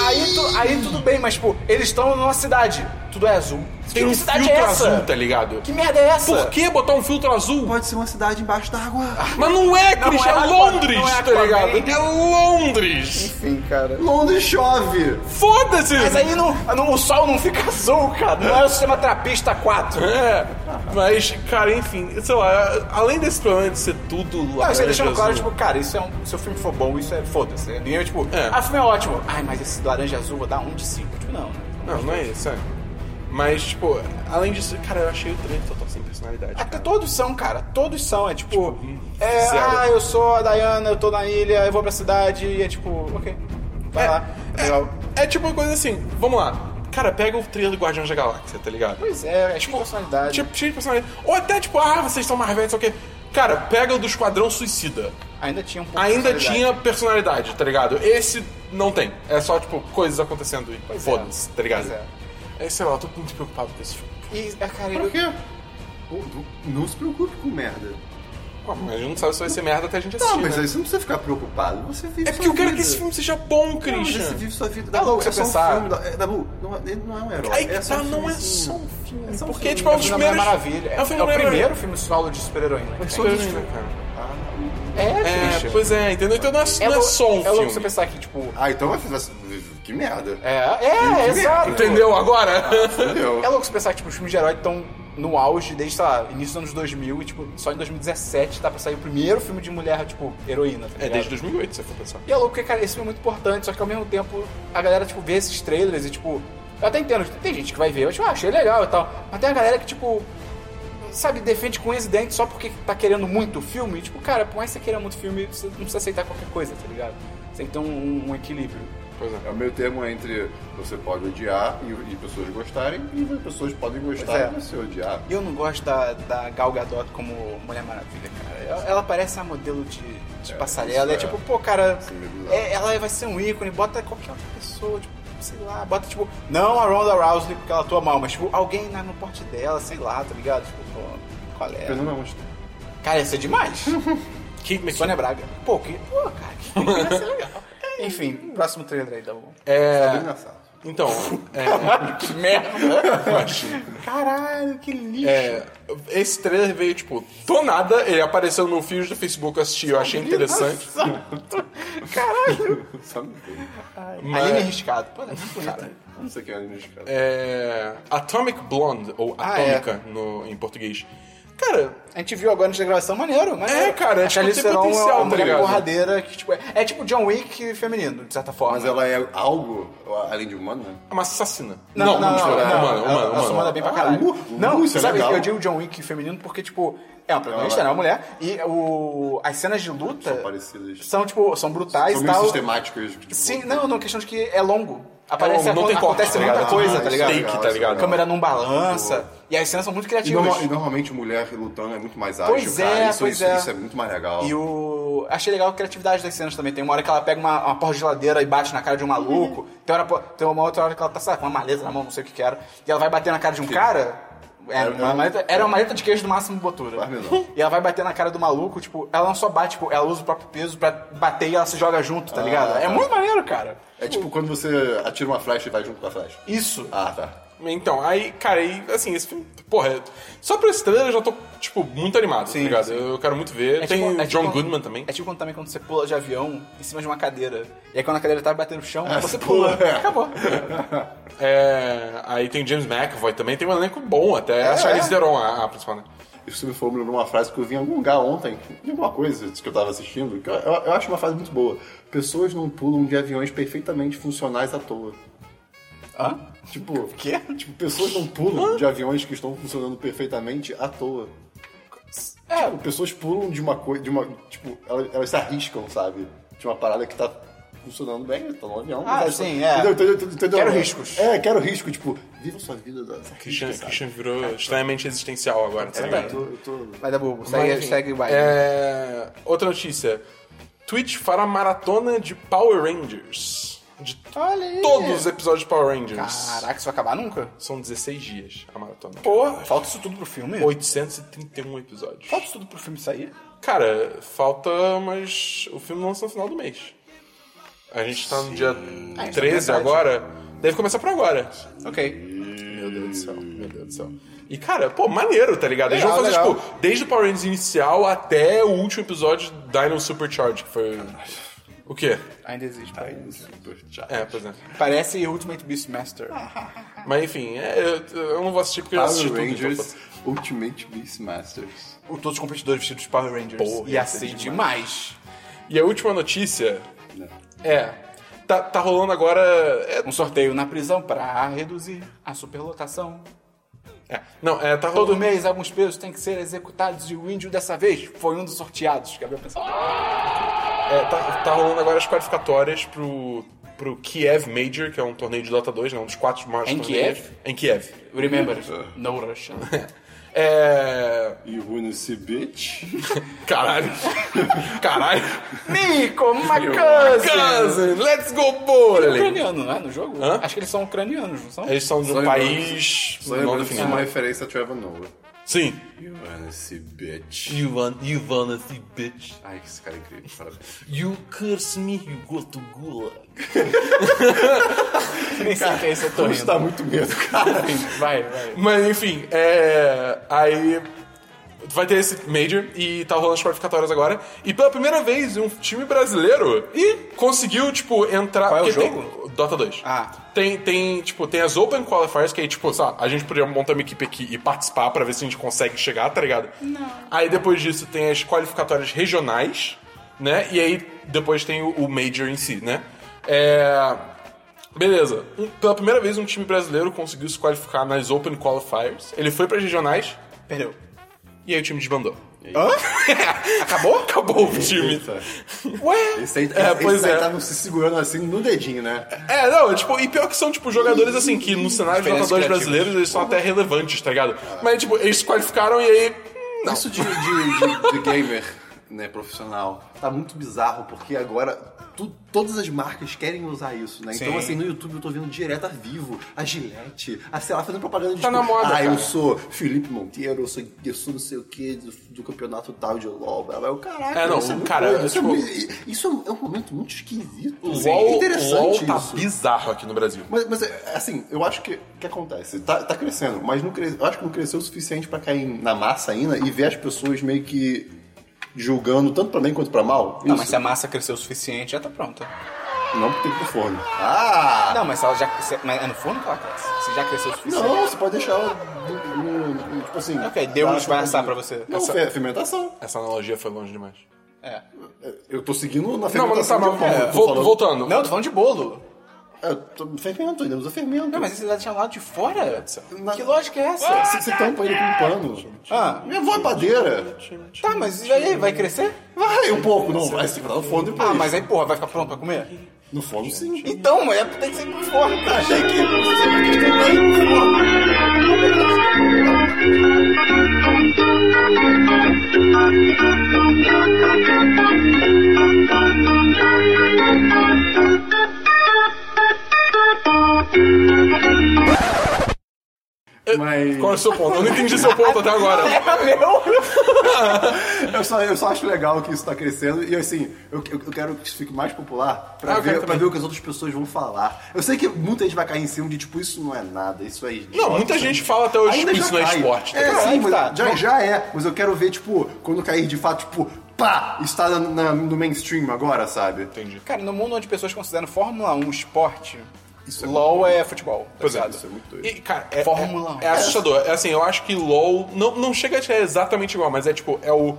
Aí, tu- aí tudo bem, mas, pô, eles estão numa cidade. Tudo é azul.
Tem
que
um
cidade
filtro
é essa?
azul, tá ligado?
Que merda é essa?
Por que botar um filtro azul?
Pode ser uma cidade embaixo da água.
Mas não é,
Não
Christian,
é
é,
Aquaman,
Londres,
não é
tá ligado?
Aquaman.
É Londres!
Enfim, cara. Londres chove!
Foda-se!
Mas aí não, Ah, não- o sol não fica azul, cara. Não é o sistema trapista 4.
É, mas, cara, enfim, sei lá, além desse problema de ser tudo lá.
Não, você deixando claro, tipo, cara, isso é um. Se o filme for bom, isso é foda-se. né? Ninguém, tipo,
É.
ah, o filme é ótimo. Ai, mas esse laranja azul vou dar um de cinco. Tipo, não, né?
Não, não é isso, é. Mas, tipo, além disso, cara, eu achei o trailer total sem personalidade.
Até
cara.
tá, todos são, cara. Todos são. É tipo.
hum,
é,
zero.
ah, eu sou a Diana, eu tô na ilha, eu vou pra cidade. E é tipo, ok. Vai
É,
lá. É, legal.
É tipo uma coisa assim, vamos lá. Cara, pega o trailer do Guardiões da Galáxia, tá ligado?
Pois é, é tipo personalidade.
Tipo, cheio de personalidade. Ou até tipo, ah, vocês são Marvel, não sei o quê. Cara, pega o do Esquadrão Suicida.
ainda tinha um pouco de
Ainda
personalidade.
tinha personalidade, tá ligado? Esse não tem. É só, tipo, coisas acontecendo e
Pois
foda-se,
é.
tá ligado?
Pois
É, sei lá, eu tô muito preocupado com esse filme.
E, é, cara,
Por
eu,
quê? Pô, Não se preocupe com merda.
Pô, mas a gente não sabe se vai ser merda até a gente assistir.
Não, mas
né?
é
aí você não precisa ficar preocupado. Você vive
É
sua
porque eu quero
vida.
que esse filme seja bom,
Não, mas esse
Christian.
vive sua vida.
Tá
Dabu,
louco
é
você
só um
pensar.
filme. da- é, Dabu, não, ele não é um herói.
Aí
é
que
só
tá,
um
não é
filmezinho.
só um filme.
É só um
porque,
filme.
tipo, é um dos
da Mulher
primeiros...
Maravilha. É,
É um filme
é o
da Mulher
primeiro filme solo de super-heroína. que tem.
Maravilha.
É,
né? É,
bicho.
pois é, entendeu? Então não é, não é
lou-
só um
É louco você
filme.
pensar que,
um-
tipo...
Ah, então vai fazer. Que merda.
É, é, exato.
Entendeu agora?
Entendeu?
É louco você pensar que tipo, os filmes de herói estão no auge desde, sei lá, início dos anos 2000 e, tipo, só em 2017 tá pra sair o primeiro filme de mulher, tipo, heroína. tá
É
ligado?
desde 2008, se eu for pensar.
E é louco porque, cara, esse filme é muito importante, só que ao mesmo tempo a galera, tipo, vê esses trailers e, tipo... Eu até entendo, tem gente que vai ver, eu tipo, ah, achei legal e tal. Mas tem a galera que, tipo, sabe, defende com unhas e dentes só porque tá querendo muito o filme. E, tipo, cara, por mais que você queira muito filme, você não precisa aceitar qualquer coisa, tá ligado? Você tem que ter um, um- um equilíbrio.
Pois é.
É o meio termo entre você pode odiar e, e pessoas gostarem, e pessoas podem gostar
Pois é.
e você odiar.
Eu não gosto da, da Gal Gadot como Mulher Maravilha, cara. Ela, ela parece uma modelo de, de
É,
passarela.
isso
É,
é-
tipo, pô, cara,
isso é meio bizarro.
é- ela vai ser um ícone. Bota qualquer outra pessoa, tipo, sei lá. Bota, tipo, não a Ronda Rousey, porque ela atua mal, mas, tipo, alguém na- no porte dela, sei lá, tá ligado? Tipo, pô, qual é?
Fernanda Monster.
Cara, isso é demais.
Keep me
Sônia Braga. Pô, que... Pô, cara, que ia ser legal. Enfim, próximo trailer aí, tá Dabu.
É.
É,
Engraçado.
então, é,
Que merda.
baixinho.
Caralho, que lixo.
É, esse trailer veio, tipo, do nada, ele apareceu no feed do Facebook, eu assisti, eu achei interessante.
Caralho.
Sabe? tudo.
Mas-
Aline Riscado. Pô, ela é muito bonita.
Não sei quem é anime de cara.
É, Atomic Blonde, ou
Ah, é.
Atômica no, em português. Cara,
A gente viu agora antes da gravação, maneiro, maneiro.
É, cara, é
a
tipo,
Charlize
tem
Theron é
potencial,
uma
tá
mulher
ligado?
porradeira que, tipo, é, é tipo John Wick feminino, de certa forma.
Mas ela é algo além de né? humana?
é uma assassina.
Não, não, não, não,
humana,
não,
humana,
ela- é
humana.
ela se manda bem pra
Ah,
caralho.
uh, uh,
não,
isso é
sabe,
legal.
eu digo John Wick feminino porque, tipo, é uma protagonista, né?
Ela-
Uma mulher. E o, as cenas de luta
São parecidas.
são, tipo, são brutais
São
e
tá
meio
tal.
sistemáticas. tipo,
Sim, não, não, questão de que é longo. Aparece,
longo, não tem corte,
acontece
tá
muita
ligado?
coisa,
Ah,
tá ligado?
isso é
Take,
legal, isso
tá
é
ligado?
A câmera não balança. E as cenas são muito
E,
criativas.
norma- e normalmente mulher lutando é muito mais ágil,
Pois
cara.
é,
isso,
pois
isso,
é.
isso é muito mais legal.
E o. Achei legal a criatividade das cenas também. Tem uma hora que ela pega uma, uma porta de geladeira e bate na cara de um maluco. Tem, hora, tem uma outra hora que ela tá, sabe, com uma maleta na mão, não sei o que que era. E ela vai bater na cara de um cara. Era um uma, maleta, era uma maleta de queijo do máximo botura.
Vai, menor.
E ela vai bater na cara do maluco, tipo, ela não só bate, tipo, ela usa o próprio peso pra bater e ela se joga junto, tá
Ah,
ligado? É
tá.
muito maneiro, cara.
É tipo quando você atira uma flecha e vai junto com a flecha.
Isso.
Ah, tá.
Então, aí, cara, aí, assim, esse filme, porra, é- só pra esse trailer eu já tô, tipo, muito animado, tá ligado? Eu quero muito ver. Tem
tipo-
É John
tipo-
Goodman também.
É tipo quando, também quando você pula de avião em cima de uma cadeira. E aí quando a cadeira tá batendo no chão, você pula.
pula.
Acabou. tipo-
É, aí tem James McAvoy também, tem um elenco bom até. a Charlize
é.
Theron, a, a principal, né?
Isso me formulou numa frase que eu vi em algum lugar ontem, de alguma coisa que eu tava assistindo, que eu, eu, eu acho uma frase muito boa. Pessoas não pulam de aviões perfeitamente funcionais à toa.
Hã?
Tipo,
Quê?
tipo pessoas não pulam de aviões que estão funcionando perfeitamente à toa.
É,
Tipo, pessoas pulam de uma coisa, de uma. Tipo, elas, elas se arriscam, sabe? De uma parada que tá funcionando bem, tá no avião.
Ah,
tá-
sim,
tá-
é.
Entendeu? Entendeu? Entendeu? Entendeu?
Quero riscos.
É, quero risco, tipo, viva sua vida da essa
Christian,
sabe?
Christian virou
É.
extremamente existencial agora, tá
É, eu
ligado?
tô, eu tô...
Vai dar bobo,
Mas,
segue,
enfim,
segue o baile.
é, Outra notícia. Twitch fará maratona de Power Rangers. De
Olha aí.
todos os episódios de Power Rangers.
Caraca, isso vai acabar nunca?
São 16 dias a maratona.
Porra, falta isso tudo pro filme?
831 episódios.
Falta isso tudo pro filme sair?
Cara, falta, mas o filme lança no final do mês. A gente tá no dia 13
verdade.
agora. Deve começar por agora.
Ok.
Meu Deus do céu, meu Deus do céu. E, cara, pô, maneiro, tá ligado? Eles vão
Legal,
fazer,
legal.
tipo, desde o Power Rangers inicial até o último episódio de Dino Supercharge, que foi... O quê?
Ainda existe. peraí.
É, pois é.
Parece Ultimate Beastmaster.
Mas, enfim, é, eu, eu não vou assistir porque eu assisti
Power
tudo. então,
Rangers Ultimate Beastmasters.
O Todos os competidores vestidos de Power Rangers.
Porra,
Ia ser demais.
pô. E a última notícia
Né?
é... Tá, tá rolando agora... é-
Um sorteio na prisão pra reduzir a superlotação.
é, não, é, tá rolando...
Todo mês alguns pesos têm que ser executados e o índio dessa vez foi um dos sorteados. Gabriel pensou.
É, tá, tá rolando agora as qualificatórias pro, pro Kiev Major, que é um torneio de Dota 2, né? Um dos quatro maiores
Em
torneios.
Kiev?
Em Kiev.
Remember,
Ah.
no Russian.
É.
You wanna see bitch?
Caralho. Caralho.
Nico, Macas!
Cousin, let's go bowling!
Ucraniano, não é? No jogo?
Hã?
Acho que eles são ucranianos, não são?
Eles são de um
Só
país
Só
não
lembrando que isso é
definido.
uma referência a Trevor Noah.
Sim.
You wanna see bitch?
You want, you wanna see bitch.
Ai, que esse cara é incrível, parabéns.
You curse me, you go to gulag.
Nem sei quem é esse eu tô
Tô
rindo.
tá muito medo, cara.
Vai, vai.
Mas enfim, é. Aí. Vai ter esse Major e tá rolando as qualificatórias agora. E pela primeira vez, um time brasileiro e conseguiu, tipo, entrar.
Qual é o
porque
jogo?
Tem, Dota 2.
Ah.
Tem, tem, tipo, tem as Open Qualifiers, que aí, tipo, sabe, a gente podia montar uma equipe aqui e participar pra ver se a gente consegue chegar, tá ligado? Não. Aí depois disso tem as qualificatórias regionais, né? E aí depois tem o, o Major em si, né? É. Beleza. Um- pela primeira vez, um time brasileiro conseguiu se qualificar nas Open Qualifiers. Ele foi para regionais
Perdeu.
e aí o time desbandou.
Hã?
Acabou? Acabou o time. Ué?
Esse aí, tá-
é,
esse
pois
aí
é.
tava se segurando assim no dedinho, né?
É, não, tipo, e pior que são, tipo, jogadores assim, que no cenário de
Diferentes
jogadores
criativos.
brasileiros eles são até relevantes, tá ligado? Mas, tipo, eles se qualificaram e aí. hum, Não.
Isso de, de- de- de gamer né, profissional tá muito bizarro, porque agora tu- todas as marcas querem usar isso, né? Então,
Sim.
assim, no YouTube eu tô vendo direto a vivo, a Gillette, a sei lá, fazendo propaganda de.
Tá na moda,
Ah, eu
cara."
sou Felipe Monteiro, eu sou, eu sou não sei o que do, do campeonato tal de LOL. blá, blá. Eu, caraca,
É, não,
isso muito-
cara,
isso, é
tipo-
muito- isso é um- é um momento muito esquisito.
O
Sim.
LOL, o LOL
interessante
tá
isso.
bizarro aqui no Brasil.
Mas, mas, é, assim, eu acho que o que acontece? Tá, tá crescendo, mas não cre... eu acho que não cresceu o suficiente pra cair na massa ainda e ver as pessoas meio que julgando tanto pra bem quanto pra mal.
Não,
Isso.
mas se a massa cresceu o suficiente, já tá pronta.
Não, porque tem que ir pro forno. Ah!
Não, mas se ela já se- mas é no forno que ela cresce. Se já cresceu o
Não,
suficiente.
você pode deixar ela. no- no- no- Tipo assim.
Ok, Deus vai assar pra você.
Não,
Essa-
fe- fermentação.
Essa analogia foi longe demais.
É.
Eu tô seguindo na
Não, mas não
fermentação.
tá mal.
de pão,
É,
tô
vol-
falando-
voltando.
Não, tô falando de bolo.
É, tô- fermento, ainda usa fermento.
Não, mas esse já tinha um lado de fora?
Na-
Que lógica é essa?
Você, você tampa ele com um pano.
Ah.
minha avó é padeira.
Tá, mas e aí? Vai crescer?
Vai um pouco, não. Vai se no forno depois.
Ah, mas é- aí, porra, vai ficar pronto pra comer?
No forno sim.
Então, é, tem que ser por fora.
Achei que você vai ter que tomar um pouco. Mas
Qual é o seu ponto? Eu não entendi seu ponto até agora.
eu só, eu só acho legal que isso tá crescendo e assim, eu, eu- eu quero que isso fique mais popular
Ah,
pra,
eu quero
ver, pra
também.
ver o que as outras pessoas vão falar. Eu sei que muita gente vai cair em cima de tipo, isso não é nada, isso é idiota,
Não, muita gente fala até hoje,
Ainda
tipo,
já
isso não é
cai.
esporte. tá
É,
ligado?
sim, mas
Tá.
já, já é. Mas eu quero ver, tipo, quando cair de fato, tipo, pá, está na- na- no mainstream agora, sabe?
Entendi.
Cara, no mundo onde pessoas consideram Fórmula 1 esporte, LOL é futebol. tá
Pois é,
ligado?
Isso é muito doido.
E, cara, é,
Fórmula 1.
é, é assustador. É assim, eu acho que LoL não, não chega a ser exatamente igual, mas é tipo, é o,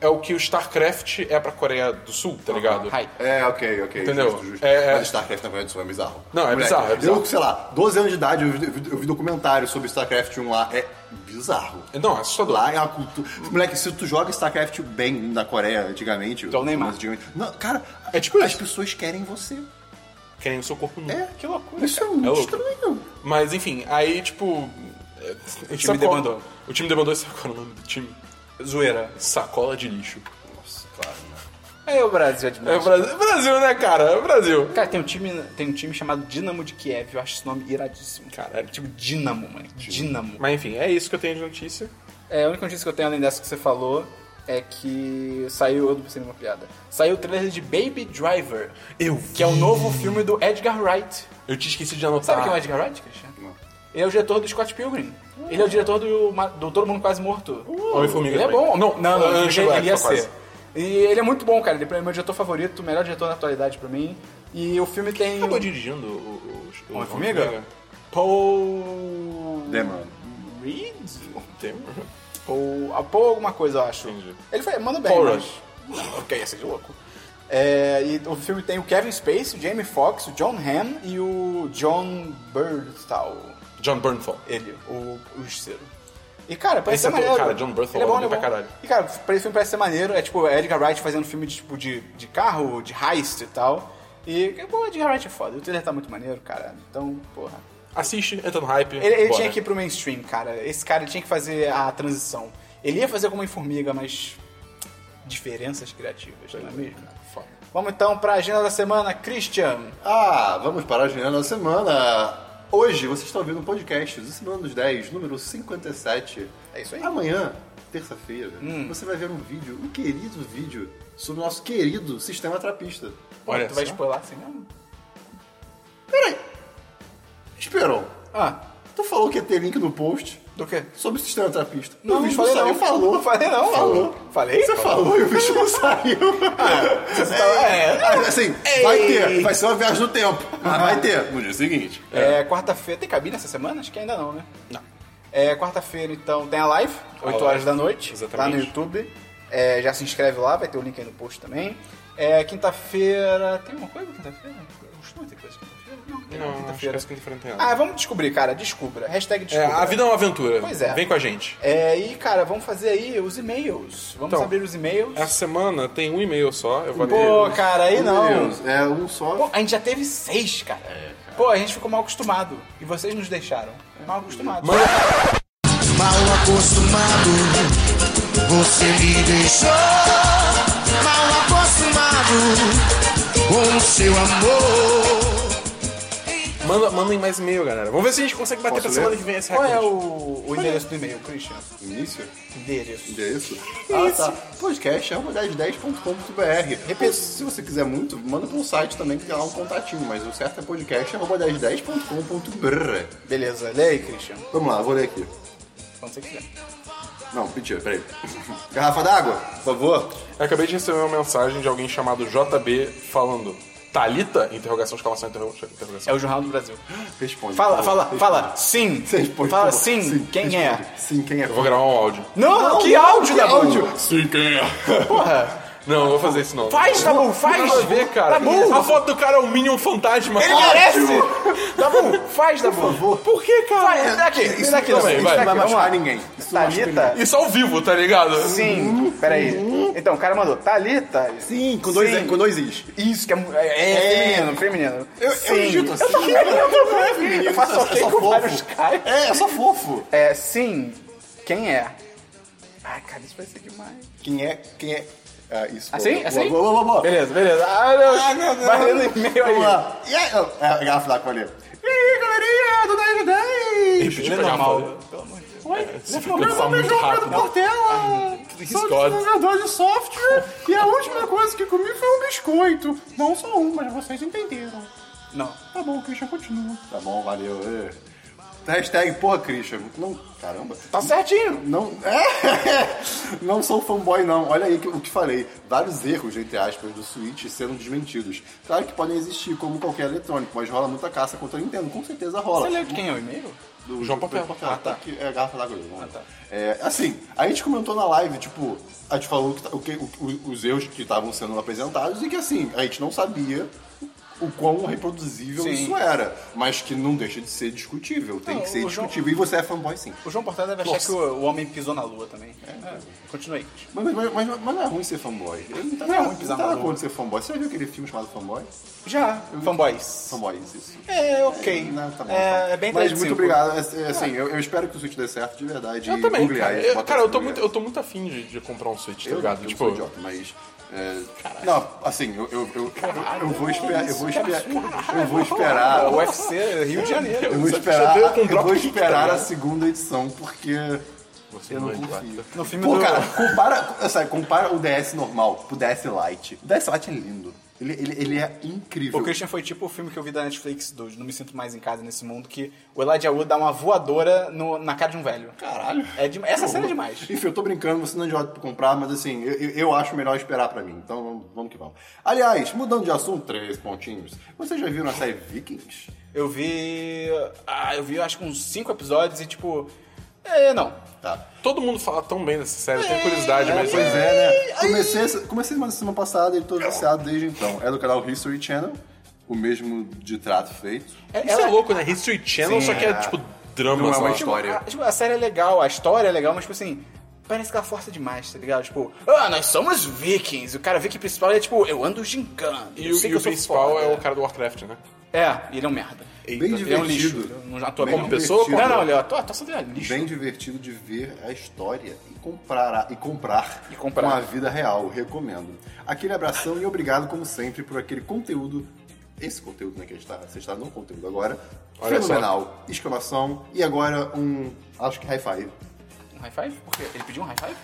é o que o StarCraft é pra Coreia do Sul, tá ligado?
Hype.
É, ok, ok.
Entendeu?
Justo, justo.
É, é.
Mas StarCraft na verdade isso é bizarro.
Não, é bizarro, é bizarro.
Eu, sei lá, 12 anos de idade, eu vi, eu vi- eu vi documentário sobre StarCraft 1 lá. É bizarro.
Não, é assustador.
Lá é uma cultura. Moleque, se tu joga StarCraft bem na Coreia antigamente.
Então, Neymar.
mas antigamente- Não, cara,
É tipo
as
isso.
pessoas querem você.
Querem o seu corpo nu.
É.
Que loucura.
Isso é muito
É louco.
estranho.
Mas enfim, aí tipo. é, sabe qual-
demandou.
O time demandou esse agora é o nome do time.
Zoeira.
Sacola de lixo.
Nossa, claro.
É o Brasil
É
admira.
Brasil, Brasil, né, cara? É Brasil.
Cara, tem um, time, tem um time chamado Dinamo de Kiev. Eu acho esse nome iradíssimo. Cara, é tipo Dinamo, mano. Dinamo.
Mas enfim, é isso que eu tenho de notícia.
É, a única notícia que eu tenho além dessa que você falou é que saiu, eu não pensei numa piada, saiu o trailer de Baby Driver,
Eu
que é o novo filme do Edgar Wright.
Eu tinha esquecido de anotar.
Sabe quem é o Edgar Wright, Christian? Ele é o diretor do Scott Pilgrim. Ele é o diretor do, Ma- do Todo Mundo Quase Morto.
Homem-Formiga
Ele é
Uh. também.
bom.
Não,
não, não
Anjo
ele, é, ele ia
Electro,
ser. E ele é muito bom, cara. Ele é meu diretor favorito, o melhor diretor da atualidade pra mim. E o filme tem...
Acabou tá dirigindo o. o, o- o
Homem-Formiga? Paul...
Demon.
Reed?
Tem.
Paul... ah, Paul alguma coisa, eu acho.
Entendi.
Ele foi... Manda bem.
Paul
mano.
Rudd.
Ok, ia ser de louco. É, e o filme tem o Kevin Spacey, o Jamie Foxx, o John Hamm e o John Bernthal.
John Bernthal.
Ele, o, o justiceiro. E, cara, parece
Esse
ser
ator,
maneiro.
cara, John Berthold,
ele é bom, ele
bem
é
pra
bom.
caralho.
E, cara, pra esse filme parece ser maneiro. É tipo Edgar Wright fazendo filme de, tipo, de, de carro, de heist e tal. E, pô, Edgar Wright é foda. O trailer tá muito maneiro, cara. Então, porra.
Assiste, entra no hype.
Ele, ele
bora.
tinha que ir pro mainstream, cara. Esse cara tinha que fazer a transição. Ele ia fazer como em Formiga, mas... Diferenças criativas, não é mesmo?
Foda.
Vamos então pra agenda da semana, Christian.
Ah, vamos para a agenda da semana. Hoje você está ouvindo um podcast do Semana dos 10, número 57.
É isso aí.
Amanhã, terça-feira, você vai ver um vídeo, um querido vídeo, sobre o nosso querido sistema trapista.
Pô,
Olha
tu vai
só.
spoiler assim mesmo?
Esperon,
Ah,
tu falou que ia ter link no post
do quê?
sobre o sistema trapista.
Não,
o
não
bicho
falei não.
falou.
Não falei não.
Falou.
Falei?
Você falou e o bicho não saiu.
É,
Ah, Assim, vai ter. Vai ser uma viagem no tempo. Mas vai ter. No dia seguinte.
é, quarta-feira. Tem cabine essa semana? Acho que ainda não, né?
Não.
É, quarta-feira, então, tem a live, 8
live,
horas da noite, lá
exatamente.
no YouTube. É, já se inscreve lá, vai ter o link aí no post também. É, quinta-feira. Tem alguma coisa quinta-feira? Costuma ter coisa quinta-feira? Não, tem
Não,
né?
acho que
Quinta-feira.
essa quinta-feira não tem nada.
Ah, vamos descobrir, cara. Descubra. Hashtag
É,
descubra.
a vida é uma aventura.
Pois é.
Vem com a gente.
É, e, cara, vamos fazer aí os e-mails. Vamos
Então,
abrir os e-mails.
Essa semana tem um e-mail só. Eu vou
Pô,
abrir.
cara, aí não.
Deus, é um só.
Pô, a gente já teve seis, cara. Pô, a gente ficou mal acostumado. E vocês nos deixaram. Mal acostumados.
Manda-
Mal acostumado, você me deixou mal acostumado com o seu amor.
Manda, mandem mais e-mail, galera. Vamos ver se a gente consegue bater
Posso
pra semana
ler?
que vem esse
Qual
recorde.
é o, o endereço do e-mail, Christian?
Início?
Endereço.
Endereço? Ah, tá. Podcast é uma 1010.com.br. Repito, se você quiser muito, manda pra um site também que tem lá um contatinho, mas o certo é podcast é uma 1010.com.br.
Beleza, lê aí, Christian.
Vamos lá, vou ler aqui.
Quando você quiser.
Não, mentira, peraí. Garrafa d'água, por favor.
Eu acabei de receber uma mensagem de alguém chamado JB falando. Thalita? Interrogação, exclamação, interro-
É
interrogação.
o Jornal do Brasil.
Responde.
Fala,
por favor.
fala,
Responde.
fala. Sim.
Você responde, por
Fala
favor.
sim. Quem é?
responde. Sim, quem é?
Eu vou gravar um áudio.
Não, que áudio,
que
Dabu.
áudio.
Sim, quem é?
Porra.
Não, não vou fazer isso não.
Faz, Dabu, faz.
Nada a ver, cara.
Tá bom.
A foto do cara é um Minion fantasma.
Ele merece. Dabu, faz, Dabu. Por favor. Por que, cara? Vai, me dá aqui. Me dá aqui,
também,
Dabu.
vai.
Me dá aqui, é
Não vai
vamos lá. Tá,
machucar ninguém. Isso não machuca
Thalita?
ninguém.
Isso ao vivo, tá ligado?
Sim, peraí. Então, o cara mandou Thalita.
Sim, com dois,
Sim.
é com dois is.
Isso, que é, mu- é, é, feminino, feminino.
Eu- eu digito assim.
Eu também, eu também. Eu faço
Isso é
ok
só
com
fofo.
vários caras.
É, é só fofo.
É, sim, quem é? Ai, cara, isso vai ser demais.
Quem é, quem é... Ah, isso.
Assim?
Boa,
Assim?
Boa, boa, boa, boa.
Beleza, beleza. Ah, não.
Ah, não, não.
Vai lendo e-mail
Vamos
aí.
lá. E aí, ó, é, garrafa d'água com a Maria. E aí, galerinha do 10 de 10.
é
Repetir pra normal. Você
Meu nome é João
né?
Pedro Portela. Sou
God.
desenvolvedor de software e a última coisa que comi foi um biscoito. Não só um,
né?
mas vocês entenderam.
Não.
Tá bom, o Christian continua. Tá bom, valeu. é. Hashtag porra, Christian. Não, caramba.
Tá certinho.
Não, é, não sou fanboy, não. Olha aí que- o que falei. Vários erros, entre aspas, do Switch sendo desmentidos. Claro que podem existir, como qualquer eletrônico, mas rola muita caça contra a Nintendo. Com certeza rola.
Você leu de quem é o e-mail?
Do
João Papel.
Ah, tá. Que é a garrafa d'água dele. né? É, assim, a gente comentou na live, tipo, a gente falou que tá- o que, o- o- os erros que estavam sendo apresentados e que, assim, a gente não sabia o quão reproduzível
Sim.
isso era. Mas que não deixa de ser discutível. Tem
Não,
que ser
o João-
discutível. E você é fanboy, sim.
O João Portela deve achar
Nossa. É.
que o, o homem pisou na lua também. Continua aí. Christian.
Mas, mas, mas, mas não é ruim ser fanboy. Ele não tá,
Não é
não,
ruim pisar
não tá
na
na
lua.
conta de ser fanboy. Você já viu aquele filme chamado Fanboy?
Já, fanboys.
Fanboy, isso.
É, ok.
Não, tá bom.
É, é bem
Mas
35.
muito obrigado. É, é, Assim, eu, eu espero que o Switch dê certo de verdade.
Eu
e
também,
googlear
cara.
isso,
Eu,
botar
cara,
isso
eu tô,
no
muito,
lugar.
eu tô muito afim de, de comprar um Switch, tá
Eu,
ligado?
eu
tipo,
sou idiota, mas... é, não, assim, eu, eu, eu, eu, eu vou esperar... Eu vou esperar... Eu vou esperar...
O UFC Rio de Janeiro.
Eu vou esperar,
um
eu vou esperar
né?
a segunda edição, porque
Você
eu
não
não
é
confio.
No filme
Pô,
do-
cara, compara, sabe, compara o DS normal pro DS Lite. O DS Lite é lindo. Ele, ele, ele é incrível.
O Christian foi tipo o filme que eu vi da Netflix do Não Me Sinto Mais em Casa Nesse Mundo, que o Elijah Wood dá uma voadora no- na cara de um velho.
Caralho.
É de- essa cena é demais.
Enfim, eu tô brincando, você não é idiota pra comprar, mas assim, eu, eu- eu acho melhor esperar pra mim. Então vamos- vamos que vamos. Aliás, mudando de assunto, três pontinhos. Vocês já viram a série Vikings?
Eu vi. Ah, eu vi acho que uns cinco episódios e tipo. É, não.
Tá.
Todo mundo fala tão bem dessa série, eu tenho curiosidade, mas.
Pois é, né? Comecei, essa- comecei semana, semana passada e tô viciado desde então. É do canal History Channel, o mesmo de trato feito.
Isso é louco, né? History Channel, só que é tipo drama,
Não é
sei
uma
lá.
história.
A, tipo, a série é legal, a história é legal, mas tipo assim. Parece que ela força demais, tá ligado? Tipo, ah, nós somos vikings. O cara viking principal ele é tipo, eu ando gincando.
E,
eu
o-
sei
e
que
o
eu sou
principal
foda.
é o cara do Warcraft, né?
É, e ele é um merda.
Bem
Ele é um lixo.
divertido.
Ele não atua
Bem
como
pessoa, como
Não,
divertido.
não, ele atua, a atuação dele é lixo.
Bem divertido de ver a história e comprar, e comprar,
E comprar.
com a vida real. Recomendo. Aquele abração e obrigado, como sempre, por aquele conteúdo. Esse conteúdo, né, que a gente tá, você está no conteúdo agora.
Olha só.
fenomenal. Exclamação. E agora um, acho que high five.
Um high five? Por quê? Ele pediu um high five?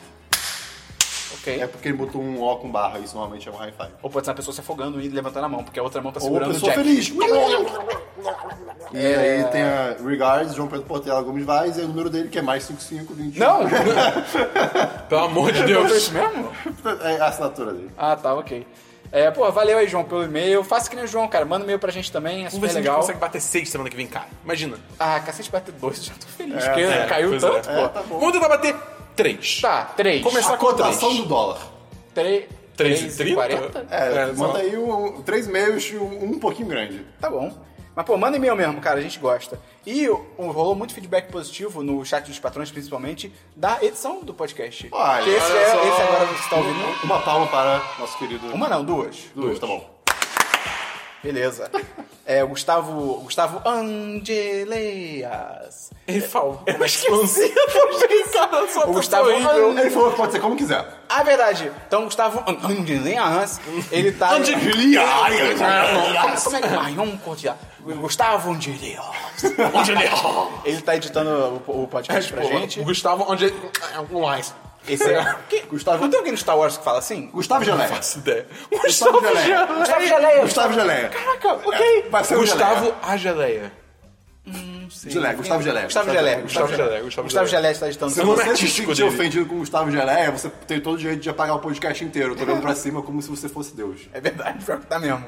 Ok.
É porque ele botou um O com barra, isso normalmente é um high five.
Ou pode ser uma pessoa se afogando e levantando a mão, porque a outra mão tá
Ou
segurando
uma
o
pessoa
Jack. É.
feliz. E aí tem a Regards, João Pedro Portela Gomes Vaz, e o número dele que é mais 5520.
Não!
Pelo amor de Deus.
mesmo?
É a assinatura dele.
Ah, tá, ok. É, pô, valeu aí, João, pelo e-mail. Faça que nem o João, cara. Manda e-mail pra gente também, é
Vamos ver
super
se a gente
legal.
consegue bater seis semana que vem, cara. Imagina.
Ah, cacete bater dois, já tô feliz, porque caiu
pois
tanto,
é.
pô.
tá bom.
Vamos tentar bater três.
Tá, três.
Começar
A
Ah,
com
cotação
três.
do dólar.
tre-
Três e
três e
trinta?
quarenta?
É,
É,
manda
só-
aí um, três meios e um, um pouquinho grande.
Tá bom. Mas, pô, manda e-mail mesmo, cara, a gente gosta. E o- rolou muito feedback positivo no chat dos patrões, principalmente, da edição do podcast.
Olha,
Que esse,
olha
é-
só.
esse agora que você está ouvindo.
tá Uma palma para nosso querido.
Uma não, duas.
Duas, tá bom.
Beleza. É, o Gustavo. Gustavo Angeleias.
Ele falou.
Eu
assim?
esqueci, eu
Cara, só
O Gustavo
Angel.
Ele falou que pode ser como quiser.
Ah, verdade. Então, Gustavo An- Angeleias, ele tá. Como é que Marion Cotillard? Gustavo Angeleias. Ele tá editando o, o podcast pra gente.
O Gustavo, onde é um mais?
Esse é. Que- Gustavo. Não tem alguém no Star Wars que fala assim?
Gustavo Geleia.
Faço ideia.
Gustavo
Gustavo
Geleia.
Geleia.
Gustavo Geleias.
Gustavo Geleia.
Caraca, ok.
Vai ser o
Gustavo a Geleia.
Geleia. Geleia, Gustavo Geleia.
Gustavo Geleias.
Gustavo Geleia, Gustavo
Gustavo
Geleia.
Geleias tá editando.
Se
O nome
você se
artístico
sentir
dele.
ofendido com Gustavo Geleia, você tem todo o direito de apagar o podcast inteiro. Eu tô olhando pra cima como se você fosse Deus.
É verdade, pior que tá mesmo.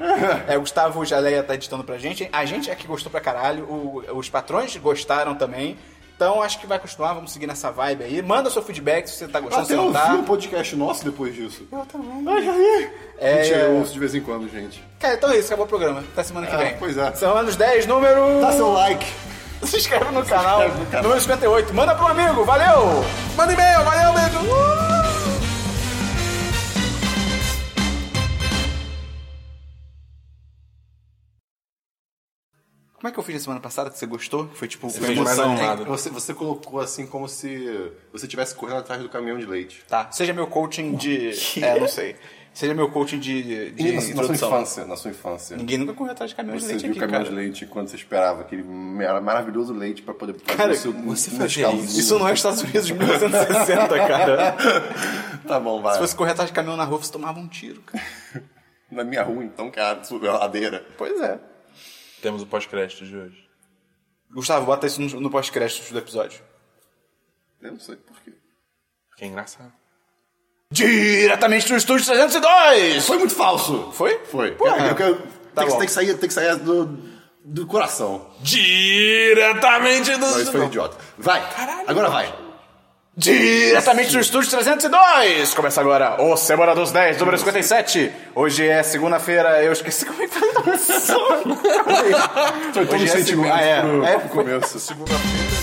É, o Gustavo Jaleia tá editando pra gente. A gente é que gostou pra caralho. o- os patrões gostaram também. Então acho que vai continuar, vamos seguir nessa vibe aí. Manda seu feedback se você tá gostando, se
Até
não
ouvi um
tá.
podcast nosso depois disso. Eu também.
É,
Mentira,
é.
eu ouço de vez em quando, gente.
Cara, então é isso, acabou o programa. Até semana que
Ah,
vem.
pois é.
São anos 10, número.
Dá seu like.
Se inscreve no canal.
inscreve no canal.
Número 58. Manda pro amigo, valeu! Manda e-mail, valeu, beijo! Uh! Como é que eu fiz a semana passada que você gostou? Que Foi tipo uma
fez mais
emoção.
animado. Nada.
Você, você colocou assim como se você estivesse correndo atrás do caminhão de leite.
Tá, seja meu coaching de. É, não sei. Seja meu coaching de, de
E na, na sua
introdução.
infância, na sua infância.
Ninguém nunca correu atrás de caminhão Hum, de
Você
leite
viu o
aqui,
caminhão de
cara.
leite quando você esperava aquele mara- maravilhoso leite pra poder fazer
Cara,
o seu
você
um
fazia
Nescauzinho.
isso?
Isso não é Estados Unidos de 1960, cara.
Tá bom, vai.
Se fosse correr atrás de caminhão na rua, você tomava um tiro, cara.
Na minha rua, então, cara, subiu a ladeira.
Pois é.
Temos o pós-crédito de hoje.
Gustavo, bota isso no, no pós-crédito do episódio.
Eu não sei porquê.
Que é engraçado.
Diretamente do estúdio 302!
Foi muito falso!
Foi?
Foi.
Pô,
Eu- eu
é.
quero-
Tá
tem, que,
bom.
tem que sair, tem que sair do, do coração.
Diretamente do...
Não, isso foi idiota. Vai!
Caralho.
Agora vai!
é Diretamente do estúdio 302! Começa agora o Semana dos 10, número 57. Hoje é segunda-feira, eu esqueci como é que faz a noção.
Foi todo
Hoje é
sentimento
segunda- ah, é.
pro,
É,
pro começo.
Segunda-feira.